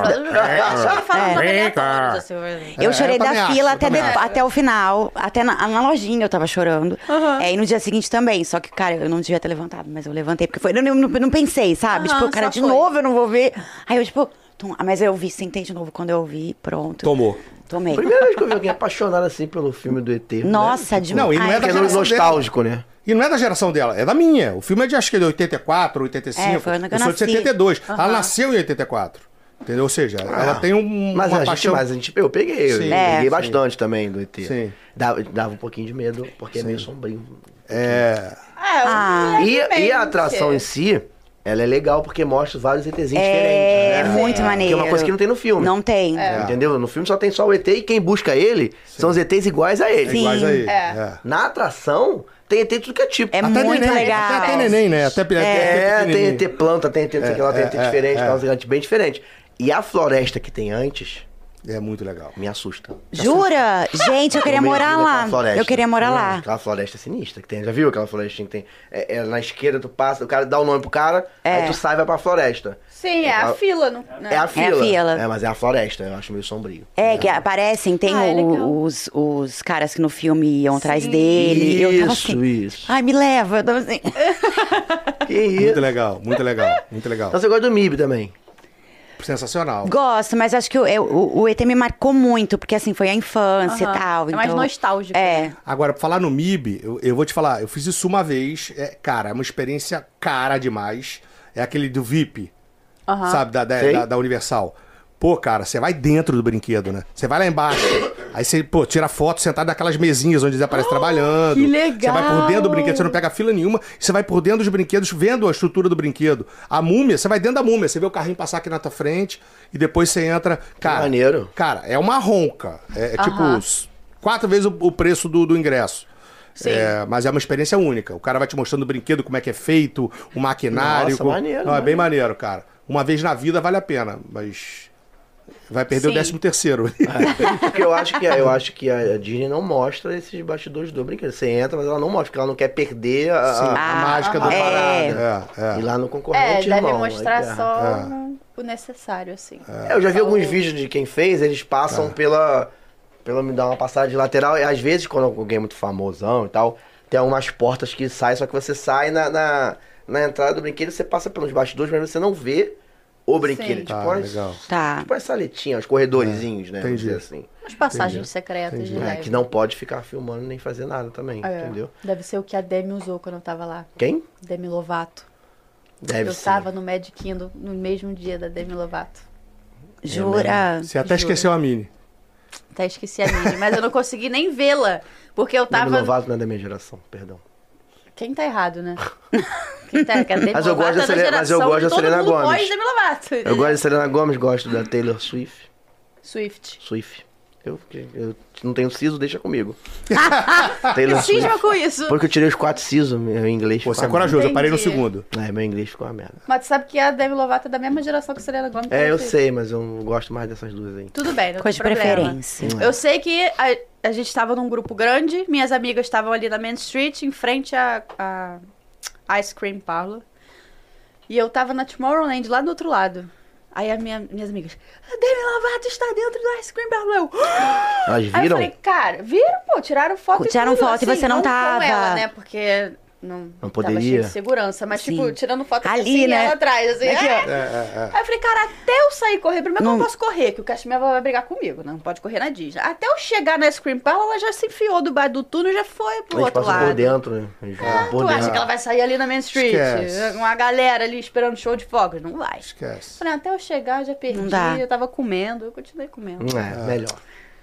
S4: fila.
S1: falando sobre
S4: É.
S1: aleatórios, assim, vai-
S4: É,
S3: Eu chorei
S4: eu também
S3: da
S4: acho,
S3: fila
S4: eu
S3: até,
S4: também
S3: de-
S4: acho.
S3: até o final. Até na, na lojinha eu tava chorando.
S1: Aham.
S3: É, e no dia seguinte também. Só que, cara, eu não devia ter levantado, mas eu levantei. Porque foi. Eu não, não- não pensei, sabe?
S1: Aham,
S3: tipo, cara,
S1: só
S3: de
S1: foi.
S3: novo eu não vou ver. Aí eu, tipo, tum, ah, mas eu vi, sentei de novo quando eu vi, pronto.
S4: Tomou.
S3: Tomei.
S2: Primeira vez que eu vi alguém apaixonado assim pelo filme do ET. né?
S3: Nossa, de
S4: Não, e não
S3: Ai,
S4: é da
S2: Que é
S3: cara,
S4: geração dele.
S2: nostálgico, né?
S4: E não é da geração dela, é da minha. O filme é de acho que é de 84, 85.
S3: É, foi ano que eu
S4: eu sou de
S3: nasci.
S4: 72. Ela nasceu em 84. Entendeu? Ou seja, ela tem um,
S2: Mas
S4: uma
S2: a gente,
S4: paixão.
S2: mas a gente, eu peguei, eu
S4: Sim.
S3: É.
S2: peguei
S3: Sim.
S2: bastante também do ET.
S4: Sim.
S2: Dava, dava um pouquinho de medo, porque é meio sombrio.
S4: É.
S1: É, eu
S3: Ah.
S1: me
S2: E,
S1: lembro
S2: e a
S1: mesmo,
S2: atração em
S1: porque-
S2: si, ela é legal porque mostra vários ETzinhos
S3: É,
S2: diferentes. né?
S3: muito maneiro.
S2: Que é uma coisa que não tem no filme. É.
S3: Não tem.
S2: Entendeu? No filme só tem só o ET e quem busca ele são os ETs iguais a ele.
S3: Sim.
S4: Iguais a ele.
S1: É.
S4: É.
S2: Na atração, tem ET de tudo que é tipo.
S3: É
S4: Até
S3: muito
S4: neném,
S3: legal.
S4: Até tem neném, né? Até,
S2: É,
S4: até
S2: tem
S4: pequenininho.
S2: ET planta, tem ET não sei o que lá, tem
S4: é,
S2: ET
S4: é,
S2: diferente,
S4: é.
S2: tá, um gigante bem diferente. E a floresta que tem antes
S4: É muito legal.
S2: me assusta.
S3: Jura? Gente, eu queria
S2: Imagina
S3: morar
S2: aquela
S3: lá.
S2: floresta.
S3: Eu queria morar
S2: Hum,
S3: lá.
S2: Aquela floresta sinistra que tem. Já viu aquela florestinha que tem? É, é, na esquerda tu passa, o cara dá o nome pro cara,
S3: É.
S2: aí tu sai e vai pra floresta.
S1: Sim, é a fila. Não, né?
S2: É a fila.
S3: fila.
S2: É, mas é a floresta, eu acho meio sombrio.
S3: É, que aparecem, tem
S1: Ah, é
S3: o-
S1: legal.
S3: os, os caras que no filme iam atrás dele. eu tava
S2: Isso,
S3: assim,
S2: isso.
S3: Ai, me leva. Eu tava assim.
S2: Que isso?
S4: Muito legal, muito legal, muito legal.
S2: Então você gosta do MIB também.
S4: Sensacional.
S3: Gosto, mas acho que o, eu- o, o ET me marcou muito, porque assim, foi a infância e
S1: Aham.
S3: tal.
S1: É mais
S3: então-
S1: nostálgico,
S3: É.
S1: né?
S4: Agora, pra falar no MIB, eu, eu vou te falar, eu fiz isso uma vez, é, cara, é uma experiência cara demais. É aquele do VIP,
S1: Aham.
S4: sabe, da, da,
S2: Sei.
S4: da- da Universal. Pô, cara, você vai dentro do brinquedo, né? Você vai lá embaixo. aí você, pô, tira foto sentado naquelas mesinhas onde eles aparecem trabalhando.
S1: Ah, que
S4: Você vai por dentro do
S1: legal!
S4: brinquedo, você não pega fila nenhuma. Você vai por dentro dos brinquedos, vendo a estrutura do brinquedo. A múmia, você vai dentro da múmia, você vê o carrinho passar aqui na tua frente e depois você entra. Cara,
S2: maneiro.
S4: Cara, é uma ronca. É, é tipo
S1: Aham.
S4: s- quatro vezes o, o preço do, do ingresso.
S1: Sim.
S4: É, mas é uma experiência única. O cara vai te mostrando o brinquedo, como é que é feito, o maquinário.
S2: Nossa,
S4: como-
S2: maneiro,
S4: Não, é bem maneiro, cara. Uma vez na vida vale a pena, mas vai
S1: Sim.
S4: perder
S1: É,
S4: o décimo terceiro.
S2: Porque eu acho que, a- eu acho que a Disney não mostra esses bastidores do brinquedo. Você entra, mas ela não mostra, porque ela não quer perder a,
S4: Sim,
S2: a-
S4: a
S3: Ah,
S4: mágica
S2: a
S4: do
S2: parada.
S4: É, é.
S2: E lá no
S1: É,
S2: concorrente,
S1: deve
S2: irmão, aí
S1: mostrar
S2: ferra.
S1: só
S4: é.
S1: o necessário, assim.
S2: É, eu já vi
S1: Só
S2: alguns
S1: o-
S2: vídeos de quem fez, eles
S4: É.
S2: passam pela. pela me dar uma passada de lateral. E às vezes, quando alguém é muito famosão e tal, tem algumas portas que saem, só que você sai na, na, na entrada do brinquedo, você passa pelos bastidores, mas você não vê o brinquedo.
S1: Sim.
S2: Tipo,
S4: Tá,
S2: umas-
S4: legal. É,
S3: Tá.
S2: tipo as saletinhas, os corredorzinhos, né? Vamos
S4: entendi.
S2: dizer assim.
S1: As passagens secretas de
S2: É,
S1: leve.
S2: que não pode ficar filmando nem fazer nada também,
S1: É.
S2: entendeu?
S1: Deve ser o que a Demi usou quando eu tava lá.
S2: Quem?
S1: Demi Lovato.
S2: Deve
S1: eu
S2: ser.
S1: tava no Magic Kingdom no mesmo dia da Demi Lovato.
S4: É, né?
S1: ah,
S3: Jura?
S4: Você até esqueceu a Mini.
S1: Até esqueci a Mini, mas eu não consegui nem vê-la. Porque eu
S2: Demi
S1: tava.
S2: Lovato não é da minha geração, perdão.
S1: Quem tá errado, né? Quem tá errado? que a Demi
S2: Mas eu
S1: Lovato
S2: gosto da
S1: é
S2: Selena- mas eu
S1: geração
S2: gosto
S1: de
S2: da
S1: todo
S2: Selena
S1: mundo
S2: Gomez.
S1: pós Demi Lovato.
S2: Eu
S1: entendeu?
S2: gosto de Selena Gomes, gosto da Taylor Swift.
S1: Swift.
S2: Swift. Eu, eu não tenho siso, deixa comigo. Taylor
S1: Cisma
S2: Swift.
S1: com isso.
S2: Porque eu tirei os quatro sisos, meu inglês
S4: Pô,
S2: ficou
S4: você é
S2: uma merda.
S4: corajoso, eu parei no
S1: Entendi.
S4: segundo.
S2: É, meu inglês ficou uma merda.
S1: Mas tu sabe que a Demi Lovato é da mesma geração que a Selena Gomez. né,
S2: É, eu
S1: Swift.
S2: sei, mas eu não gosto mais dessas duas aí.
S1: Tudo bem, não
S3: Coisa de
S1: tem problema.
S3: preferência.
S2: é.
S1: Eu sei que a, a gente estava num grupo grande, minhas amigas estavam ali na Main Street, em frente à à Ice Cream Parlor. E eu tava na Tomorrowland, lá do outro lado. Aí as minha, minhas amigas, a Demi Lovato está dentro do Ice Cream Parlor. Eu, "Ah!"
S2: Elas
S1: Aí eu
S2: viram?
S1: falei, cara, viram, pô, tiraram foto e
S3: Tiraram
S1: tudo,
S3: foto e
S1: assim,
S3: você não
S1: não
S3: tava.
S1: com ela, né, porque... Não,
S2: Não
S1: Tava cheio
S2: poderia.
S1: de segurança, mas tipo,
S3: Sim.
S1: tirando foto
S3: Ali,
S1: assim, e
S3: né?
S1: ela atrás, assim,
S3: Aqui, ó.
S1: "Ah!" Aí eu falei, cara, até eu sair correr, primeiro que eu não
S3: Não.
S1: posso correr, que o Cashmere vai brigar comigo, né? Não pode correr na Disney. Até eu chegar na Scream Palace, ela já se enfiou do bar do túnel e já foi pro
S2: Eles
S1: outro
S2: passam
S1: lado.
S2: por dentro, né? Eles
S1: Ah,
S2: passam
S1: tu
S2: por
S1: acha
S2: dentro.
S1: que ela vai sair ali na Main Street?
S4: Esquece.
S1: Uma galera ali esperando show de fogos? Não vai.
S4: Esquece.
S1: Falei, até eu chegar, eu já perdi,
S3: Não dá.
S1: eu tava comendo, eu continuei comendo.
S2: É,
S4: Ah.
S2: melhor.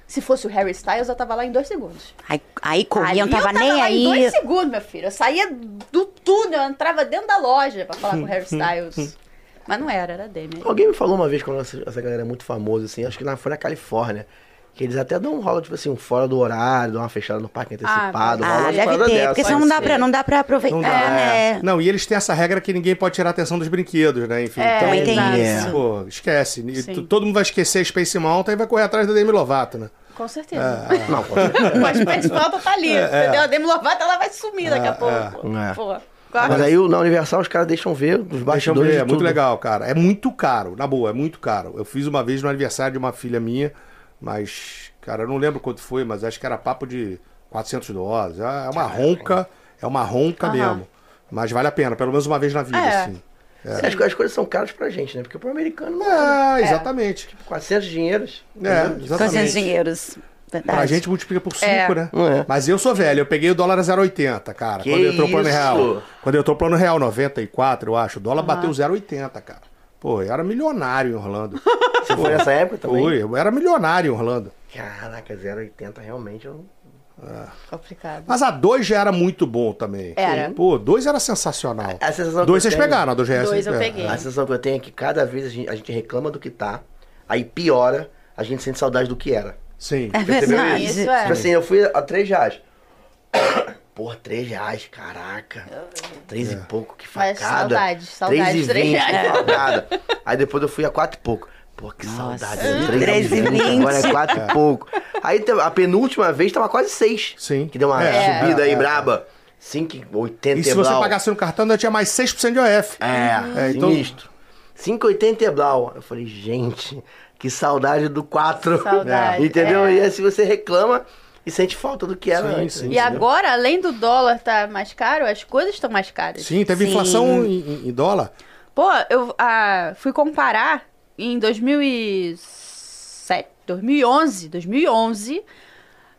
S1: Se fosse o Harry Styles, eu tava lá em dois segundos.
S3: Aí, aí corria,
S1: Ali
S3: não tava,
S1: eu tava
S3: nem
S1: lá em
S3: aí.
S1: dois segundos, meu filho. Eu saía do túnel, eu entrava dentro da loja pra falar com o Harry Styles. Mas não era, era a Demi.
S2: Alguém me falou uma vez quando essa, essa galera é muito famosa, assim, acho que na, foi na Califórnia, que eles até dão um rolo, tipo assim, um fora do horário, dão uma fechada no parque antecipado, rola
S3: Ah,
S2: umas
S3: deve
S2: paradas
S3: ter,
S2: dessas.
S3: porque senão não
S1: pode
S3: dá,
S1: ser.
S3: pra, não dá pra aproveitar,
S4: Não dá. É,
S3: né?
S4: Não, e eles têm essa regra que ninguém pode tirar a atenção dos brinquedos, né? Enfim,
S1: É,
S4: então.
S3: tem
S4: é,
S3: isso.
S4: Pô, esquece. E
S1: Sim.
S4: tu- Todo mundo vai esquecer Space Mountain e vai correr atrás da Demi Lovato, né?
S1: Com certeza.
S4: é.
S2: Não, com certeza.
S1: Mas o Pet Falta tá ali, entendeu? A Demi Lovato, ela vai sumir daqui a pouco.
S2: é.
S1: Pô.
S2: Mas aí o- na Universal os caras deixam ver os
S4: Deixa eu
S2: bastidores.
S4: ver,
S2: de
S4: é muito
S2: tudo.
S4: legal, cara. É muito caro, na boa, é muito caro. Eu fiz uma vez no aniversário de uma filha minha, mas, cara, eu não lembro quanto foi, mas acho que era papo de 400 dólares. É é uma ronca, é uma ronca mesmo. Mas vale a pena, pelo menos uma vez na vida,
S1: É.
S4: assim.
S2: É, As, co- as coisas são caras pra gente, né? Porque pro americano, não é
S4: É, exatamente.
S2: 400 dinheiros.
S4: É,
S2: entendeu?
S3: Com esses
S4: exatamente.
S3: dinheiros. Verdade.
S4: Pra gente multiplica por 5,
S1: É.
S4: né?
S2: Não é.
S4: Mas eu sou velho, eu peguei o dólar a 0,80, cara.
S2: Que
S4: quando entrou o plano
S2: isso?
S4: real. Quando entrou o plano real, 94, eu acho. O dólar bateu 0,80, cara. Pô, eu era milionário em Orlando.
S2: Você foi nessa época também?
S4: Oi, eu era milionário em Orlando.
S2: Caraca, 0,80 realmente. Eu... não-
S1: Complicado.
S4: Mas a 2 já era muito bom também.
S1: Era.
S4: Pô, 2 era sensacional.
S2: A sensação
S4: dois
S2: que eu
S4: vocês
S2: tenho-
S4: pegaram, a 2 reais.
S1: Dois eu peguei.
S2: A sensação que eu tenho é que cada vez a gente, a gente reclama do que tá, aí piora, a gente sente saudade do que era.
S4: Sim.
S3: É
S2: Percebeu
S3: verdade.
S1: isso? Isso é.
S2: Tipo assim, eu fui a 3 reais. Porra, 3 reais, caraca. 3
S4: É.
S2: e pouco, que facada.
S1: Mas saudade, saudade
S2: Três e
S1: de três
S2: vinte,
S1: reais. É.
S2: que facada. Aí depois eu fui a 4 e pouco. Pô, que saudade. né?
S1: Hum,
S2: três e
S3: Três e
S2: vinte,
S3: vinte.
S2: Agora é 4 e pouco. Aí teve- a penúltima vez tava quase 6.
S4: Sim.
S2: Que deu uma
S4: É.
S2: subida aí
S4: É, é,
S2: braba. 5,80
S4: E se você pagasse no cartão, ainda tinha mais 6% de OF.
S2: É,
S4: É, então-
S2: sinistro. 5,80 e é blau. Eu falei, gente, que saudade do 4.
S1: Saudade,
S2: Entendeu?
S1: é.
S2: E aí, se você reclama e sente falta do que era
S4: Sim,
S2: antes.
S4: sim.
S1: E
S2: entendeu?
S1: agora, além do dólar tá mais caro, as coisas estão mais caras.
S4: Sim, teve
S3: Sim.
S4: inflação em, em- em dólar.
S1: Pô, eu ah, fui comparar em 2007, 2011, 2011,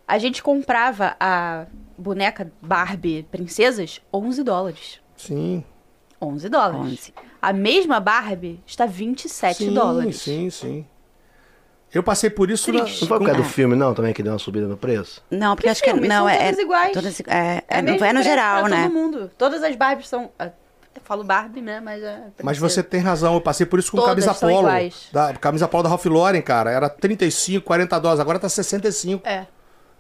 S1: a gente comprava a boneca Barbie Princesas 11 dólares.
S4: Sim.
S1: 11 dólares.
S3: 11.
S1: A mesma Barbie está 27
S4: sim,
S1: dólares.
S4: Sim, sim. Eu passei por isso na,
S1: Triste.
S2: Não foi por
S4: Hum.
S2: causa do filme, não, também, que deu uma subida no preço?
S3: Não, porque
S1: Que
S3: acho que
S1: filme?
S3: não
S1: São
S3: é.
S1: todas
S3: é-
S1: iguais.
S3: todas igu- é, é,
S1: mesmo
S3: não, é no
S1: preço
S3: geral,
S1: pra
S3: né?
S1: Todo mundo. Todas as Barbies são. ah, Eu falo Barbie, né? Mas é.
S4: Mas
S1: princesa.
S4: você tem razão, eu passei por isso com
S1: Todas
S4: camisa
S1: são
S4: polo.
S1: iguais.
S4: Da, camisa polo da Ralph Lauren, cara, era 35, 40 dólares, agora tá 65.
S1: É.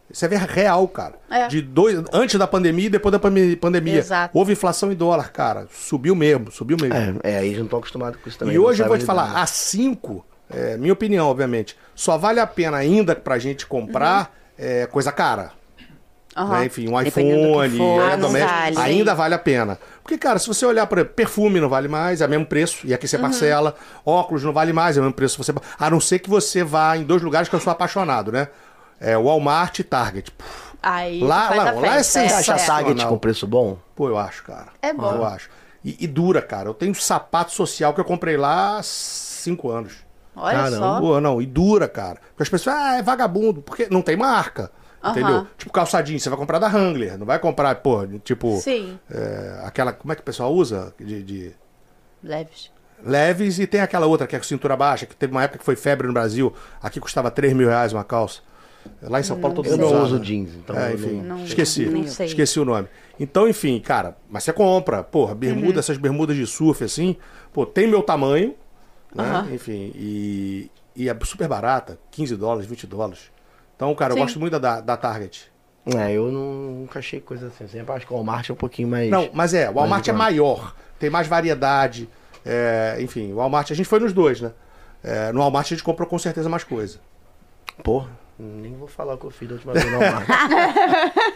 S4: Isso é ver- real, cara.
S1: É.
S4: De dois, antes da pandemia e depois da pandem- pandemia.
S1: Exato.
S4: Houve inflação em dólar, cara. Subiu mesmo, subiu mesmo.
S2: É, é, aí eles não estão acostumados com isso também.
S4: E
S2: não
S4: hoje eu
S2: sabem
S4: vou te
S2: lidar,
S4: falar,
S2: né?
S4: a 5, é, minha opinião, obviamente, só vale a pena ainda pra gente comprar
S1: Uhum.
S4: é, coisa cara.
S1: Aham.
S4: né? Enfim, um
S3: Dependendo do que
S4: iPhone,
S3: for. Ah, não
S4: eletrodoméstico,
S3: vale.
S4: ainda vale a pena. Porque, cara, se você olhar para perfume não vale mais, é o mesmo preço, e aqui
S1: Uhum.
S4: você parcela. Óculos não vale mais, é o mesmo preço. Você... A não ser que você vá em dois lugares que eu sou apaixonado, né? É Walmart e Target. Puf,
S1: Aí
S4: Lá-
S1: faz
S4: lá-
S1: a
S4: lá
S1: festa,
S4: é sensacional.
S2: Você acha a Target com preço bom?
S4: Pô, eu acho, cara.
S1: É bom.
S4: Eu acho. E, e dura, cara. Eu tenho um sapato social que eu comprei lá há cinco anos.
S1: Olha só.
S4: Pô, não, e dura, cara. Porque as pessoas, ah, é vagabundo, porque não tem marca. Entendeu?
S1: Aham.
S4: Tipo calçadinho, você vai comprar da Wrangler, não vai comprar, pô, tipo.
S1: Sim.
S4: é, aquela. Como é que o pessoal usa? De, de
S1: Leves.
S4: leves e tem aquela outra que é com cintura baixa, que teve uma época que foi febre no Brasil, aqui custava 3 mil reais uma calça. Lá em São Paulo todo
S2: Eu
S4: mundo
S2: não
S4: usa,
S2: uso
S4: né?
S2: jeans, então.
S4: É,
S2: eu
S4: enfim,
S2: não-
S1: não-
S4: esqueci.
S1: não sei.
S4: Esqueci o nome. Então, enfim, cara, mas você compra, porra, bermuda,
S2: Uhum.
S4: essas bermudas de surf assim, pô, tem meu tamanho, né?
S2: É,
S4: Enfim, e, e é super barata, 15 dólares, 20 dólares. Então, cara,
S1: Sim.
S4: eu gosto muito da, da Target.
S2: É, eu não- nunca achei coisa assim. Eu sempre acho que o Walmart é um pouquinho mais.
S4: Não, mas é, o Walmart é
S2: mais-
S4: maior, tem mais variedade, é, enfim, o Walmart, a gente foi nos dois, né? É, no Walmart a gente comprou com certeza mais coisa.
S2: Porra, nem vou falar o que eu fiz da última vez no Walmart.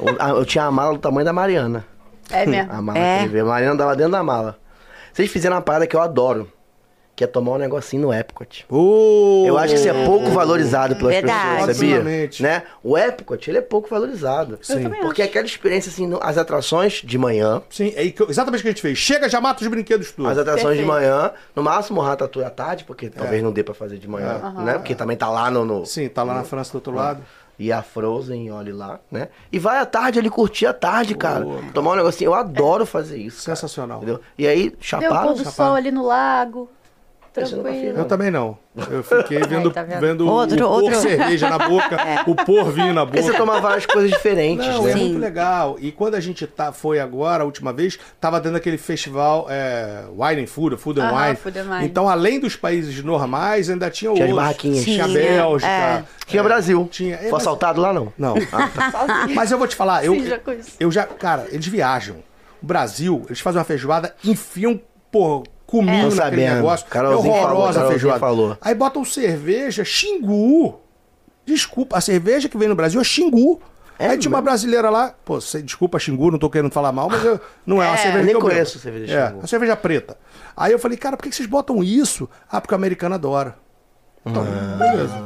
S2: Eu- ah, eu tinha a mala do tamanho da Mariana.
S1: É
S4: Hum.
S1: mesmo.
S2: A mala
S3: É.
S2: que ele veio. A Mariana tava dentro da mala. Vocês fizeram uma parada que eu adoro, que é tomar um negocinho no Epcot.
S4: Ô!
S2: Eu acho que isso é pouco valorizado pelas
S3: Verdade.
S2: pessoas, sabia?
S4: Absolutamente.
S2: Né? O Epcot, ele é pouco valorizado.
S4: Sim. Eu também
S2: Porque aquela experiência, assim, no- as atrações de manhã,
S4: Sim, é exatamente o que a gente fez. Chega, já mata os brinquedos tudo.
S2: as atrações
S1: Perfeito.
S2: de manhã, no máximo o Ratatouille à tarde, porque talvez não dê pra fazer de manhã, né? Porque também tá lá no... no-
S4: É. Sim, tá lá na França do outro
S2: Ah,
S4: lado.
S2: E a Frozen, olhe lá, né? E vai à tarde ali curtir a tarde, cara. Tomar um negocinho. Eu adoro fazer isso. cara.
S4: Sensacional.
S2: Entendeu? E aí,
S1: Deu um
S2: chaparam.
S1: pôr do
S4: Chapada.
S1: sol ali no lago.
S2: Isso eu nunca fiz,
S4: Eu
S2: não.
S1: Tranquilo.
S4: também não. Eu fiquei vendo,
S1: tá vendo?
S4: vendo
S3: Outro-
S4: o
S3: outro.
S4: por cerveja na boca, o por vinho na
S2: Porque você
S4: boca.
S2: toma várias coisas diferentes,
S4: Não,
S2: né?
S4: é muito legal. E quando a gente tá, foi agora, a última vez, tava dentro daquele festival é, Wine and Food, Food and,
S1: Aham,
S4: wine.
S1: Food and Wine.
S4: Então, além dos países normais, ainda tinha
S2: Tinha as
S4: outros.
S2: barraquinhas.
S4: Tinha a
S3: Tinha,
S4: Bélgica.
S3: é.
S2: Tinha Brasil.
S4: Tinha. É,
S2: Foi
S4: mas-
S2: assaltado lá, não?
S4: Não. Ah, tá. Mas eu vou te falar, eu,
S1: Sim, já conheço.
S4: eu já. Cara, eles viajam. O Brasil, eles fazem uma feijoada, enfiam, pô, comigo
S2: É. Tô
S4: naquele
S2: sabendo.
S4: negócio.
S2: Carolzinha
S4: é horrorosa
S2: falou,
S4: a feijoada.
S2: Carolzinha falou.
S4: Aí botam cerveja, xingu. Desculpa, a cerveja que vem no Brasil é xingu.
S2: É
S4: Aí tinha uma brasileira lá, pô, cê- desculpa, Xingu, não tô querendo falar mal, mas eu- não é, uma cerveja.
S2: eu nem
S4: que eu bebo.
S2: conheço cerveja
S4: é,
S2: Xingu.
S4: uma cerveja preta. Aí eu falei, cara, por que que vocês botam isso? Ah, porque o americano adora. Então,
S2: Ah.
S4: beleza.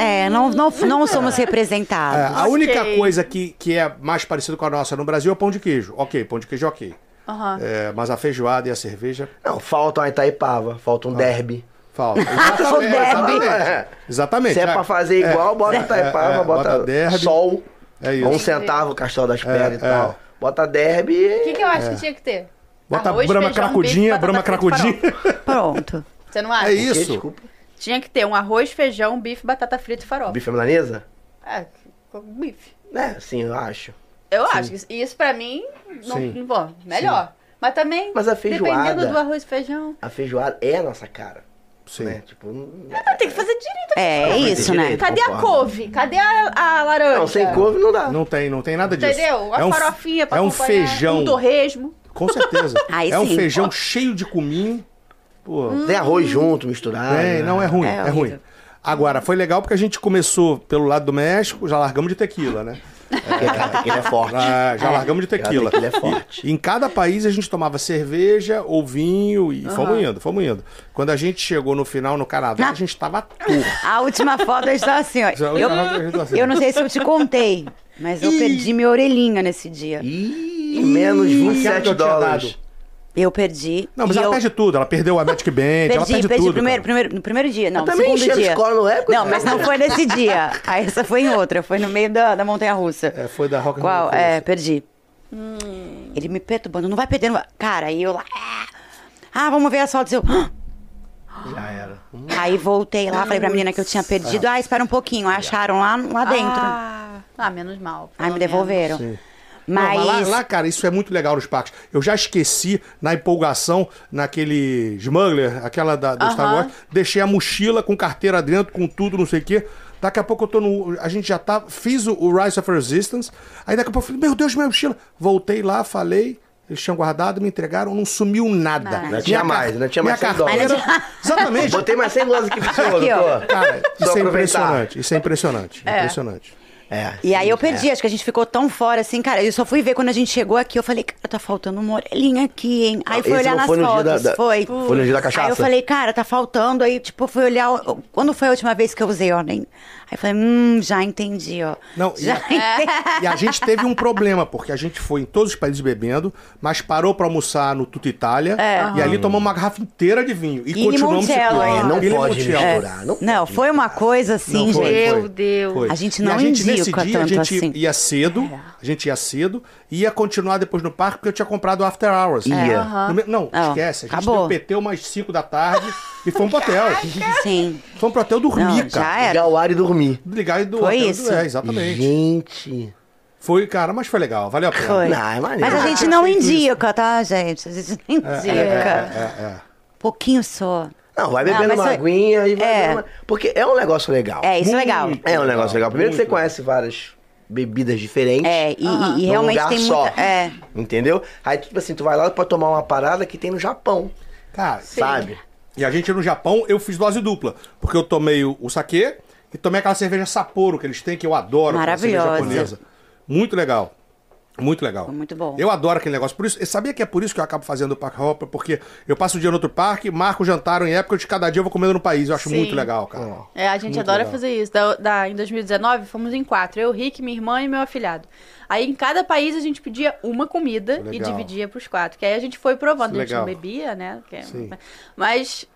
S3: É, não, não, não somos
S4: É,
S3: representados.
S4: a única
S1: Ok.
S4: coisa que, que é mais parecida com a nossa no Brasil é o pão de queijo. Ok, pão de queijo ok.
S1: Aham.
S4: É, mas a feijoada e a cerveja,
S2: Não, falta uma Itaipava, falta um derby. é.
S4: falta.
S3: O derby.
S4: Ah. É, exatamente. Exatamente.
S2: Se é
S4: Ah,
S2: pra fazer igual, bota Itaipava,
S4: é,
S2: bota,
S4: é, bota derby.
S2: sol,
S4: É isso.
S2: um centavo, Castelo das Pedras
S4: é.
S2: e tal. Bota derby
S1: O
S2: e...
S1: que, é que eu acho que tinha que ter?
S4: Bota
S1: Arroz,
S4: brama
S1: feijão, bife,
S4: cracudinha,
S1: batata
S4: brama
S1: frita e
S4: cracudinha.
S1: farofa.
S3: Pronto.
S1: Você não acha?
S4: É isso.
S2: Desculpa.
S1: Tinha que ter um arroz, feijão, bife, batata frita e farofa.
S2: Bife à milanesa?
S1: É, com bife.
S2: Né, sim, eu acho.
S1: Eu acho que isso- isso pra mim, não,
S4: Sim.
S1: bom, melhor. Mas também,
S2: Mas a feijoada-
S1: dependendo do arroz e feijão,
S2: A feijoada é a nossa cara.
S4: Sim.
S2: Né? Tipo, não-
S1: ah, tem que fazer direito.
S3: É, é isso, né?
S1: Cadê a
S2: concordo.
S1: couve? Cadê a, a laranja?
S2: não, sem couve não dá.
S4: Não tem, não tem nada disso.
S1: Entendeu? Uma
S4: é um,
S1: farofinha pra
S4: É um
S1: acompanhar,
S4: feijão.
S1: Um torresmo.
S4: com certeza.
S3: Aí
S4: é um
S3: sim.
S4: feijão cheio de cominho. Pô,
S1: Hum.
S2: Tem arroz junto, misturado.
S4: É,
S2: né?
S4: não é ruim,
S3: É
S4: é,
S3: horrível.
S4: ruim. Agora, foi legal porque a gente começou pelo lado do México, já largamos de tequila, né?
S2: Porque a tequila é forte.
S4: Ah, já largamos de tequila.
S2: Tequila é forte.
S4: E, em cada país a gente tomava cerveja ou vinho e fomos indo, fomos indo. Quando a gente chegou no final no Canadá, a gente tava torto.
S3: A última foto eu estava assim, ó. Eu, eu não sei se eu te contei, mas eu perdi minha orelhinha nesse dia.
S2: Ih, menos
S4: Aquela que
S2: 27
S4: eu tinha
S2: dólares.
S4: dado.
S3: Eu perdi.
S4: Não, mas
S3: e
S4: ela
S3: eu...
S4: perde tudo. Ela perdeu a Magic Band, ela
S3: Perdi,
S4: perde
S3: perdi
S4: tudo.
S3: primeiro,
S4: cara.
S3: primeiro, no primeiro dia, não,
S2: Eu
S3: no
S2: também
S3: segundo
S2: enchei a
S3: dia.
S2: escola no Epcot,
S3: não,
S2: né?
S3: mas não foi nesse dia. Aí essa foi em outra, foi no meio da, da montanha russa.
S4: É, foi da Rock and
S3: Qual?
S4: Roll
S3: É,
S4: Russa.
S3: perdi. Ele me perturbando, não vai perder, não vai. Cara, aí eu lá. "Ah, Ah, vamos ver as fotos. Eu. "Ah."
S2: Já era.
S3: Aí voltei lá, falei pra menina que eu tinha perdido. Ah, espera um pouquinho. Acharam lá, lá dentro.
S1: Ah, ah, menos mal. pelo
S3: Aí
S1: menos.
S3: me devolveram.
S4: Não,
S3: Mas.
S4: lá, lá, cara, isso é muito legal nos parques. Eu já esqueci, na empolgação, naquele smuggler, aquela da, do Star
S1: Aham.
S4: Wars, deixei a mochila com carteira dentro, com tudo, não sei o quê. Daqui a pouco eu tô no. A gente já tá. Fiz o, o Rise of Resistance. Aí daqui a pouco eu falei, meu Deus, minha mochila. Voltei lá, falei. Eles tinham guardado, me entregaram, não sumiu nada.
S2: Não tinha
S4: Minha car-
S2: mais, não tinha mais
S4: minha
S2: cem dólares.
S4: carteira- Exatamente.
S2: Botei mais 100 dólares aqui pro senhor,
S3: Aqui, ó.
S2: doutor. Só
S4: Cara, isso é
S2: aproveitar.
S4: impressionante. Isso é impressionante. Impressionante.
S2: É,
S3: E aí
S2: sim,
S3: eu perdi,
S2: é.
S3: acho que a gente ficou tão fora assim, cara. Eu só fui ver quando a gente chegou aqui, eu falei, cara, tá faltando uma orelhinha aqui, hein? Aí fui
S2: Esse
S3: olhar
S2: não
S3: nas
S2: foi no dia
S3: fotos.
S2: da- da-
S3: Foi.
S2: foi no dia da cachaça?
S3: Aí eu falei, cara, tá faltando. Aí, tipo, fui olhar. o- Quando foi a última vez que eu usei ordem? Aí eu falei, hum, já entendi, ó.
S4: Não, e
S3: já
S4: a- E a gente teve um problema, porque a gente foi em todos os países bebendo, mas parou pra almoçar no Tuta Itália. E ali tomamos uma garrafa inteira de vinho. E,
S3: É. E
S4: continuamos
S3: limoncello,
S4: circulando.
S3: é,
S2: não
S4: E
S2: pode
S4: limoncello.
S2: misturar. Ah, Não,
S3: Não,
S2: pode
S3: foi uma
S2: misturar.
S3: coisa assim,
S4: Não, foi,
S3: gente.
S4: foi.
S1: Meu Deus.
S4: Foi.
S3: A gente
S4: E
S3: não
S4: a gente, nesse
S3: indica
S4: dia, a
S3: tanto
S4: gente
S3: assim.
S4: ia cedo, a gente ia cedo, ia continuar depois no parque, porque eu tinha comprado o After Hours.
S2: Ia.
S4: No me- Não,
S3: Não,
S4: esquece. A gente
S3: É. Ah. acabou.
S4: deu PT umas 5 da tarde e fomos pro hotel.
S3: Sim.
S4: Fomos pro hotel dormir,
S3: Não, já
S4: cara.
S3: era.
S2: Ligar o ar e dormir.
S4: Ligar e do
S3: Foi
S4: hotel,
S3: isso.
S4: É, exatamente.
S2: Gente.
S4: Foi, cara, mas foi legal, valeu a pena.
S3: Foi.
S2: Não, é maneiro.
S3: Mas a gente não indica, tá, gente? A gente não indica.
S4: É,
S3: Pouquinho só.
S2: Não, vai
S3: Não,
S2: bebendo
S3: mas
S2: uma
S3: foi-
S2: aguinha e vai
S3: É.
S2: dando uma- Porque é um negócio legal.
S3: É, isso é legal.
S2: É um negócio legal. Primeiro que você
S4: Muito legal.
S2: conhece várias bebidas diferentes. Ah,
S3: É, e, e- e
S2: num
S3: realmente
S2: lugar
S3: tem
S2: só.
S3: muita. É.
S2: Entendeu? Aí, tipo assim, tu vai lá pode tomar uma parada que tem no Japão,
S4: Cara,
S2: sabe?
S4: E a gente no Japão, eu fiz dose dupla. Porque eu tomei o, o saquê e tomei aquela cerveja Sapporo que eles têm, que eu adoro. aquela cerveja
S3: Maravilhosa.
S4: japonesa. Muito legal. Muito legal.
S3: Muito bom.
S4: Eu adoro aquele negócio. Por isso, eu sabia que é por isso que eu acabo fazendo o Parque Hopper, porque eu passo o dia no outro parque, marco o jantar em época de cada dia eu vou comendo no país. Eu acho
S1: Sim.
S4: muito legal, cara.
S1: É, a gente
S4: Muito
S1: adora
S4: legal.
S1: fazer isso. Da, da- em 2019, fomos em quatro. Eu, Rick, minha irmã e meu afilhado. Aí em cada país a gente pedia uma comida e
S4: Legal.
S1: dividia pros quatro. Que aí a gente foi provando.
S4: Isso é
S1: a gente não
S4: legal.
S1: bebia, né? Que é-
S4: Sim.
S1: Mas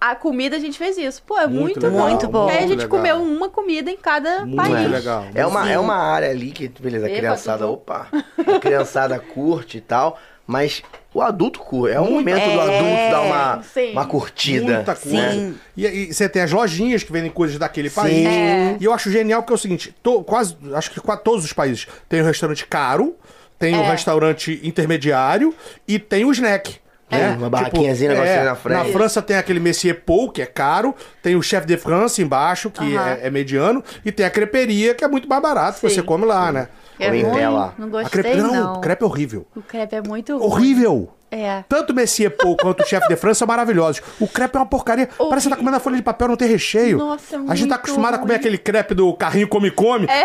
S1: a comida a gente fez isso. Pô, é muito,
S4: Muito
S1: bom.
S4: legal,
S3: Muito bom.
S1: Porque aí a gente
S4: muito legal.
S1: comeu uma comida em cada
S4: Muito
S1: país.
S4: legal.
S2: É uma, é uma área ali que, beleza, a
S1: Beba
S2: criançada,
S1: tudo.
S2: opa, a criançada curte e tal, mas o adulto curte. É o momento do adulto dar uma,
S1: É, Sim.
S2: uma curtida.
S4: Muita
S2: né?
S4: coisa. E, e você tem as lojinhas que vendem coisas daquele
S2: Sim.
S4: país.
S2: É.
S4: E eu acho genial porque é o seguinte: to- quase, acho que quase todos os países tem um restaurante caro, tem
S1: É.
S4: um restaurante intermediário e tem o snack.
S2: É,
S4: né?
S2: uma barraquinhazinha, negocinho na frente.
S4: Na França tem aquele Messier Pou, que é caro, tem o Chef de France embaixo, que é, é mediano, e tem a creperia, que é muito mais barato, que
S1: Sim.
S4: você come lá, né?
S1: É
S2: Comem
S1: ruim,
S2: tela.
S1: Não
S4: A
S1: gostei,
S4: crepe, não,
S1: não.
S4: crepe é horrível.
S1: O crepe é muito ruim.
S4: Horrível!
S1: É.
S4: Tanto o Messier Paul quanto o chefe de França são maravilhosos. O crepe é uma porcaria. Parece que tá comendo a folha de papel, não tem recheio.
S1: Nossa, é
S4: A gente
S1: muito
S4: tá acostumado a comer
S1: ruim.
S4: aquele crepe do carrinho come-come.
S1: É.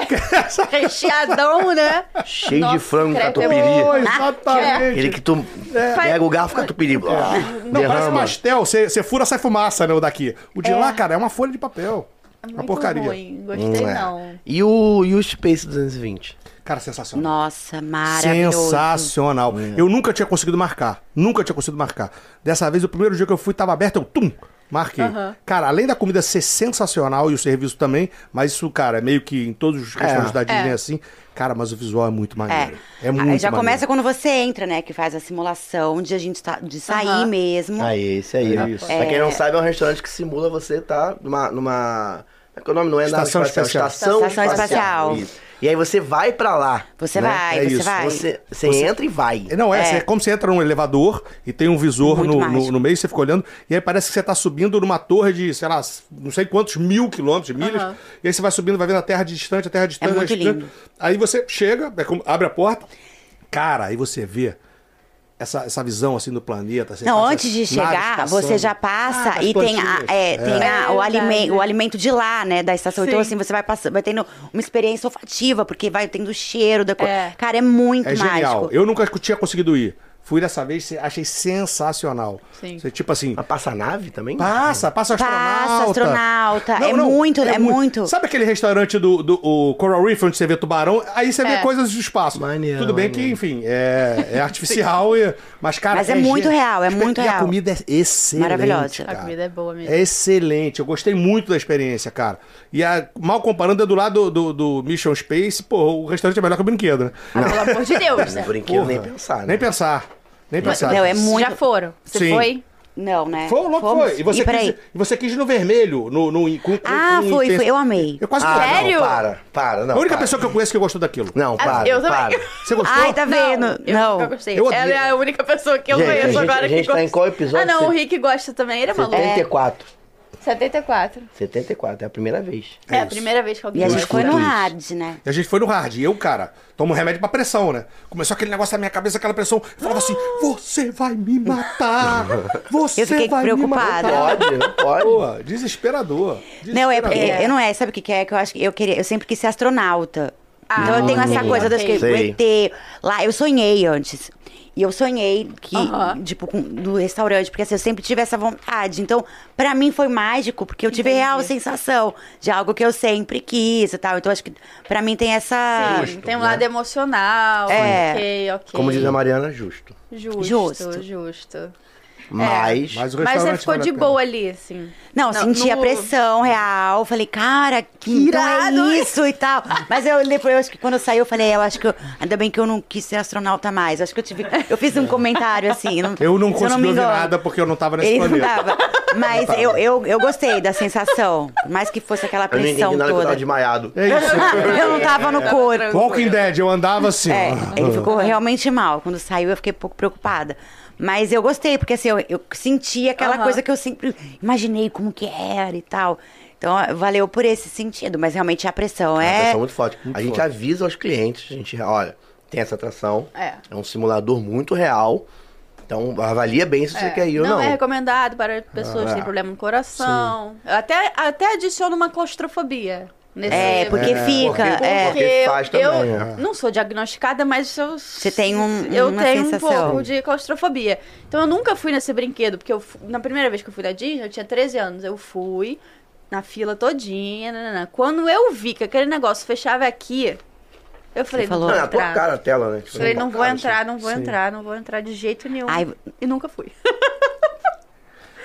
S1: Recheadão, né?
S4: É
S2: Cheio
S1: Nossa,
S2: de frango
S1: crepe é
S2: catupiry.
S4: Pô, exatamente.
S2: Aquele que tu pega o garfo catupiry. blá,
S4: É. Não, parece
S2: derrama.
S4: pastel. Você você fura, sai fumaça, né, o daqui. O de lá, cara, é uma folha de papel.
S1: É Muito
S4: uma porcaria.
S1: ruim. Gostei,
S2: Hum, é.
S1: não.
S2: E o, e o Space 220?
S4: Cara, sensacional.
S3: Nossa, maravilhoso. É.
S4: Sensacional. Eu nunca tinha conseguido marcar. Nunca tinha conseguido marcar. Dessa vez, o primeiro dia que eu fui, tava aberto, eu tum! Marquei. Cara, além da comida ser sensacional e o serviço também, mas isso, cara, é meio que em todos os restaurantes da Disney assim. Cara, mas o visual é muito maneiro. É, muito
S3: Aí já
S4: maneiro.
S3: começa quando você entra, né? Que faz a simulação de a gente tá, de sair
S1: Aham.
S3: mesmo.
S2: Ah, esse aí.
S4: É
S2: né?
S4: isso.
S2: Pra quem não sabe, é um restaurante que simula você tá numa. numa... como é que é o nome não é nada
S4: Estação espacial.
S2: Estação,
S3: Estação espacial.
S2: Isso. E aí você vai pra lá.
S3: Você
S2: né?
S3: vai,
S4: É
S3: você
S4: isso.
S3: vai.
S2: Você, você entra e vai.
S4: Não, é, você- é como você entra num elevador e tem um visor
S3: Muito
S4: no, no-
S3: mágico.
S4: no meio, você fica olhando, e aí parece que você tá subindo numa torre de, sei lá, não sei quantos mil quilômetros, milhas,
S1: Aham.
S4: e aí você vai subindo, vai vendo a terra distante, a terra distante,
S3: É muito
S4: a terra distante.
S3: lindo.
S4: Aí você chega, é como- abre a porta, cara, aí você vê essa, essa visão assim do planeta. você
S3: Não,
S4: passa
S3: antes de
S4: naves
S3: chegar,
S4: passando.
S3: você já passa
S4: Ah, as
S3: e tem, a,
S4: plantinhas.
S3: é, tem a- o,
S1: É verdade.
S3: alimento, o alimento de lá, né, da estação. Então,
S1: Sim.
S3: assim, você vai passando, vai tendo uma experiência olfativa, porque vai tendo o cheiro da coisa.
S1: É.
S3: Cara, é muito
S4: É genial.
S3: mágico.
S4: Eu nunca tinha conseguido ir. Fui dessa vez, achei sensacional.
S1: Sim.
S4: Você, tipo assim,
S2: Mas passa a nave também?
S4: Passa, passa astronauta.
S3: Passa, astronauta. É muito, é muito.
S4: Sabe aquele restaurante do, do o Coral Reef, onde você vê tubarão? Aí você
S1: É.
S4: vê coisas do espaço.
S2: Maneiro,
S4: Tudo bem
S2: maneiro.
S4: que, enfim, é, é artificial, e, mas, cara...
S3: Mas é muito
S4: gen-
S3: real, é muito
S4: e a
S3: real.
S4: comida é excelente,
S3: Maravilhosa.
S4: cara.
S1: A comida é boa mesmo.
S4: É excelente, eu gostei muito da experiência, cara. E a- mal comparando, é do lado do, do, do Mission Space, pô, o restaurante é melhor que o brinquedo, né?
S1: Ah, pelo amor de Deus,
S2: No
S1: né?
S2: é brinquedo nem
S4: Porra.
S2: pensar, né?
S4: Nem pensar, nem pensar.
S3: Não, é muito-
S1: Já foram. Você
S4: Sim.
S1: foi?
S3: Não, né?
S4: Foi, o louco
S3: Fomos.
S4: foi. E você,
S3: peraí.
S4: quis, e você quis ir no vermelho, no, no, com, com-
S3: Ah,
S4: com
S3: foi,
S4: intenso-
S3: foi. Eu amei.
S4: Eu quase
S2: Ah,
S4: morri.
S1: Sério?
S2: não, para, para. Não,
S4: A única
S2: para.
S4: pessoa que eu conheço que gostou daquilo.
S2: Não, para,
S1: eu também.
S2: para.
S4: Você gostou?
S3: Ai, tá vendo?
S1: eu
S3: Não.
S1: nunca gostei.
S4: Eu odeio.
S1: Ela é a única pessoa que eu
S2: Gente,
S1: conheço
S2: a gente-
S1: agora
S2: a gente
S1: que
S2: tá
S1: gosta.
S2: em qual episódio
S1: Ah, não,
S2: você-
S1: o Rick gosta também. Ele é maluco.
S2: 74.
S1: 74.
S2: 74, é a primeira vez.
S1: É, a
S4: isso.
S1: primeira vez que
S3: E
S1: alguém
S3: a
S4: Eu
S3: gente
S1: vai.
S3: foi no
S4: escuto isso.
S3: hard, né?
S4: E a gente foi no hard. E eu, cara, tomo remédio pra pressão, né? Começou aquele negócio na minha cabeça, aquela pressão. Eu falava assim: você vai me matar! Você
S3: Eu fiquei
S4: vai
S3: preocupada.
S4: me matar!
S2: Pode, não pode.
S4: Pô, desesperador.
S3: Não, é porque.
S4: Desesperador.
S3: Eu não é, sabe o que que é? Que eu acho que eu queria. Eu sempre quis ser astronauta.
S1: Ah,
S3: então eu tenho essa
S1: ok.
S3: coisa das que o
S2: Sei.
S3: ET. Lá, eu sonhei antes. E eu sonhei que,
S1: Aham.
S3: tipo, com- do restaurante, porque assim, eu sempre tive essa vontade. Então, pra mim foi mágico, porque eu tive
S1: Entendi.
S3: real sensação de algo que eu sempre quis e tal. Então, acho que pra mim tem essa.
S1: Sim, tem um lado emocional.
S3: É.
S1: Ok, ok.
S2: né?
S1: É.
S2: Como diz a Mariana, justo.
S1: Justo,
S3: Justo.
S1: justo.
S2: Mas,
S4: Mas o
S1: Mas você
S4: restaurante
S1: ficou
S4: vale a
S1: de
S4: pena.
S1: boa ali, assim.
S3: Não, senti a
S1: no-
S3: pressão real. Falei, cara, que então
S1: irado,
S3: é
S1: hein?
S3: isso e tal. Mas eu depois, eu acho que quando eu saí, eu falei, eu acho que eu, ainda bem que eu não quis ser astronauta mais. Acho que eu tive. Eu fiz um comentário assim.
S4: É. Eu não
S3: se eu
S4: consegui
S3: me
S4: ouvir
S3: engano.
S4: nada porque eu não tava nesse
S3: Ele não
S4: planeta.
S3: tava. Mas eu, eu, eu gostei da sensação. Mais que fosse aquela
S2: eu não entendi
S3: pressão
S2: nada que eu tava
S3: toda.
S2: desmaiado.
S4: É isso.
S3: Eu não tava
S2: É,
S3: no corpo.
S4: Walking Dead, eu andava assim.
S3: É,
S2: Ah.
S4: ó.
S3: ele ficou realmente mal. Quando saiu, eu fiquei um pouco preocupada. Mas eu gostei, porque assim, eu, eu senti aquela
S1: Aham.
S3: coisa que eu sempre imaginei como que era e tal. Então, ó, valeu por esse sentido. Mas realmente a pressão
S2: É uma
S3: é...
S2: atração muito forte. a gente avisa aos clientes, a gente, olha, tem essa atração,
S1: É.
S2: um simulador muito real, então avalia bem se você quer ir ou não. Ah, é.
S1: é recomendado para pessoas que têm problema no coração. Eu até, até adiciono uma claustrofobia. Nesse
S2: né?
S3: É, porque fica,
S1: Porque,
S3: é.
S2: Porque faz também,
S1: eu
S2: é.
S1: não sou diagnosticada, mas eu, Você
S3: tem um-
S1: eu
S3: uma
S1: tenho
S3: sensação.
S1: um pouco de claustrofobia. Então eu nunca fui nesse brinquedo, porque eu, fu- na primeira vez que eu fui da Disney, eu tinha 13 anos. Eu fui na fila todinha. nananã. Quando eu vi que aquele negócio fechava aqui, eu falei,
S3: falou, "Ah,
S1: não vou
S2: Não, é a tua
S1: entrar.
S2: cara a tela, né?
S1: Eu falei, não vou entrar, não vou
S4: Sim.
S1: entrar, não vou entrar de jeito nenhum.
S3: Ai,
S1: E nunca fui.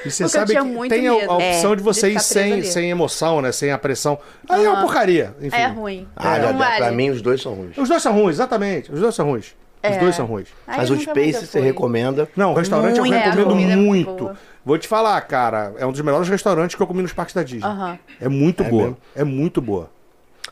S4: E
S1: Porque
S4: você
S1: eu
S4: sabe
S1: tinha
S4: que
S1: muito
S4: tem a, a
S1: medo.
S4: opção
S1: É,
S4: de você
S1: de
S4: ir
S1: ficar preso
S4: sem,
S1: ali.
S4: sem emoção, né? Sem a pressão. Aí é uma
S1: Aham.
S4: porcaria. Enfim.
S1: É ruim.
S2: Ah,
S1: não
S2: já, dá. pra
S1: vale.
S2: mim os dois são ruins.
S4: Os dois são ruins, exatamente. Os dois são ruins. Os
S1: É.
S4: dois são ruins.
S1: Aí
S2: Mas
S1: eu
S2: o
S1: nunca
S2: Space
S1: mais
S2: você
S1: fui.
S2: recomenda. Hum.
S4: Não, o restaurante
S3: Muito.
S4: eu
S1: É, a
S4: recomendo
S1: comida é
S4: muito.
S1: boa.
S4: Vou te falar, cara, é um dos melhores restaurantes que eu comi nos parques da Disney.
S1: Aham.
S4: É muito boa.
S2: mesmo?
S4: É muito boa.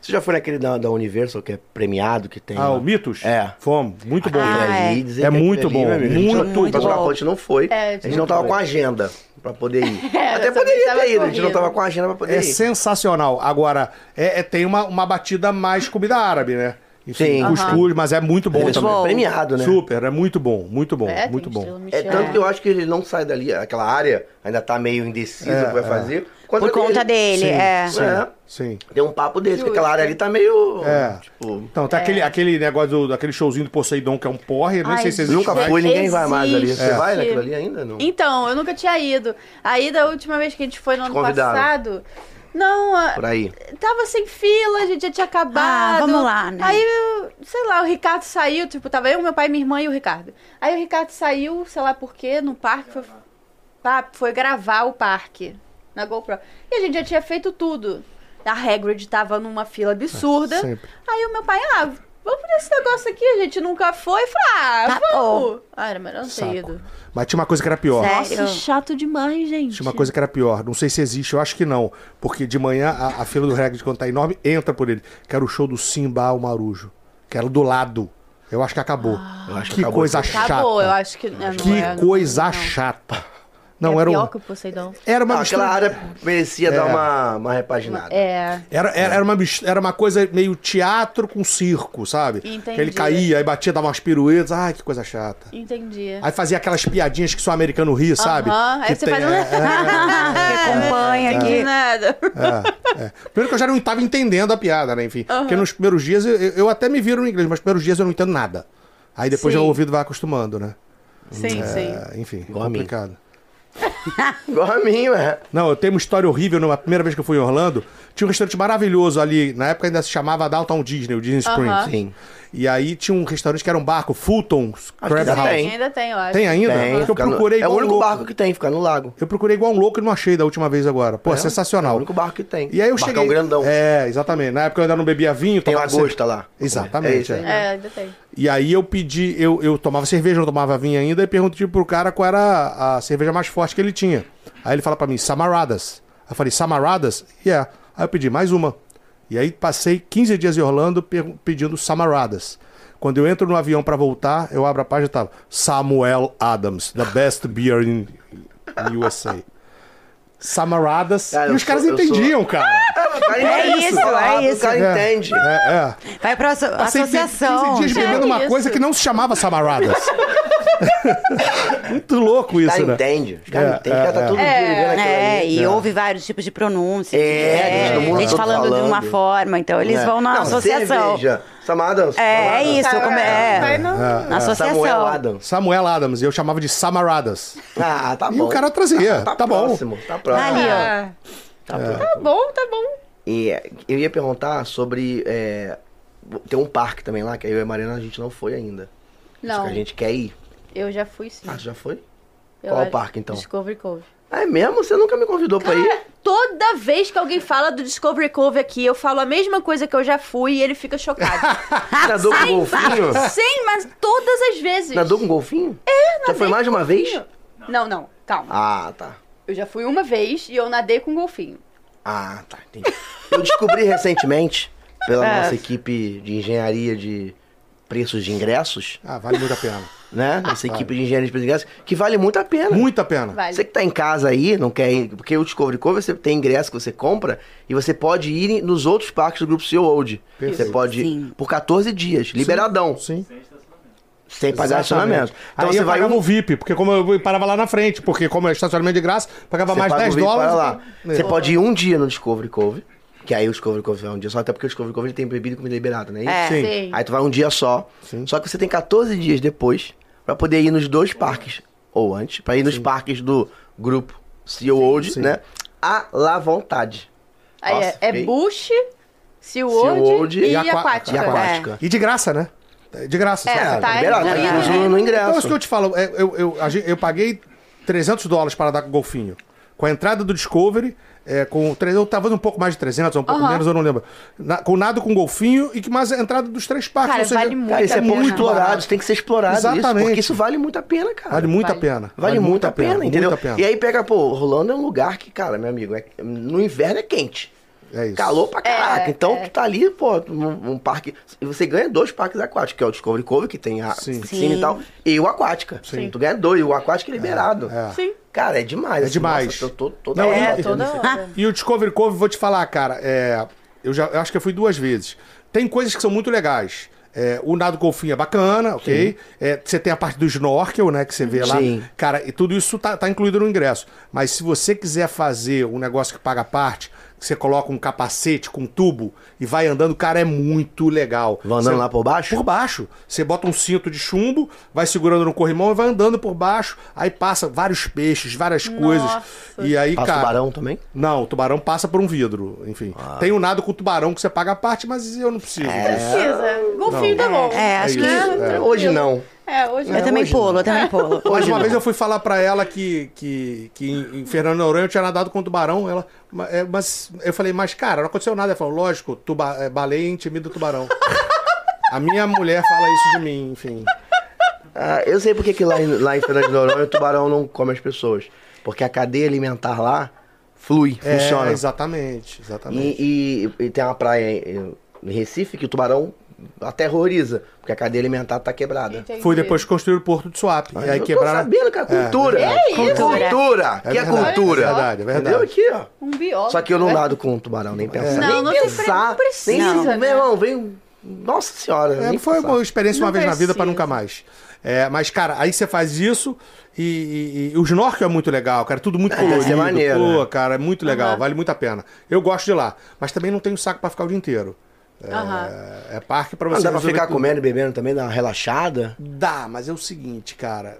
S2: Você já foi naquele da, da Universal que é premiado, que tem. lá?
S4: Ah, o Mitos?
S2: É.
S4: Fomos. Muito bom.
S3: Ah,
S2: Aquele ali,
S3: é.
S2: dizer
S4: É
S2: que aquele
S4: muito
S2: ali, né,
S4: bom,
S2: meu amigo, a gente não-
S4: muito
S2: o pessoal
S3: bom.
S2: da Ponte não foi.
S1: É,
S2: a gente não tava com agenda pra poder ir. Até
S1: eu também
S2: poderia
S1: tava
S2: ter ido, a gente não
S1: corrida.
S2: tava com agenda pra poder
S4: É
S2: ir.
S4: sensacional. Agora, é, é- tem uma, uma batida mais comida árabe, né? Enfim,
S2: Sim.
S4: cuscuz, mas é muito bom
S2: Ele é
S4: também.
S2: super premiado, né?
S4: Super, é muito bom, muito bom,
S1: É, tem
S4: muito bom.
S1: estrela
S2: É
S1: Michelin.
S2: tanto que eu acho que ele não sai dali, aquela área ainda tá meio indeciso
S4: É,
S2: o que vai fazer. quanto
S3: Por conta dele, é.
S4: sim,
S2: É.
S4: sim.
S2: Tem um papo desse, que
S1: Justo.
S2: aquela área ali tá meio.
S4: É.
S2: Tipo.
S4: Então, tá aquele, aquele negócio, do, daquele showzinho do Poseidon, que é um porre, nem
S1: É. Ai,
S4: sei se existe.
S2: Nunca
S4: mais.
S2: foi, ninguém vai mais ali. Você
S1: Existe.
S2: vai naquilo ali ainda? Não.
S1: Então, eu nunca tinha ido. Aí, da última vez que a gente foi no ano
S2: convidaram.
S1: passado... Não, a-
S2: Por
S4: É
S2: aí.
S1: tava sem fila, a gente já tinha acabado.
S3: Ah, vamos lá, né?
S1: Aí, eu- sei lá, o Ricardo saiu, tipo, tava eu, meu pai, minha irmã e o Ricardo. Aí o Ricardo saiu, sei lá por quê, no parque, foi, pá, foi gravar o parque na GoPro. E a gente já tinha feito tudo. A Hagrid tava numa fila absurda.
S4: É, sempre.
S1: Aí o meu pai, ah, vamos nesse negócio aqui, a gente nunca foi. Eu Falei, ah,
S3: Tá
S1: vamos. Ah, era melhor não
S4: Saco.
S1: ter ido.
S4: Mas tinha uma coisa que era pior.
S3: Sério?
S1: Nossa, chato demais, gente.
S4: Tinha uma coisa que era pior. Não sei se existe, eu acho que não. Porque de manhã a, a fila do Reggae, quando tá enorme, entra por ele. Que era o show do Simba, o Marujo. Que era do lado. Eu acho que acabou.
S2: Eu acho que
S4: que
S2: acabou.
S4: coisa chata.
S1: Ah. Acabou, eu acho que. é, não
S4: Que
S1: é, não-
S4: coisa
S1: não.
S4: chata. Não,
S1: é
S4: era
S1: pior
S4: um.
S1: que o Poseidon.
S4: Era uma
S2: Ah,
S4: mistura. É.
S2: aquela área merecia dar uma, uma repaginada.
S1: É.
S4: Era, era, era, uma, mis- era uma coisa meio teatro com circo, sabe?
S1: Entendi.
S4: Que ele caía, aí batia, dava umas piruetas. Ai, que coisa chata.
S1: Entendi.
S4: Aí fazia aquelas piadinhas que só americano ri, sabe?
S1: Aham, aí
S4: que
S1: você faz um-
S3: que acompanha
S1: De
S3: aqui.
S1: nada.
S4: É, é. Primeiro que eu já não estava entendendo a piada, né? Enfim. Porque nos primeiros dias, eu, eu- eu até me viro no inglês, mas nos primeiros dias eu não entendo nada. Aí depois
S1: Sim.
S4: já o ouvido vai acostumando, né?
S1: Sim, sim.
S4: É, enfim,
S2: Igual a mim.
S4: complicado.
S2: Igual a mim, é.
S4: Não, eu tenho uma história horrível. Na primeira vez que eu fui em Orlando, tinha um restaurante maravilhoso ali. Na época ainda se chamava Downtown Disney, o Disney Springs.
S1: Aham.
S2: Sim.
S4: E aí tinha um restaurante que era um barco, Fulton's
S2: Acho
S4: Crab
S2: que
S4: House.
S2: ainda
S1: Ainda
S2: tem.
S4: Tem,
S1: tem, eu acho.
S4: ainda?
S2: Tem,
S4: Porque eu
S2: fica no-
S4: procurei
S2: é o
S4: igual um
S2: único
S4: louco.
S2: barco que tem, fica no lago.
S4: Eu procurei igual um louco e não achei da última vez agora. Pô,
S2: É o
S4: sensacional.
S2: único barco que tem.
S4: E aí eu
S2: Barcão
S4: cheguei.
S2: grandão.
S4: É, exatamente. Na época eu ainda não bebia vinho,
S2: Tem
S4: tomava
S2: lagosta lá.
S4: Exatamente,
S2: isso aí.
S4: é.
S1: É, ainda tem.
S4: E aí eu pedi, eu, eu tomava cerveja, não tomava vinho ainda, e perguntei pro cara qual era a cerveja mais forte que ele tinha. Aí ele fala pra mim, Samaradas. Aí eu falei, Samaradas? E é. Aí eu pedi mais uma. E aí passei 15 dias em Orlando per- pedindo Samaradas. Quando eu entro no avião pra voltar, eu abro a página e tava Samuel Adams, the best beer in, in USA. samaradas.
S2: Cara,
S4: e
S2: eu
S4: os caras
S2: sou- eu sou-
S4: entendiam, cara.
S2: O cara
S3: É
S2: entende,
S3: isso,
S2: cara.
S3: é
S2: O
S3: isso.
S2: cara entende.
S4: É, é.
S3: Vai pra asso-
S4: Passei
S3: associação.
S4: 15 dias
S1: É
S4: bebendo uma
S1: isso.
S4: coisa que não se chamava samaradas. Muito louco
S2: O
S4: isso,
S2: cara
S4: né?
S2: entende. Os caras
S4: É,
S2: entendem. O cara
S4: é,
S2: tá todo dia vivendo aquilo
S3: É,
S2: ali. né?
S3: e houve vários tipos de pronúncias.
S2: É, todo mundo
S3: gente
S2: todo
S3: falando, de uma
S2: falando.
S3: forma, então eles
S2: É.
S3: vão na
S2: Não,
S3: associação.
S2: Cerveja. Samada.
S3: É, é isso, como é.
S1: Vai no-
S3: Na associação.
S2: Samuel Adams.
S4: Samuel Adams, e eu chamava de samaradas.
S2: Ah, tá
S4: E
S2: bom.
S4: o cara trazia, tá bom.
S2: próximo, Tá próximo.
S3: Ali, ó.
S1: Ah,
S2: Tá próximo.
S1: Tá bom, tá bom.
S2: E é, eu ia perguntar sobre. é, tem um parque também lá, que eu e a Mariana a gente não foi ainda. Só
S1: Não,
S2: que a gente quer ir.
S1: eu já fui sim.
S2: Ah, você já foi?
S1: Eu
S2: Qual o
S1: acho-
S2: parque, então?
S1: Discovery Cove. Ah,
S2: Ah, é mesmo? Você nunca me convidou pra ir?
S1: Toda vez que alguém fala do Discovery Cove aqui, eu falo a mesma coisa que eu já fui e ele fica chocado.
S2: Nadou com golfinho?
S1: Sim, mas todas as vezes.
S2: Nadou com golfinho? É, Já foi mais de uma vez?
S1: Não, não, calma.
S2: Ah, tá.
S1: Eu já fui uma vez e eu nadei com golfinho.
S2: Ah, tá, entendi. Eu descobri recentemente, pela
S3: É.
S2: nossa equipe de engenharia de preços de ingressos,
S4: Ah, vale muito a pena.
S2: né? Nossa equipe de engenharia de preços de ingressos, que vale muito a pena.
S4: Ah, Muito a pena.
S1: Vale.
S2: Você que tá em casa aí, não quer ir, porque o Discovery Cover você tem ingresso que você compra e você pode ir em- nos outros parques do grupo Seu Old. Você
S4: Perfeito.
S2: pode ir
S3: Sim.
S2: por 14 dias, liberadão,
S4: Sim.
S2: sem pagar estacionamento.
S4: Então
S2: Então
S4: Aí
S2: você
S4: eu
S2: vai
S4: pagava
S2: um
S4: o VIP, porque como eu parava lá na frente, porque como é estacionamento de graça, pagava mais
S2: paga o
S4: 10
S2: VIP,
S4: dólares. né?
S2: para lá.
S4: e-
S2: Você pode ir um dia no Discovery Cove, que aí o Discovery Cove vai um dia só, até porque o Discovery Cove ele tem bebida e comida liberada, né?
S3: É.
S4: Sim.
S1: Sim.
S2: Aí tu vai um dia só.
S4: Sim.
S2: Só que você tem 14 dias depois pra poder ir nos dois parques, ou antes, pra ir nos parques do grupo Sea Old,
S4: Sim.
S2: né? À la vontade.
S1: Aí
S2: Nossa,
S1: é, é
S2: fiquei-
S1: Bush,
S2: SeaWorld
S1: SeaWorld e,
S4: e aqua-
S1: Aquática.
S2: E aquática.
S4: E de graça, né? De graça.
S1: É,
S4: só-
S1: tá
S2: liberado, tá
S3: incluído,
S2: incluso
S1: né?
S2: no
S4: Então,
S2: ingresso.
S4: isso que eu te falo, é, eu, eu, a gen- eu paguei 300 dólares para dar com o golfinho. Com a entrada do Discovery, é, com tre- eu tava um pouco mais de 300, ou um pouco
S1: Aham.
S4: menos, eu não lembro. Na- com nada com golfinho e que mais a entrada dos três parques.
S1: Cara,
S4: ou seja,
S1: vale muito
S2: Cara, isso
S1: a
S2: é
S1: pena.
S2: pouco explorado,
S4: barato.
S2: isso tem que ser explorado isso,
S4: Exatamente.
S2: porque isso vale muito a pena, cara.
S4: Vale muito a
S1: Vale.
S4: pena.
S2: Vale muito a pena, entendeu?
S4: Muito a pena.
S2: E aí pega, pô, Rolando é um lugar que, cara, meu amigo, é- no inverno é quente.
S4: É isso.
S2: Calor pra caraca.
S1: É,
S2: então
S1: é.
S2: tu tá ali, pô, um, um parque. e Você ganha dois parques aquáticos, que é o Discovery Cove, que tem a
S4: Sim.
S2: piscina e
S3: Sim.
S2: tal, e o Aquática. Tu ganha dois, e o Aquática é liberado.
S4: é.
S1: Sim.
S2: Cara, é demais.
S4: É
S2: assim,
S4: demais.
S2: Nossa, tô, tô, toda
S4: Não,
S2: hora
S1: É,
S4: e-
S1: toda
S2: falando isso.
S1: hora.
S4: E o Discovery Cove, vou te falar, cara, é, eu, já, eu acho que eu fui duas vezes. Tem coisas que são muito legais. É, o nado golfinho é bacana, ok? É, você tem a parte do snorkel, né? Que você vê lá.
S2: Sim.
S4: Cara, e tudo isso tá, tá incluído no ingresso. Mas se você quiser fazer um negócio que paga a parte, que você coloca um capacete com um tubo e vai andando, cara, é muito legal.
S2: Vão andando
S4: Você-
S2: lá por baixo?
S4: Por baixo. Você bota um cinto de chumbo, vai segurando no corrimão e vai andando por baixo. Aí passa vários peixes, várias coisas. E aí,
S2: Passa
S4: cara.
S2: tubarão também?
S4: Não, o tubarão passa por um vidro, enfim.
S2: Ah.
S4: Tem o nado com o tubarão que você paga a parte, mas eu não preciso.
S2: É.
S4: disso.
S1: Precisa. Golfinho tá bom.
S3: É, acho
S4: isso,
S3: que.
S4: é.
S2: Hoje não.
S1: É, hoje
S3: Eu também
S2: hoje
S3: pulo, eu também pulo.
S4: Mas
S2: Hoje
S4: uma
S2: não.
S4: vez eu fui falar pra ela que, que, que em em Fernando Noronha eu tinha nadado com o tubarão. Ela, ma- é, mas eu falei, mas cara, não aconteceu nada. Ela falou, lógico, tuba, é, baleia intimida o tubarão. a minha mulher fala isso de mim, enfim.
S2: Ah, eu sei porque que lá em, lá em Fernando de Noronha o tubarão não come as pessoas. Porque a cadeia alimentar lá flui,
S4: É,
S2: funciona.
S4: Exatamente, exatamente.
S2: E, e- e tem uma praia em, em Recife que o tubarão aterroriza, porque a cadeia alimentar tá quebrada.
S1: Entendi.
S4: Foi depois que construíram o Porto de Suape. e aí
S2: eu
S4: quebraram.
S2: tô sabendo, cara, cultura.
S1: É isso,
S2: cultura.
S1: né?
S2: Cultura. que é
S4: verdade,
S2: cultura.
S4: É verdade, é verdade. É.
S2: Entendeu? Aqui, ó.
S1: Um biólogo.
S2: Só que eu não
S1: né?
S2: nado com um tubarão, nem pensar.
S1: Não,
S2: nem
S1: não tem pre-
S2: pensar.
S1: não precisa,
S2: nem-
S1: né?
S2: Meu irmão, vem... um- Nossa senhora.
S4: É,
S2: nem
S4: foi
S2: pensar.
S4: uma experiência uma
S1: Não
S4: vez na vida
S1: precisa.
S4: pra nunca mais. É, mas, cara, aí você faz isso e, e, e o snorkel é muito legal, cara. Tudo muito
S2: Ah, deve
S4: colorido.
S2: ser maneiro,
S4: Pô,
S2: né?
S4: cara, é muito legal. Vale muito a pena. Eu gosto de lá. Mas também não tenho saco pra ficar o dia inteiro. É,
S1: Aham.
S4: é parque pra
S2: Não,
S4: você
S2: dá pra
S4: resolver
S2: ficar
S4: tudo.
S2: comendo e bebendo também, dar uma relaxada.
S4: Dá, mas é o seguinte, cara.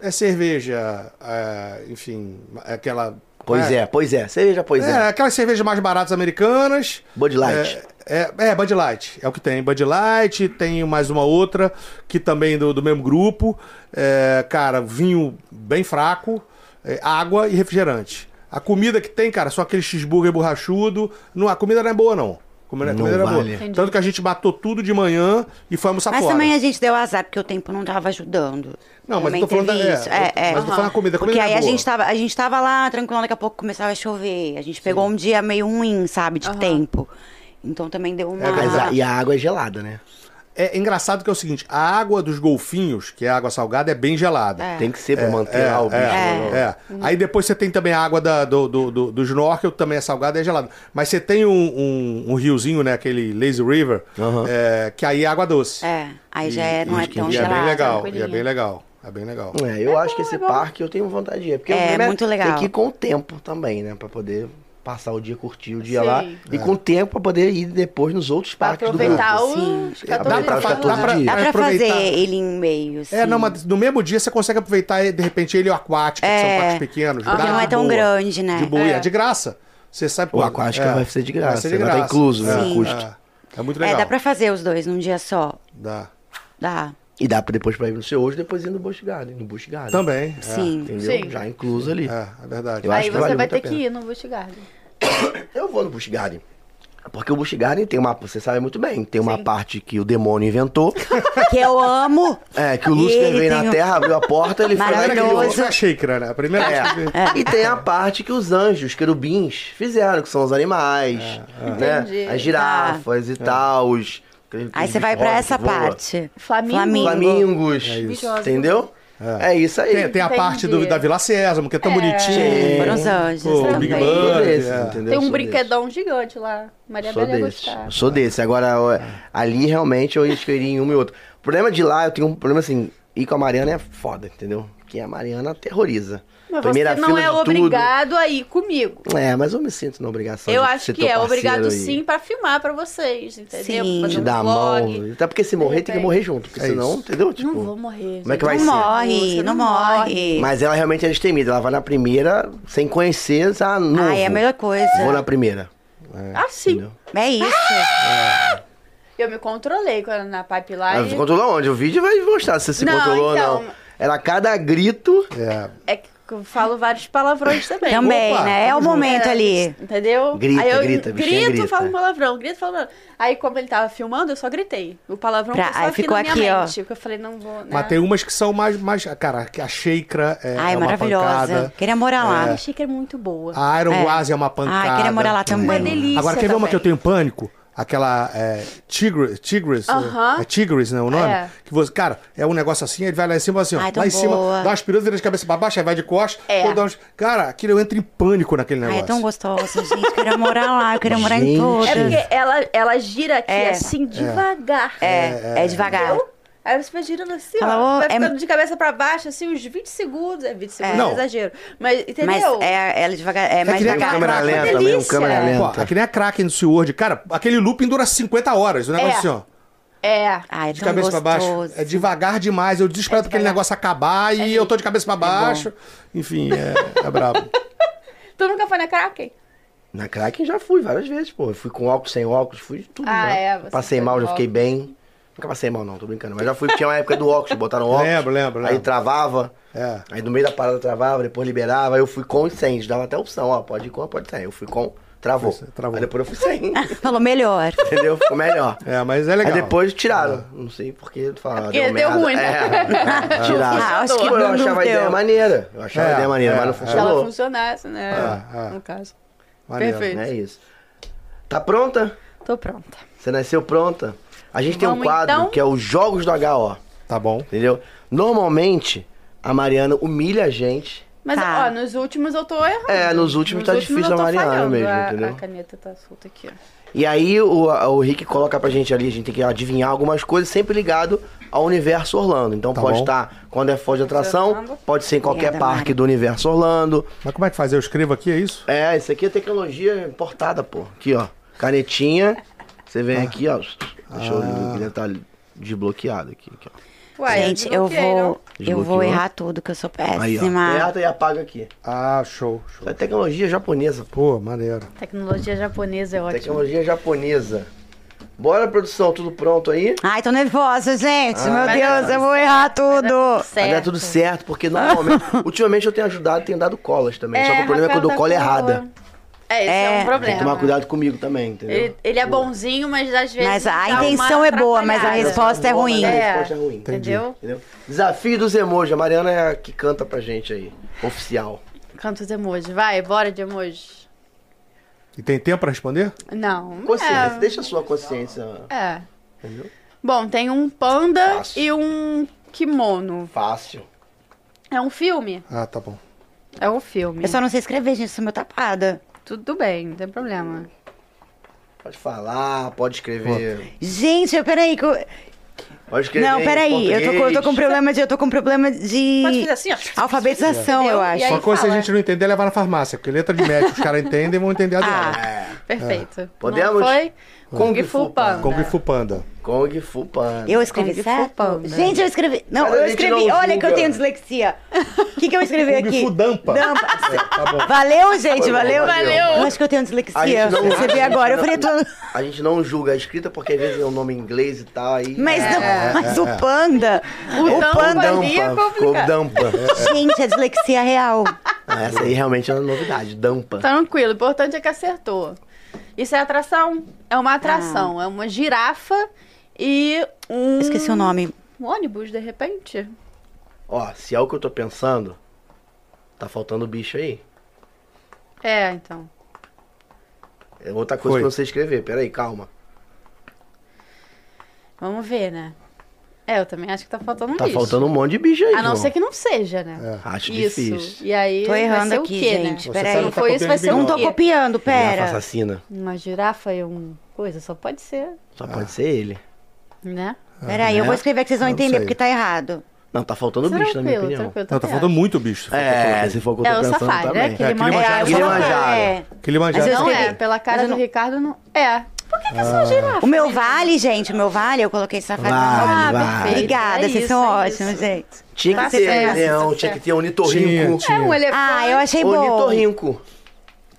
S4: É cerveja, é, enfim, é aquela...
S2: Pois é, pois é. Cerveja, pois
S4: É,
S2: é.
S4: aquelas cervejas mais baratas americanas.
S2: Bud Light.
S4: É, é, é, Bud Light. É o que tem. Bud Light, tem mais uma outra, que também do, do mesmo grupo. É, cara, vinho bem fraco, é, água e refrigerante. A comida que tem, cara, só aquele cheeseburger borrachudo. Não, a comida não é boa, não. A Comida, a
S2: Não
S4: comida não
S2: vale.
S4: é boa. Tanto que a gente matou tudo de manhã e foi almoçar
S3: Mas
S4: Tá fora.
S3: também é- a gente deu azar, porque o tempo não tava ajudando.
S4: Não, mas eu tô
S3: Também
S4: falando
S3: teve
S4: da- é,
S3: isso.
S4: eu tô- mas eu tô
S3: aham.
S4: falando da comida, a comida
S3: Porque
S4: não é
S3: aí a
S4: boa.
S3: gente, tava, a gente tava lá, tranquilo, daqui a pouco começava a chover. A gente pegou um dia meio ruim, sabe, de tempo. Então também deu uma...
S4: verdade.
S2: Mas a- e a água é gelada, né?
S4: É engraçado que é o seguinte: a água dos golfinhos, que é a água salgada, é bem gelada.
S2: Tem que ser pra manter lá o bicho.
S4: É,
S2: né?
S4: é. Aí depois você tem também a água da- do, do, do, do snorkel, também é salgada e é gelada. Mas você tem um, um- um riozinho, né? Aquele Lazy River,
S2: Aham.
S4: é, que aí é água doce.
S3: É, aí já é, não é tão
S4: e é bem
S3: gelado.
S4: legal. E é
S1: tranquilinha.
S4: bem legal. É bem legal.
S2: É, eu acho que esse parque eu tenho vontade de ir. Porque
S3: É,
S2: o problema
S3: muito legal.
S2: Tem que ir com o tempo também, né? Pra poder passar o dia, curtir o dia
S1: Sim.
S2: lá. E com o tempo pra poder ir depois nos outros
S1: Pra
S2: parques do mundo.
S1: aproveitar
S3: Sim.
S1: os 14
S2: Dá pra-
S1: dias.
S2: dá pra-
S3: Dá
S4: Vai
S3: pra fazer
S4: aproveitar.
S3: ele em meio, assim. sim.
S4: É, não, mas no mesmo dia você consegue aproveitar, de repente, ele e o aquático, que são
S3: É.
S4: parques pequenos.
S3: Porque
S4: dá
S3: não
S4: de
S3: é tão
S4: boa.
S3: grande, né?
S4: De boa, e é. de graça. Você sabe
S2: O Aquática vai ser de graça, vai tá incluso, né, o
S4: É,
S2: custo.
S4: É, é muito
S3: É,
S4: legal. Ah,
S3: dá pra fazer os dois num dia só.
S4: Dá.
S3: Dá.
S2: E dá pra depois pra ir no seu hoje, depois ir no Busch Garden. No Busch Garden.
S4: Também. é.
S3: Sim.
S2: Entendeu?
S1: Sim.
S2: Já incluso ali.
S4: É, é verdade.
S2: Eu acho
S1: Aí
S2: que vale
S1: você vai
S2: muito a
S1: ter
S2: pena.
S1: que ir no Busch Garden.
S2: Eu vou no Busch Garden. Porque o Busch Garden tem uma... Você sabe muito bem. Tem uma parte que o demônio inventou.
S3: Que eu amo.
S2: é, que o
S3: E
S2: Lúcifer
S3: ele
S2: veio na
S3: tem um-
S2: Terra, abriu a porta, ele foi lá e
S4: Primeira que
S2: criou.
S4: eu é a xícara, né? A primeira vez que eu vi.
S2: É. E tem a parte que os anjos, os querubins, fizeram, que são os animais,
S4: É,
S2: né?
S1: Entendi.
S2: As girafas
S4: Tá.
S2: e tal, os...
S3: Aí
S2: os
S3: você vai pra
S2: bichos
S3: essa
S2: que voam.
S3: parte.
S1: Flamingo.
S2: Flamingos,
S1: isso.
S2: entendeu? É. isso aí.
S4: Tem, tem a
S1: Entendi.
S4: parte do- da Vila Sésamo, que é tão
S3: Sim,
S4: bonitinha.
S3: Foram os anjos.
S4: Pô,
S3: também.
S4: Big
S1: Tem.
S2: Eu sou
S4: Bang.
S2: desses,
S4: é.
S2: entendeu?
S1: Tem
S2: Eu
S1: um
S2: sou
S1: brinquedão gigante lá. Maria
S2: Sou
S1: Bela ia
S2: desse.
S1: gostar.
S2: Sou desse. Agora, eu-
S4: É.
S2: ali realmente eu escolheria em um e outro. O problema de lá, eu tenho um problema assim, ir com a Mariana é foda, entendeu? Porque a Mariana aterroriza.
S1: Mas
S2: Primeira
S1: você não
S2: fila
S1: é
S2: de tudo.
S1: obrigado a ir comigo.
S2: É, mas eu me sinto na obrigação
S1: Eu
S2: de
S1: acho
S2: ser
S1: que
S2: teu
S1: é
S2: parceiro
S1: obrigado
S2: aí.
S1: sim pra filmar pra vocês, entendeu?
S3: Sim.
S1: Pra fazer
S2: Te
S1: um
S2: dar a
S1: vlog.
S2: mão. Até porque se morrer, tem que
S1: repente.
S2: morrer junto. Porque
S4: É
S2: senão,
S4: isso.
S2: entendeu? Tipo,
S1: Não vou morrer.
S2: como é
S1: gente.
S2: que vai
S3: Não
S2: ser?
S3: morre,
S1: Você
S3: não
S1: não
S3: morre.
S2: Mas ela realmente é destemida. Ela vai na primeira, sem conhecer, já novo.
S3: Ai, é a melhor
S2: Vou
S3: coisa.
S2: na primeira.
S1: Ah, sim.
S3: É isso.
S1: Eu me controlei quando na
S2: Ela
S1: pipeline.
S2: se Ah, controlou onde? O vídeo vai mostrar se se
S1: Não,
S2: controlou
S1: então-
S2: ou não. Ela, a cada grito...
S4: É.
S1: É que eu falo vários palavrões também.
S3: Também,
S4: Opa,
S3: né? É o
S4: tamo
S3: momento ali.
S1: Entendeu?
S2: Grita,
S1: Aí eu
S2: grita, bichinha,
S1: grito,
S2: grita.
S1: falo um palavrão, grito, falo palavrão. Aí, como ele tava filmando, eu só gritei. O palavrão
S3: Pra-
S1: foi só
S3: aí
S1: aqui
S3: ficou
S1: na minha
S3: aqui, ó.
S1: mente. Porque eu falei, não vou. Né?
S2: um-
S4: Mas tem umas que são mais. mais cara, a xícara é,
S3: É. Ai,
S4: é uma
S3: maravilhosa.
S4: pancada.
S3: Queria morar
S1: A
S3: lá.
S1: minha xícara é muito boa.
S2: Ah,
S4: A Iron
S3: É.
S4: Wise é uma pancada.
S3: Ah, queria morar lá também.
S1: Uma delícia
S4: Agora, quer ver uma
S1: também.
S4: que eu tenho pânico? Aquela é, Tigris, Tigris,
S1: Aham.
S4: é Tigris, né, o nome?
S1: É.
S4: Que você, cara, é um negócio assim, ele vai lá em cima, assim, ó,
S3: Ai, tão
S4: lá em cima,
S3: boa.
S4: dá umas piruetas, vira de cabeça pra baixo, aí vai de costas,
S1: É.
S4: ou dá uns... Cara, aquilo eu entro em pânico naquele
S3: Ai,
S4: negócio.
S3: é tão gostoso, gente. Eu Queria morar lá, eu queria morar em
S2: Gente.
S3: todas.
S1: É porque ela, ela gira aqui
S3: É.
S1: assim, devagar.
S3: É, é devagar.
S1: Entendeu? Aí você vai girando assim,
S3: Fala,
S1: ó.
S3: ô,
S1: Vai
S3: é-
S1: ficando de cabeça pra baixo, assim, uns 20 segundos. É 20 segundos,
S4: Não.
S1: é exagero. Mas, entendeu?
S3: Mas é, ela devagar, é mais
S4: que
S2: Tem
S4: nem
S2: um
S4: Caraca,
S3: devagar.
S2: câmera
S4: que
S2: lenta,
S1: delícia.
S2: né? Um câmera
S1: É.
S4: Pô,
S2: lenta.
S4: é que nem a Kraken do Sword. Cara, aquele looping dura 50 horas. O negócio
S1: É.
S4: assim, ó.
S1: É.
S3: Ai, é
S4: De
S3: tão
S4: cabeça
S3: gostoso.
S4: pra baixo. É devagar demais. Eu desespero pra aquele negócio acabar
S1: É
S4: e eu tô de cabeça pra baixo. Enfim, é, é brabo.
S1: Tu nunca foi na Kraken?
S2: É Na Kraken já fui várias vezes, pô. Eu fui com óculos, sem óculos, fui de tudo.
S1: Ah,
S2: já.
S1: é, você
S2: Passei
S1: foi
S2: mal,
S1: com
S2: já fiquei
S1: óculos.
S2: bem. Nunca passei mal, não, tô brincando. Mas já fui, tinha uma época do óculos, botaram óculos.
S4: Lembro, lembro,
S2: Aí
S4: lembro.
S2: travava.
S4: É.
S2: Aí no meio da parada travava, depois liberava. Aí eu fui com e sem. Eles davam até opção, ó, pode ir com, pode sem. Eu fui com, travou.
S4: Foi, travou.
S2: Aí depois eu fui sem.
S3: Falou melhor.
S2: entendeu? Ficou melhor.
S4: É, mas é legal.
S2: Aí depois tiraram. Não sei por que falaram.
S1: porque deu ruim, né?
S2: É, tiraram.
S3: Ah, acho que
S2: Pô, eu
S3: não- não
S2: achava a ideia
S3: deu.
S2: maneira. Eu achava
S4: É,
S2: a ideia maneira,
S4: é,
S2: mas não
S4: é.
S1: Se
S2: funcionou.
S1: ela funcionasse, né?
S2: Ah,
S4: É, é.
S1: No caso.
S4: Maneiro.
S1: Perfeito.
S2: É isso. Tá pronta?
S1: Tô pronta.
S2: Você nasceu pronta? A gente tem um
S1: Vamos,
S2: quadro
S1: então?
S2: que é os Jogos do HO,
S4: Tá bom.
S2: entendeu? Normalmente, a Mariana humilha a gente.
S1: Mas,
S3: Tá.
S1: ó, nos últimos eu tô errando.
S2: É, nos últimos tá difícil
S1: eu tô
S2: a Mariana
S1: falhando.
S2: mesmo,
S1: A-
S2: entendeu?
S1: A caneta tá solta aqui, ó.
S2: E aí o, o Rick coloca pra gente ali, a gente tem que adivinhar algumas coisas, sempre ligado ao universo Orlando. Então
S4: Tá
S2: pode
S4: bom.
S2: estar quando é fora de atração,
S1: Orlando.
S2: pode ser em qualquer
S3: Obrigada,
S2: parque
S3: Mari.
S2: do universo Orlando.
S4: Mas como é que faz? Eu escrevo aqui, é isso?
S2: É, isso aqui é tecnologia importada, pô. Aqui, ó. Canetinha. Você vem aqui, ó. Deixa eu
S4: Ah.
S2: ele tá desbloqueado aqui, aqui, ó.
S1: Uai,
S3: gente, eu
S1: desbloqueei, não?
S3: vou, eu vou
S2: Desbloqueou.
S3: errar tudo, que eu sou
S1: É
S2: Aí, ó.
S3: péssima.
S2: Aperta e apaga aqui.
S4: Ah, show, show.
S2: Isso é tecnologia japonesa, pô.
S4: Pô, maneiro.
S1: Tecnologia japonesa é ótima.
S2: Tecnologia japonesa. Bora, produção, tudo pronto aí?
S3: Ai, tô nervosa, gente. Meu
S2: mas-
S3: Deus, eu vou errar tudo.
S2: Vai dar
S1: Certo.
S2: é tudo certo, porque normalmente. ultimamente eu tenho ajudado, tenho dado colas também. só que o problema é que eu dou
S1: Rafael
S2: cola
S1: tá com-
S2: errada.
S1: É, esse é,
S3: É.
S1: um
S2: Tem
S1: problema.
S2: que tomar cuidado comigo também, entendeu?
S1: Ele, ele é bonzinho, mas às vezes.
S3: Mas a
S1: dá uma
S3: intenção é boa, mas a
S1: atrapalhada.
S3: resposta é ruim.
S2: Mas
S1: É.
S2: A resposta é ruim.
S1: Entendeu?
S2: Entendeu? Desafio dos emojis. A Mariana é a que canta pra gente aí. Oficial.
S1: Canta os emojis. Vai, bora de emoji.
S4: E tem tempo pra responder?
S1: Não.
S2: Consciência.
S1: é-
S2: Deixa a sua consciência.
S1: É.
S2: Entendeu?
S1: Bom, tem um panda
S2: Fácil.
S1: e um kimono.
S2: Fácil.
S1: É um filme?
S4: Ah, tá bom.
S1: É um filme.
S3: Eu só não sei escrever, gente, sou meu tapada.
S1: Tudo bem, não tem problema.
S2: Pode falar, pode escrever.
S3: Gente, eu- peraí. que eu-
S2: Pode escrever.
S3: Não,
S2: em
S3: peraí. Eu tô, com- eu tô com
S2: português.
S3: problema de. Eu tô com um problema de.
S1: Pode fazer assim, ó.
S3: Alfabetização, eu
S1: Entendeu? E
S3: acho.
S1: aí-
S4: Uma coisa se a
S1: fala.
S4: gente não entender, é levar na farmácia, porque letra de médico os caras entendem e vão entender a dela.
S3: Ah,
S1: Perfeito. Não
S2: Podemos?
S1: foi?
S2: Kung Fu Panda.
S4: Kung Fu Panda.
S2: Kong Fu Panda.
S3: eu escrevi
S1: Kung Fu
S3: certo?
S1: Panda.
S3: Gente, eu escrevi. Não,
S2: Cara, a
S3: eu
S2: gente
S3: escrevi.
S2: não
S3: Olha que eu
S2: julga.
S3: tenho dislexia. O que, que eu escrevi
S4: Kung
S3: aqui?
S4: Fu Dampa.
S3: Dampa.
S4: Tá bom.
S3: Valeu, gente,
S2: Foi bom,
S3: valeu.
S2: valeu.
S3: Eu acho que eu tenho
S2: A
S3: dislexia.
S2: gente não-
S3: Você vê agora, eu falei tudo.
S2: A gente não julga a escrita porque às vezes é um nome em inglês e tal. Aí... é,
S3: Mas, não, mas o panda.
S1: O
S2: um
S3: O
S1: Dampa.
S3: panda.
S1: ali é complicado.
S2: dampa.
S3: Gente, é dislexia real.
S2: Ah, essa aí realmente é uma novidade. Dampa.
S1: Tranquilo, o importante é que acertou. Isso é atração? É uma atração. É uma girafa e um.
S3: Esqueci o nome.
S1: Um ônibus, de repente.
S2: Ó, se é o que eu tô pensando, tá faltando bicho aí.
S1: É, então.
S2: É outra coisa
S4: Foi.
S2: pra você escrever. Peraí, calma.
S1: Vamos ver, né? É, eu também acho que tá faltando um
S2: Tá
S1: bicho.
S2: faltando um monte de bicho aí,
S1: A não
S2: João.
S1: ser que não seja,
S4: É.
S1: né?
S2: Acho
S1: Isso.
S2: difícil.
S1: E aí.
S3: Tô
S1: vai
S3: errando
S1: ser o
S3: aqui,
S1: quê,
S3: gente.
S1: Né?
S3: Peraí.
S4: não
S1: Não
S4: tá
S1: foi isso, vai
S4: copiando
S1: ser
S3: Não
S1: um
S4: bilhão.
S3: tô
S1: quê?
S3: copiando,
S2: Girafa
S3: pera.
S2: é assassina.
S1: Uma girafa e um. Coisa, só pode ser,
S4: Ah.
S2: Só pode ser ele.
S1: né?
S3: Peraí, eu vou escrever que vocês vão
S4: Não
S3: entender,
S4: sei.
S3: porque tá errado.
S2: Não, tá faltando
S1: tranquilo,
S2: bicho, na minha opinião.
S1: é tranquilo.
S4: Não, tá
S1: também
S4: faltando
S1: acho.
S4: muito bicho.
S2: É, se for o que eu
S1: É
S2: tô
S1: o
S2: pensando
S1: safari,
S2: também.
S1: né? Aquele
S4: É, Kilimanjaro,
S1: é, eu
S2: Kilimanjaro.
S1: falei,
S3: É.
S4: Aquele manjado.
S3: Mas eu
S1: Não é,
S3: escrevi.
S1: pela cara
S3: Mas eu
S1: do
S3: não-
S1: Ricardo não. É. Por que, que é
S4: Ah.
S1: só girafa?
S3: O meu vale, gente, o meu vale, eu coloquei safari.
S2: Vale,
S3: Ah,
S2: vale.
S3: perfeito. Obrigada,
S1: É
S3: vocês
S1: isso,
S3: são
S1: é
S3: ótimos,
S1: isso.
S3: gente.
S2: Tinha
S1: Tá
S2: que ter
S1: certo,
S2: leão,
S1: tá
S2: tinha que
S1: certo.
S2: ter
S4: Tinha,
S2: onitorrinco.
S1: É um elefante.
S3: Ah, eu achei bom.
S2: Onitorrinco.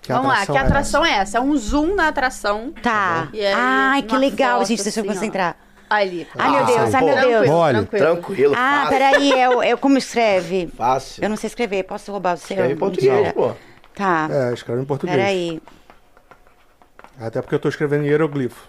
S4: Que
S1: Vamos lá, que
S4: é essa?
S1: atração é essa? É um zoom na atração.
S3: Tá.
S1: E aí,
S3: Ai, que
S1: uma
S3: legal,
S1: foto
S3: gente, deixa eu
S1: assim, ó.
S3: concentrar.
S1: Ali.
S3: Ai, meu Deus, ai, meu
S1: Tranquilo,
S3: Deus.
S4: Olha.
S1: tranquilo.
S2: Tranquilo,
S3: Ah,
S2: fácil.
S3: peraí, eu, eu como escreve?
S2: Fácil.
S3: Eu não sei escrever, posso roubar o seu?
S2: Escreve em português,
S3: Mentira.
S2: pô.
S3: Tá,
S4: É, escreve em português.
S3: peraí.
S4: Até porque eu tô escrevendo em hieroglifo.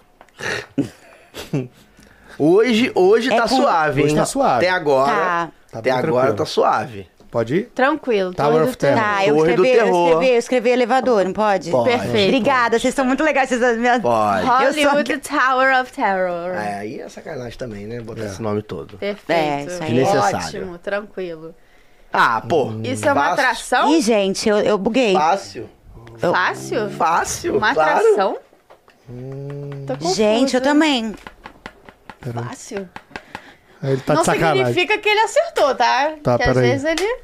S2: Hoje, hoje
S3: É
S2: tá
S3: com-
S2: suave, hein?
S4: Hoje tá suave.
S2: Até agora.
S3: Tá.
S4: Tá
S2: até
S4: bem
S2: agora
S4: tranquilo.
S2: tá suave.
S4: Pode ir?
S1: Tranquilo.
S4: Tower
S1: todo
S4: of Terror.
S1: tranquilo.
S3: Tá, eu
S2: É, Torre do
S3: escrevi, eu
S2: terror.
S3: escrevi, eu escrevi elevador, não pode?
S2: Pode.
S1: Perfeito.
S3: Obrigada, vocês são muito legais, vocês são minhas...
S2: Pode.
S3: Eu sou
S1: Hollywood Tower of Terror.
S2: É, aí é sacanagem também, né?
S4: É.
S2: Botar esse nome todo.
S1: Perfeito.
S3: É, Hum. isso aí.
S2: Desnecessário.
S1: Ótimo, tranquilo.
S2: Ah, pô.
S4: Hum.
S1: Isso é uma
S2: fácil.
S1: atração?
S3: Ih, gente, eu, eu buguei.
S2: Fácil.
S1: Fácil?
S3: Hum.
S2: Fácil,
S1: Uma
S2: claro.
S1: atração?
S4: Hum.
S1: Tô confusa.
S3: Gente, eu também.
S1: Fácil.
S4: Aí Ele tá
S1: Não
S4: de sacanagem.
S1: significa que ele acertou, tá?
S4: Tá,
S1: que às
S4: peraí.
S1: vezes ele.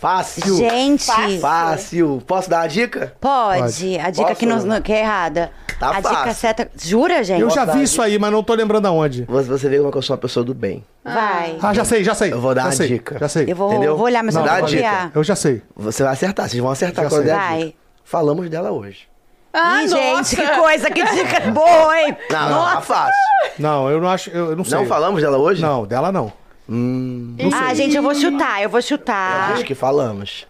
S2: Fácil.
S3: Gente,
S1: Fácil.
S2: Fácil. Posso dar a dica?
S3: pode.
S4: Pode.
S3: A dica que, não,
S2: Posso?
S3: não- que é errada.
S2: Tá
S3: a dica
S2: fácil.
S3: certa. Jura, gente?
S4: Eu já vi isso aí, mas não tô lembrando aonde.
S2: Você você vê como é que eu sou uma pessoa do bem.
S3: Vai.
S4: Ah, já sei, já sei.
S2: Eu vou dar
S4: já
S2: uma
S4: sei,
S2: dica.
S4: Já sei.
S3: Eu vou,
S2: Entendeu?
S3: vou olhar, mas eu
S4: Não,
S3: não
S2: Dá
S3: vou
S2: a dica.
S3: copiar.
S4: Eu já sei.
S2: Você vai acertar, vocês vão acertar
S4: Já
S2: quando
S4: sei.
S2: der a
S3: Vai.
S2: dica. Falamos dela hoje.
S1: Ah,
S3: Ih,
S1: nossa.
S3: gente, que coisa, que dica boa, hein?
S2: Não, não,
S3: nossa.
S2: tá fácil.
S4: Não, eu não acho. Eu eu não sei.
S2: Não falamos dela hoje?
S4: Não, dela não.
S2: Hum,
S3: Ah, gente, eu vou chutar, eu vou
S2: eu
S4: Tá
S3: chutar.
S2: acho que falamos.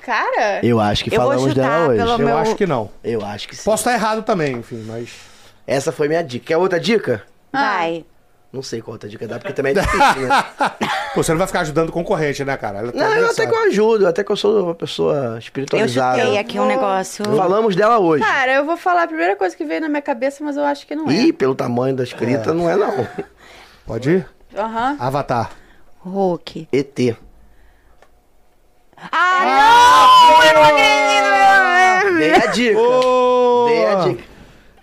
S1: Cara,
S2: Eu acho que
S3: Eu vou
S2: falamos dela
S3: chutar
S2: hoje.
S3: pelo
S4: Eu
S3: Meu-
S4: acho que não.
S2: Eu acho que sim.
S4: Posso estar errado também, enfim, mas.
S2: Essa foi minha dica. Quer outra dica?
S3: Vai.
S1: Ah,
S2: Não sei qual outra dica dá, porque também é difícil, né?
S4: Pô, você não vai ficar ajudando o concorrente, né, cara? Ela tá
S2: Não, eu até
S4: engraçada.
S2: que eu ajudo, até que eu sou uma pessoa
S3: Eu
S2: espiritualizada.
S3: chutei aqui Ah, um
S1: Vou-
S3: negócio.
S2: Falamos dela hoje.
S1: cara, eu vou falar a primeira coisa que veio na minha cabeça, mas eu acho que não
S2: Ih,
S1: é.
S2: pelo tamanho da escrita, não é não.
S4: Pode ir?
S1: Aham.
S4: Avatar.
S3: Hulk.
S2: ET.
S3: Ah,
S2: Dei a dica. Dei a dica.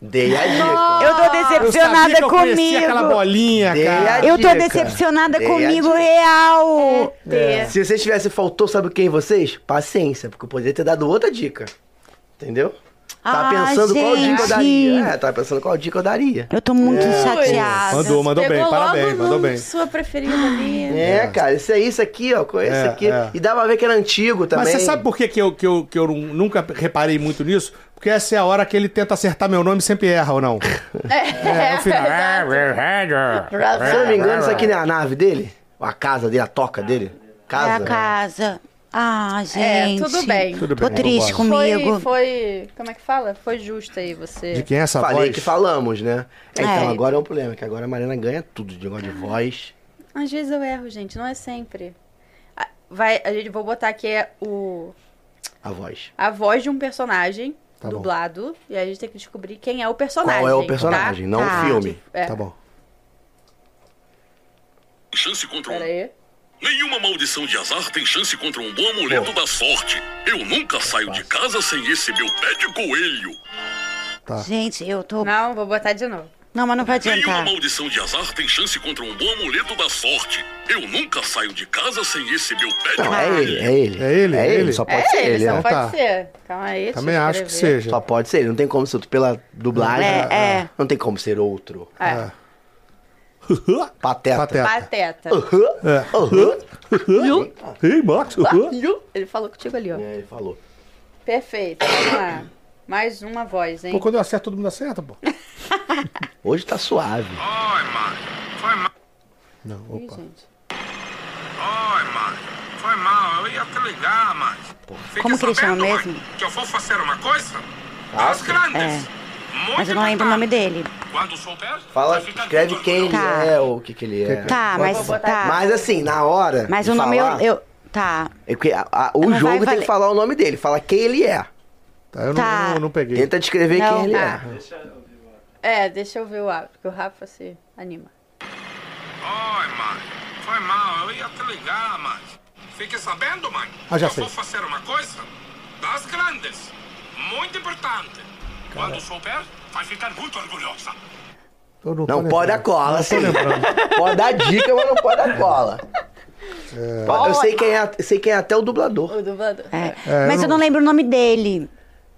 S2: Dei a
S3: não!
S2: dica.
S3: Eu tô
S4: Eu sabia
S3: decepcionada
S4: que eu conhecia aquela
S3: comigo.
S4: bolinha,
S2: Dei a
S4: cara.
S2: dica.
S3: Eu tô decepcionada
S2: Dei a
S3: comigo,
S2: dica.
S3: real.
S1: É.
S4: É.
S1: Ter.
S2: Se vocês tivessem faltou, sabe quem vocês? Paciência, porque eu poderia ter dado outra dica. Entendeu? Tá
S3: Ah,
S2: pensando qual dica eu
S3: gente.
S2: daria. É, tava pensando qual dica eu daria.
S3: Eu tô muito chateada.
S4: Mandou, mandou
S1: Pegou
S4: bem, parabéns,
S1: logo
S4: mandou
S1: no
S4: bem.
S1: Sua preferida ali.
S2: É, cara, isso é isso aqui, ó. Conheço
S4: É,
S2: aqui.
S4: é.
S2: E dava pra ver que era antigo também.
S4: Mas você sabe por que, que, eu, que, eu, que eu nun- nunca reparei muito nisso? Porque essa é a hora que ele tenta acertar meu nome e sempre erra, ou não? É, é o final.
S2: Se eu não me engano, isso aqui não é a nave dele? Ou a casa dele, a toca dele? Casa?
S3: É a casa. Ah, gente.
S1: É, tudo bem.
S4: Tudo
S3: Tô
S4: bem,
S3: triste
S4: vambora.
S3: comigo.
S1: Foi, foi. Como é que fala? Foi justo aí você.
S4: De quem é essa
S2: Falei
S4: voz?
S2: que falamos, né? É,
S3: É.
S2: Então agora é um problema, que agora a Marina ganha tudo de negócio de voz.
S1: Às vezes eu erro, gente, não é sempre. A- Vai, a gente vou botar aqui é o
S2: A voz.
S1: a voz de um personagem
S4: Tá bom.
S1: dublado e aí a gente tem que descobrir quem é o personagem.
S2: Qual é o personagem,
S1: tá?
S2: não
S3: Tá.
S2: o filme.
S1: É.
S4: Tá bom.
S5: chance contra um.
S1: Pera aí.
S5: Nenhuma maldição de azar tem chance contra um bom amuleto da sorte. Eu nunca saio de casa sem esse meu pé de coelho.
S4: Tá.
S3: Gente, eu tô. Não,
S1: Não, vou botar de novo.
S3: mas não vai
S5: Nenhuma
S3: adiantar.
S5: maldição de azar tem chance contra um bom amuleto da sorte. Eu nunca saio de casa sem esse meu pé de
S2: Não, é ele, é ele.
S4: É ele, é ele.
S2: Só pode
S1: Tá. é
S2: ser ele,
S1: só
S2: né?
S1: pode
S4: Tá.
S1: ser. Calma aí, deixa
S4: Também
S1: eu
S4: acho que
S1: escrever.
S4: seja.
S2: Só pode ser ele. Não tem como ser outro. Pela dublagem.
S3: É, é.
S2: Não tem como ser outro.
S1: É.
S2: Pateta.
S4: Pateta.
S1: Pateta.
S4: É. Uhum.
S3: Hum?
S4: Ei, Max. uhum.
S1: Ele falou contigo ali, ó.
S2: É, Ah, ele falou.
S1: Perfeito, vamos lá. Mais uma voz, hein?
S4: Pô, quando eu acerto, todo mundo acerta, pô.
S2: Hoje tá suave.
S5: Oi, mãe. Foi mal.
S4: Não,
S1: Ih,
S4: opa.
S1: gente.
S5: Oi, mãe. Foi mal. Eu ia te ligar, mãe.
S3: Como que ele chama sabendo, mãe, mesmo?
S5: Que eu vou fazer uma coisa? As grandes.
S3: É. Mas eu não lembro o nome dele.
S5: Quando souber,
S2: Fala, escreve quem
S3: Tá.
S2: ele é ou o que que ele é.
S3: Tá,
S4: Pode
S3: mas.
S4: botar.
S3: Tá.
S2: Mas assim, na hora.
S3: Mas
S2: de
S3: o nome eu,
S2: falar,
S3: eu. Tá.
S2: é porque a- a- o
S3: Não vai
S2: jogo tem
S3: valer.
S2: que falar o nome dele, fala quem ele é.
S4: Tá, eu
S3: Tá.
S4: Não, eu não peguei.
S2: Tenta descrever
S3: Não,
S2: quem ele
S3: tá.
S2: é.
S1: É, deixa eu ver o áudio, que o Rafa se anima.
S5: Oi, mãe. Foi mal, eu ia te ligar, mãe. Fique sabendo, mãe.
S4: Ah, já
S5: eu
S4: sei.
S5: vou fazer uma coisa das grandes. Muito importante. Quando souber, vai ficar muito orgulhosa.
S4: Eu tô
S2: Não pode
S4: lembrando.
S2: dar cola,
S4: Não tô
S2: assim.
S4: lembrando.
S2: Pode dar dica, mas não pode dar cola. Pode- Eu sei quem, é, sei quem é até o dublador.
S1: O dublador.
S3: É.
S4: É, eu
S3: mas eu não
S4: não-
S3: lembro o nome dele.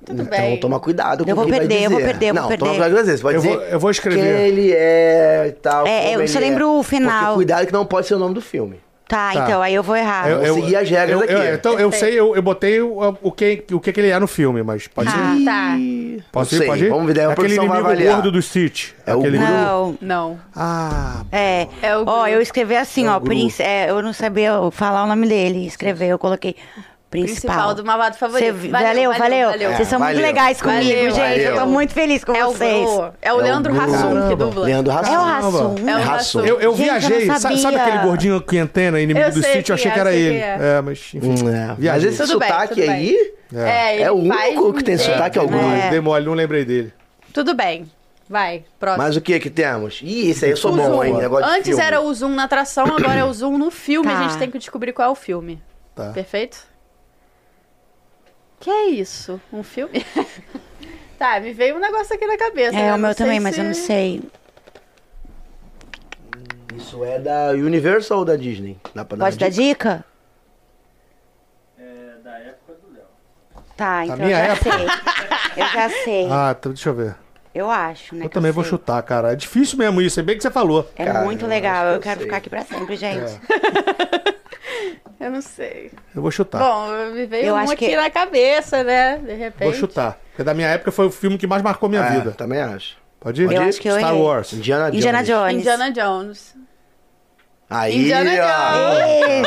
S1: Tudo
S2: Então
S1: bem.
S2: toma cuidado com
S3: Eu
S2: o
S3: vou
S2: que vai
S3: perder, eu
S2: dizer.
S3: vou perder, eu vou
S2: não,
S3: perder.
S2: toma cuidado com as vezes. Pode
S4: Eu vou-
S2: dizer
S4: eu vou escrever.
S2: Quem ele é e tal.
S3: É,
S2: como
S3: eu
S2: ele
S3: só lembro o final.
S2: Porque cuidado que não pode ser o nome do filme.
S3: Tá,
S4: Tá.
S3: então, aí eu vou errar.
S4: Eu, eu,
S2: seguir as regras
S4: eu,
S2: aqui.
S4: eu- então, eu sei, eu, eu botei o, o, que, o que que ele é no filme, mas pode ser.
S3: Ah, tá.
S2: Ih,
S4: Posso
S2: não
S4: ir,
S2: sei,
S4: pode ir?
S2: Vamos ver, daí a
S4: Aquele
S2: produção vai
S4: inimigo
S2: avaliar.
S4: gordo do Stitch.
S2: É o
S4: Aquele...
S2: Gru.
S3: Não.
S1: Não.
S4: Ah,
S3: É.
S1: É o
S3: Ó,
S1: Gru.
S3: eu escrevi assim, ó.
S4: Gru.
S3: Prince, é, eu não sabia falar o nome dele. Escrever, eu coloquei. Principal.
S1: Principal do Malvado Favorito.
S3: Cê- valeu, valeu.
S1: valeu.
S3: Vocês são
S2: Valeu.
S3: muito legais comigo,
S1: Valeu,
S3: gente. Eu tô
S2: valeu.
S3: muito feliz com
S1: É o,
S3: vocês.
S1: Gru, é o Leandro
S2: Gru.
S1: Hassum que
S4: Caramba.
S1: dubla.
S2: Leandro Hassum.
S3: É o Rassum.
S1: É o
S2: Hassum.
S1: Hassum.
S4: Eu, eu
S3: Gente, eu não
S4: viajei, sa- sabe,
S3: sabia.
S4: aquele gordinho quentena, inimigo
S1: Eu
S4: do
S1: sei
S4: Stitch?
S1: quem
S4: Eu achei
S1: é,
S4: que era
S1: sei
S4: ele.
S1: quem é.
S4: É, mas enfim.
S2: Hum, é. Mas
S4: Viajei.
S2: esse
S1: Tudo bem,
S2: sotaque
S1: tudo
S2: aí
S1: É,
S2: é,
S1: ele
S2: o
S1: faz
S2: único que tem
S1: um-
S2: sotaque
S4: Dei
S2: algum.
S4: mole, dei mole, não lembrei dele.
S1: Tudo bem. Vai, próximo.
S2: Mas o que que temos? Ih, isso aí eu sou
S1: O
S2: bom,
S1: zoom.
S2: hein? Negócio de
S1: Antes
S2: filme.
S1: era o zoom na atração, agora é o zoom no filme.
S3: Tá.
S1: A gente tem que descobrir qual é o filme.
S4: Tá.
S1: Perfeito? Que é isso? Um filme? tá, me veio um negócio aqui na cabeça. né?
S3: É, o
S1: Não
S3: meu
S1: sei
S3: também, mas
S1: se-
S3: eu não sei.
S2: Isso é da Universal ou da Disney? Dá pra
S3: Pode
S2: uma
S3: dar dica? É da época do Léo. Tá, então eu
S4: minha
S3: já
S4: época?
S3: sei. Eu já
S1: É.
S3: sei.
S4: Ah, tá, deixha eu ver.
S3: Eu acho, né?
S4: Eu
S3: que
S4: também vou
S3: sei.
S4: chutar, cara. É difícil mesmo isso, é bem que você falou.
S3: É
S2: Cara,
S3: muito
S2: eu acho
S3: legal. Eu,
S2: que eu
S3: quero
S2: sei.
S3: ficar aqui pra
S4: É.
S3: sempre, gente.
S1: Eu não sei.
S4: Eu vou chutar.
S1: Bom, me veio
S3: Eu
S1: um
S3: acho
S1: aqui
S3: que-
S1: na cabeça, né? De repente.
S4: vou chutar. Porque da minha época foi o filme que mais marcou minha
S2: É,
S4: vida.
S2: Também acho.
S4: Pode ir?
S3: Eu acho que eu
S4: Star
S3: errei.
S4: Wars.
S2: Indiana Jones.
S3: Indiana Jones.
S1: Indiana Jones.
S2: Aí,
S1: Indiana
S2: ó.
S3: Ê,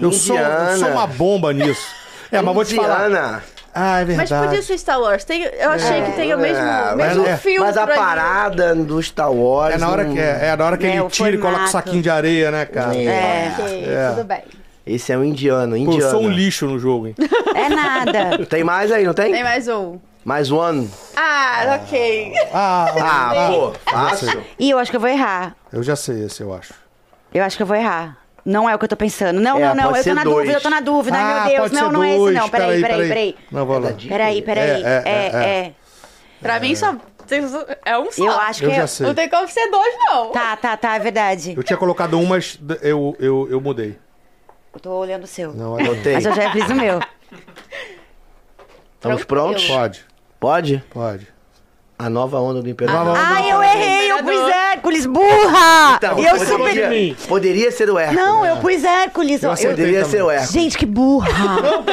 S4: Eu sou, eu sou
S2: Indiana.
S4: uma bomba nisso. É, mas vou te falar.
S2: Indiana.
S4: Ah, é
S1: Mas
S4: verdade.
S1: podia ser Star Wars. Tem- eu achei que tem o mesmo,
S2: É,
S1: o mesmo
S4: mas é-
S1: filme.
S2: Mas a parada do Star Wars.
S4: É na hora
S2: não-
S4: que, é, é na hora que
S3: É,
S1: Né,
S4: ele
S3: o
S4: tira e coloca o
S3: formato.
S4: saquinho de areia, né, cara?
S2: É.
S1: Ok,
S4: É.
S1: tudo bem.
S2: Esse é um indiano.
S4: Pô,
S2: indiano.
S4: eu sou um lixo no jogo, hein?
S3: É nada.
S2: Tem mais aí, não tem?
S1: Tem mais um.
S2: Mais um ano.
S1: Ah, ok.
S4: Ah,
S2: Ah, pô, fácil.
S3: Ih, eu acho que eu vou errar.
S4: eu já sei esse, eu acho.
S3: Eu acho que eu vou errar. Não é o que eu tô pensando. Não,
S2: É,
S3: não, não.
S2: pode
S3: Eu tô
S2: ser
S3: na
S2: dois.
S3: dúvida, eu tô na dúvida.
S4: ah,
S3: Ai, meu Deus.
S4: pode ser
S3: Não, não é esse,
S4: dois.
S3: não. Peraí, peraí, peraí.
S4: Não, vou lá.
S2: É da Disney.
S3: Peraí, peraí.
S4: É, é, é,
S3: É, é.
S1: Pra mim só. É um só.
S3: Eu acho que.
S4: Eu já
S3: eu-
S4: sei.
S1: Não tem como ser dois, não.
S3: Tá, tá, tá, é verdade.
S4: Eu tinha colocado um, mas d- eu, eu, eu mudei.
S3: Eu tô olhando o seu.
S4: Não, olha.
S2: Botei.
S3: Mas eu já fiz o meu.
S2: Estamos prontos?
S4: Pode,
S2: Pode?
S4: pode.
S2: A nova onda do Imperador.
S4: Nova onda.
S3: Ai, eu errei, eu pus Hércules, burra!
S2: Então,
S3: eu
S2: poderia-
S3: super.
S2: Poderia ser o Hércules.
S3: Não, eu pus Hércules.
S4: Eu
S3: ó,
S4: acertei.
S2: Poderia
S4: também.
S2: ser o Hércules.
S3: Gente, que burra!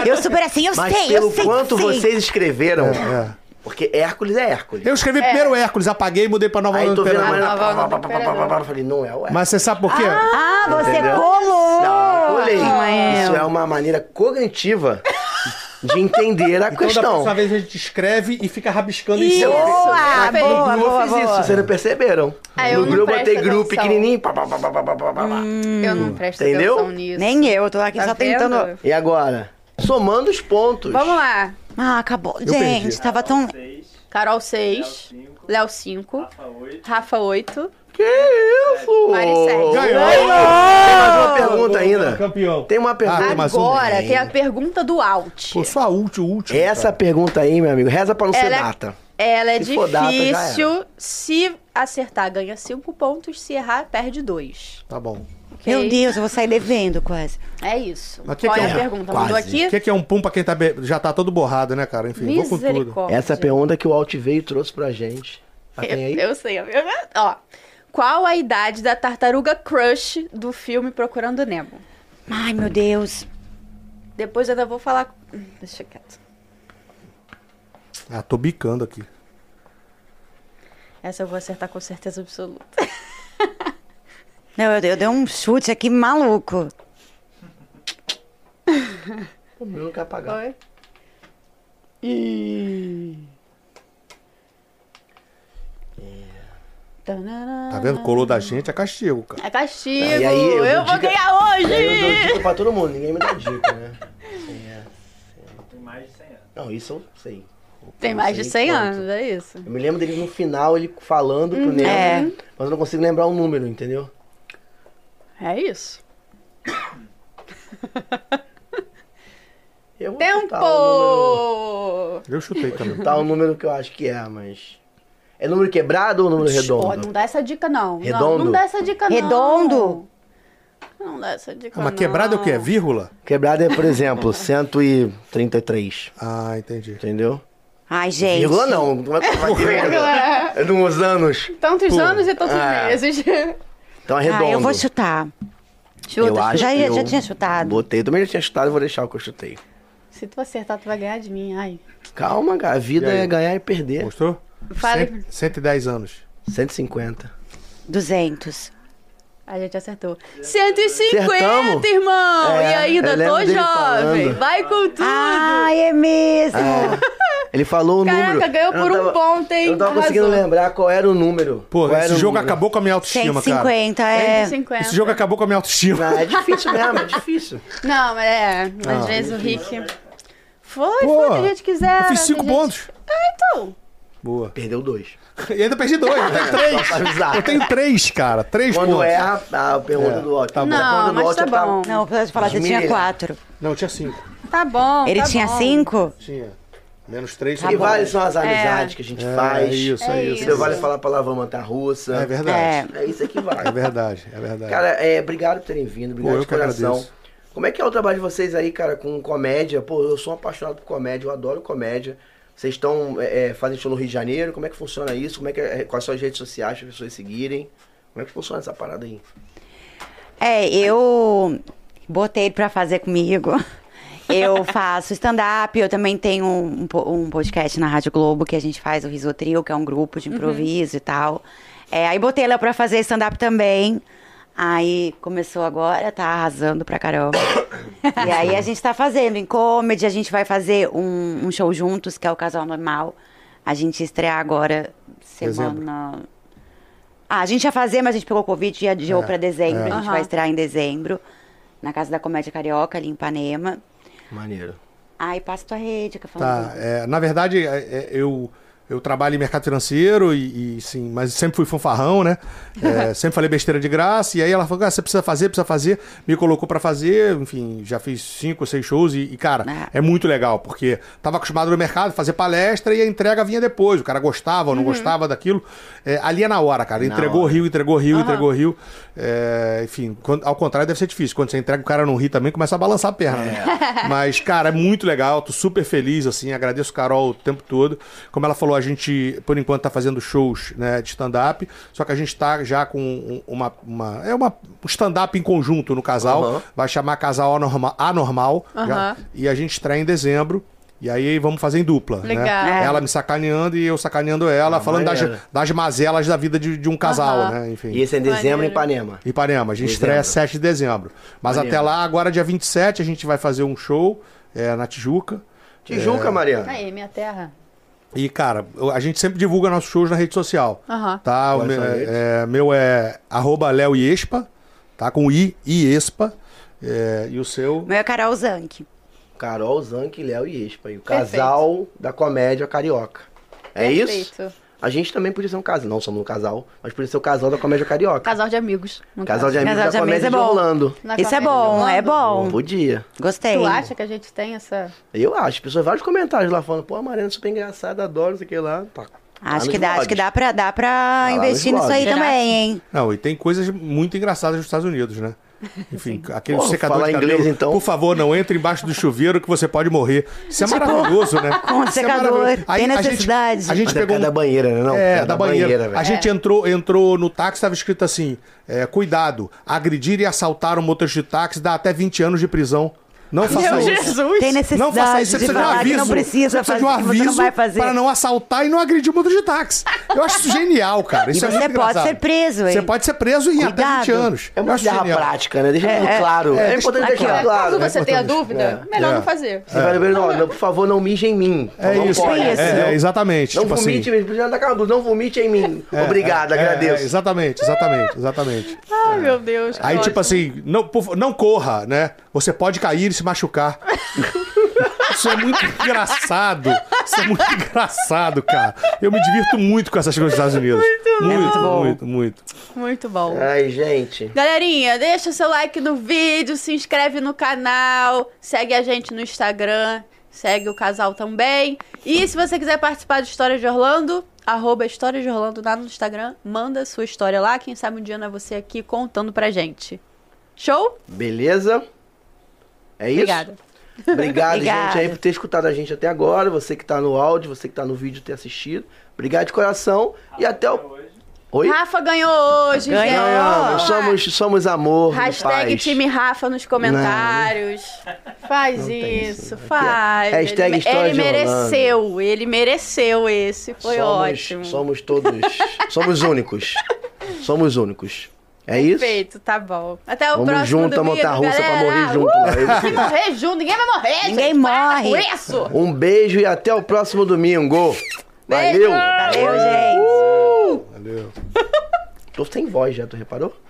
S3: Eu super assim, eu
S2: Mas
S3: sei,
S2: pelo
S3: eu sei.
S2: quanto
S3: sei.
S2: vocês escreveram,
S4: É.
S2: porque Hércules é Hércules.
S4: Eu escrevi primeiro Hércules, apaguei e mudei pra Nova
S2: Aí
S4: Onda
S2: tô
S4: do
S2: vendo a
S4: Imperador.
S2: Mariana.
S1: Nova
S2: pá,
S1: Onda
S2: pá,
S1: do
S2: pá, pá, pá, pá, pá, Falei, não é o Hércules.
S4: Mas você sabe por quê?
S3: Ah, você
S2: Entendeu?
S3: colou!
S2: Não, olhei.
S3: Rafael.
S2: Isso é uma maneira cognitiva de entender a
S4: Então, da
S2: questão.
S4: próxima vez a gente escreve e fica rabiscando em
S3: Boa,
S4: cima.
S3: boa,
S1: perfeito.
S3: boa,
S2: eu
S3: boa,
S2: fiz isso, vocês não perceberam.
S1: Ah, eu
S2: no
S1: não
S2: grupo eu
S1: presto
S2: botei grupo
S1: atenção.
S2: pequenininho. pá, pá, pá, pá, pá, pá, pá, pá, pá.
S1: Eu não presto
S2: Entendeu?
S1: atenção nisso.
S3: Nem eu, eu tô aqui
S1: Tá
S3: só
S1: vendo?
S3: tentando.
S2: E agora? Somando os pontos.
S1: Vamos lá.
S3: Ah, acabou.
S4: perdi.
S3: Gente, tava tão.
S1: Carol 6. Léo 5. Rafa 8.
S2: Que isso?
S1: Maricete.
S4: Ganhou!
S2: Tem mais uma pergunta ainda.
S4: Campeão.
S2: Tem uma pergunta.
S4: Ah, tem mais um?
S1: Agora É, tem a pergunta do Alt.
S4: Pô, só a última, última.
S2: Essa pergunta aí, meu amigo, reza pra não ser
S1: Ela é-
S2: data.
S1: Ela é
S2: Se for data, já
S1: difícil. Se acertar, ganha 5 pontos. Se errar, perde 2.
S4: Tá bom.
S3: Meu Deus, eu vou sair devendo quase.
S1: É isso.
S4: Mas que
S1: Qual
S4: que
S1: é
S4: é?
S1: a pergunta?
S2: Quase.
S1: Mandou
S4: O
S1: aqui?
S4: que, que é um pum pra quem tá be- já tá todo borrado, né, cara? Enfim, vou com tudo.
S1: Misericórdia.
S2: Essa pergunta que o Alt veio e trouxe pra gente. Ah, tem aí?
S1: Eu, eu sei. a pergunta. Ó. Qual a idade da tartaruga crush do filme Procurando Nemo?
S3: Ai, meu Deus.
S1: Depois eu ainda vou falar. Hum, Deixa quieto.
S4: Ah, tô bicando aqui.
S1: Essa eu vou acertar com certeza absoluta.
S3: Não, eu, eu dei um chute aqui maluco.
S2: O meu não quer apagar.
S1: Oi? Tanana.
S4: Tá vendo? Colou da gente, é castigo, cara.
S1: É castigo!
S2: Ah, e aí, eu
S1: eu
S2: dou
S1: vou
S2: dica-
S1: ganhar
S2: E aí eu dou
S1: hoje!
S2: dica pra todo mundo, ninguém me dá dica, né?
S6: Tem mais de 100 anos.
S2: Não, isso eu sei.
S1: Tem
S2: Eu
S1: mais
S2: sei
S1: de 100
S2: quanto.
S1: anos, é isso.
S2: Eu me lembro dele no final, ele falando pro Nemo,
S3: é.
S2: mas eu não consigo lembrar o número, entendeu?
S1: É isso.
S2: Eu vou chutar o
S1: Tempo!
S4: Eu chutei
S2: número-
S4: também.
S2: Chutar o número que eu acho que é, mas... É número quebrado ou número
S1: Ó, não
S2: redondo?
S1: dá essa dica, não. Não, Não,
S2: Redondo?
S1: dá essa dica, não.
S3: Redondo?
S1: Não dá essa dica,
S4: Ah,
S1: não.
S4: mas quebrado é o quê? É Vírgula?
S2: Quebrado é, por exemplo, 133,
S4: Ah, entendi.
S2: entendeu?
S3: Ai, gente.
S2: Vírgula não, como é que vai ter vírgula?
S1: É,
S2: É de uns anos.
S1: Tantos anos e tantos
S2: Ah.
S1: meses.
S2: Então é redondo.
S3: Ah, eu vou chutar.
S2: Eu acho
S3: Já,
S2: que
S3: ia- já
S2: eu
S3: tinha chutado.
S2: Botei, também já tinha chutado, vou deixar o que eu chutei.
S1: Se tu acertar, tu vai ganhar de mim. Ai.
S2: Calma, cara, a vida
S4: E aí?
S2: é ganhar e perder.
S4: Gostou?
S1: Fala-
S4: Cento- 110 anos.
S2: 150.
S3: 200.
S1: A gente acertou. 150,
S2: Acertamos?
S1: irmão!
S2: É,
S1: e ainda
S2: eu lembro
S1: tô
S2: dele
S1: jovem.
S2: falando.
S1: Vai com tudo. Ah,
S3: Ai, é mesmo.
S2: Ele falou o
S1: Caraca,
S2: número.
S1: ganhou
S2: Eu não
S1: por um ponto, hein?
S2: Eu não tava
S1: Arrasou.
S2: conseguindo lembrar qual era o número.
S4: Pô,
S2: qual era
S4: esse
S2: o
S4: jogo
S2: número.
S4: acabou com a minha autoestima, cara.
S3: 150, é.
S1: 150.
S4: Esse jogo acabou com a minha autoestima.
S2: Ah, é difícil mesmo, é difícil.
S1: Não, mas é.
S2: Ah.
S1: Às vezes o Rick. Foi,
S4: Pô,
S1: foi o que a gente quiser. né,
S4: Eu fiz 5
S1: gente...
S4: pontos.
S1: Ah, então.
S4: Boa.
S2: Perdeu dois.
S4: E ainda perdi dois, eu tenho três.
S2: Pra avisar.
S4: Eu tenho três, cara. Três
S2: Quando
S4: pontos.
S2: erra, a pergunta
S4: É,
S2: do Otto.
S4: tá bom.
S2: A pergunta
S1: Não,
S2: do
S1: mas
S2: Otto
S1: tá bom.
S3: Não, eu posso falar, você
S2: Admira.
S3: tinha quatro.
S4: Não, tinha cinco.
S1: Tá bom.
S3: Ele
S1: tá
S3: tinha
S1: bom.
S3: cinco?
S4: Tinha. Menos três.
S2: E
S4: cinco.
S2: várias são as amizades que a gente faz.
S4: É isso,
S1: Tá É
S4: é isso.
S2: Entendeu? Vale falar palavrão montanha-russa.
S4: É verdade.
S2: É isso aí que vale.
S4: É verdade, é verdade.
S2: Cara, é, obrigado por terem vindo, obrigado
S4: Pô, eu
S2: de
S4: que
S2: coração.
S4: agradeço.
S2: Como é que é o trabalho de vocês aí, cara, com comédia? Pô, eu sou um apaixonado por comédia, eu adoro comédia. Vocês estão é, é, fazendo show no Rio de Janeiro, como é que funciona isso? Como é que é, quais são as redes sociais para as pessoas seguirem? Como é que funciona essa parada aí?
S3: É, eu botei ele pra fazer comigo. Eu faço stand-up, eu também tenho um, po- um podcast na Rádio Globo que a gente faz o Risotrio, que é um grupo de improviso e tal. É, aí botei ela pra fazer stand-up também. Aí começou agora, tá arrasando pra caramba. e aí a gente tá fazendo em comedy, a gente vai fazer um, um show juntos, que é o Casal Normal. A gente estrear agora semana.
S4: Dezembro.
S3: Ah, a gente ia fazer, mas a gente pegou Covid e adiou
S4: É,
S3: pra dezembro.
S4: é.
S3: A gente
S1: Aham.
S3: vai estrear em dezembro, na Casa da Comédia Carioca, ali em Ipanema.
S2: Maneiro.
S3: Aí passa tua rede, que eu falo.
S4: Tá, é, na verdade, é, é, eu, eu trabalho em mercado financeiro e, e, sim, mas sempre fui fanfarrão, né? É, sempre falei besteira de graça, e aí ela falou: ah, você precisa fazer, precisa fazer, me colocou pra fazer, enfim, já fiz cinco, seis shows, e, e, cara,
S3: Ah.
S4: é muito legal, porque tava acostumado no mercado fazer palestra e a entrega vinha depois. O cara gostava ou não gostava daquilo. É, ali é na hora, cara. Entregou
S2: hora.
S4: rio, entregou rio, entregou rio. É, enfim, quando- ao contrário, deve ser difícil. Quando você entrega o cara não ri também, começa a balançar a perna, né? Mas, cara, é muito legal, tô super feliz, assim, agradeço Carol o tempo todo. Como ela falou, a gente, por enquanto, tá fazendo shows né, de stand-up, só que a gente tá já com um- uma. uma- é uma, um stand-up em conjunto no casal.
S2: Aham.
S4: Vai chamar Casal Anorma- Anormal. já.
S1: Aham.
S4: e a gente estreia em dezembro. E aí vamos fazer em dupla. né?
S1: Legal. É.
S4: Ela me sacaneando e eu sacaneando ela,
S2: Ah,
S4: falando das,
S2: maneiro.
S4: das mazelas da vida de, de um casal,
S1: Aham.
S4: né? Enfim.
S2: E esse é em dezembro em
S1: Maneiro.
S2: Ipanema.
S4: Ipanema, a gente
S2: Dezembro.
S4: estreia 7 de dezembro. Mas
S2: Maneiro.
S4: até lá, agora dia 27, a gente vai fazer um show é, na Tijuca. É.
S2: Tijuca, Mariana.
S1: Aí, minha terra.
S4: E, cara, eu- a gente sempre divulga nossos shows na rede social.
S1: Aham.
S4: Tá? O
S2: Quais
S4: meu
S2: são as redes?
S4: é, meu é arroba Léo Iespa, tá? Com I, Iespa. É, e o seu.
S3: Meu é Carol Zanck.
S2: Carol, Zank, Léo e Espa. E o casal da comédia carioca. É isso?
S1: Perfeito.
S2: A gente também podia ser um casal. Não somos um casal, mas podia ser o casal da comédia carioca.
S1: Casal de amigos. no
S2: Casal de
S1: caso.
S2: amigos
S3: Casal de
S2: da
S3: amigos
S2: comédia
S3: é
S2: de
S3: bom.
S2: Orlando.
S1: Na
S3: Isso é
S1: comédia
S3: bom,
S1: de
S3: é bom.
S2: Podia.
S3: Gostei.
S1: Tu acha que a gente tem essa.
S2: Eu acho. Pessoas, vários comentários lá falando, pô, a Mariana é super engraçada, adoro, não sei o que lá. Tá. Lá nos
S3: Acho que dá, acho
S2: blogs.
S3: que dá pra, dá pra
S4: Tá
S2: lá
S3: investir
S2: nos
S3: nisso aí
S1: blogs.
S3: também, hein?
S4: Não, e tem coisas muito engraçadas nos Estados Unidos, né? Enfim, aquele
S2: Porra,
S4: secador
S2: falar
S4: de cabelo.
S2: inglês, então.
S4: Por favor, não entre embaixo do chuveiro que você pode morrer. Isso é maravilhoso, né?
S3: Tipo, com um
S4: Isso é
S3: secador,
S4: maravilhoso.
S3: tem
S4: a gente-
S3: necessidade. É.
S4: A gente
S2: Mas é
S4: pegou
S2: da
S4: um-
S2: banheira, né? Não,
S4: É, da banheira.
S2: velho.
S4: a gente entrou, entrou no táxi, estava escrito assim: é, cuidado, agredir e assaltar um motorista de táxi dá até 20 anos de prisão. Não faça
S1: Meu
S4: isso.
S1: Jesus!
S3: Tem necessidade
S4: Não faça isso, você
S3: de
S4: precisa de um
S3: falar
S4: aviso.
S3: que não
S4: você
S3: precisa
S4: precisa
S3: fazer,
S4: de um
S3: que você
S4: aviso
S3: não vai fazer.
S4: para não assaltar e não agredir o motor de táxi. Eu acho isso genial, cara. Isso é
S3: você
S4: muito
S3: pode
S4: engraçado.
S3: ser preso, hein?
S4: Você pode ser preso em até
S3: Cuidado.
S4: 20 anos.
S2: É
S4: Eu
S2: uma
S4: acho
S2: guerra
S4: genial.
S2: prática, né? Deixa tudo claro.
S4: é,
S2: É,
S4: deixa
S2: importante
S4: tudo
S2: deixar
S1: Aqui, ó,
S2: claro.
S1: Caso você
S2: né?
S1: tenha dúvida, melhor
S4: É.
S1: não fazer.
S2: Você vai no banheiro, não, não, por favor, não mije em mim.
S4: É
S2: não
S4: isso.
S2: pode,
S4: É,
S2: entendeu?
S4: é, exatamente.
S2: Não
S4: tipo assim.
S2: vomite em mim. Não, dá calma, não vomite em mim. Obrigado,
S4: É, é,
S2: agradeço.
S4: é, exatamente, exatamente, exatamente.
S1: Ai, meu Deus.
S4: Aí,
S1: que ótimo.
S4: tipo assim, não, por fa- não corra, né? Você pode cair e se machucar. Isso é muito engraçado. Isso é muito engraçado, cara. Eu me divirto muito com essas coisas dos Estados Unidos. Muito, muito, muito, muito.
S1: Muito bom.
S2: Ai, gente.
S1: Galerinha, deixa seu like no vídeo, se inscreve no canal, segue a gente no Instagram, segue o casal também. E se você quiser participar do História de Orlando, arroba História de Orlando lá no Instagram, manda sua história lá, quem sabe um dia não é você aqui contando pra gente. Show?
S2: Beleza? É isso?
S1: Obrigada.
S2: Obrigado,
S3: Obrigada.
S2: gente, aí por ter escutado a gente até agora. Você que tá no áudio, você que tá no vídeo ter assistido. Obrigado de coração e até o. Oi?
S1: Rafa ganhou hoje,
S3: Ganhou.
S1: gente.
S2: Ganhamos, somos, somos amor.
S1: Hashtag
S2: paz.
S1: time Rafa nos comentários. Faz isso, faz.
S2: Hashtag
S1: ele,
S2: História
S1: ele
S2: de Orlando.
S1: mereceu, ele mereceu esse. Foi
S2: somos,
S1: ótimo.
S2: Somos todos. somos únicos. Somos únicos. É isso?
S1: Perfeito, tá bom. Até o
S2: Vamos
S1: próximo
S2: junto a
S1: domingo,
S2: montar russa pra
S1: galera.
S2: morrer
S1: Uh,
S2: junto. lá. É
S1: se
S2: isso.
S1: morrer junto, ninguém vai morrer.
S3: Ninguém
S1: gente. Para
S3: morre.
S1: com isso.
S2: Um beijo e até o próximo domingo.
S1: Beijo.
S2: Valeu!
S3: Valeu, gente.
S4: Valeu.
S2: Tô sem voz já, tu reparou?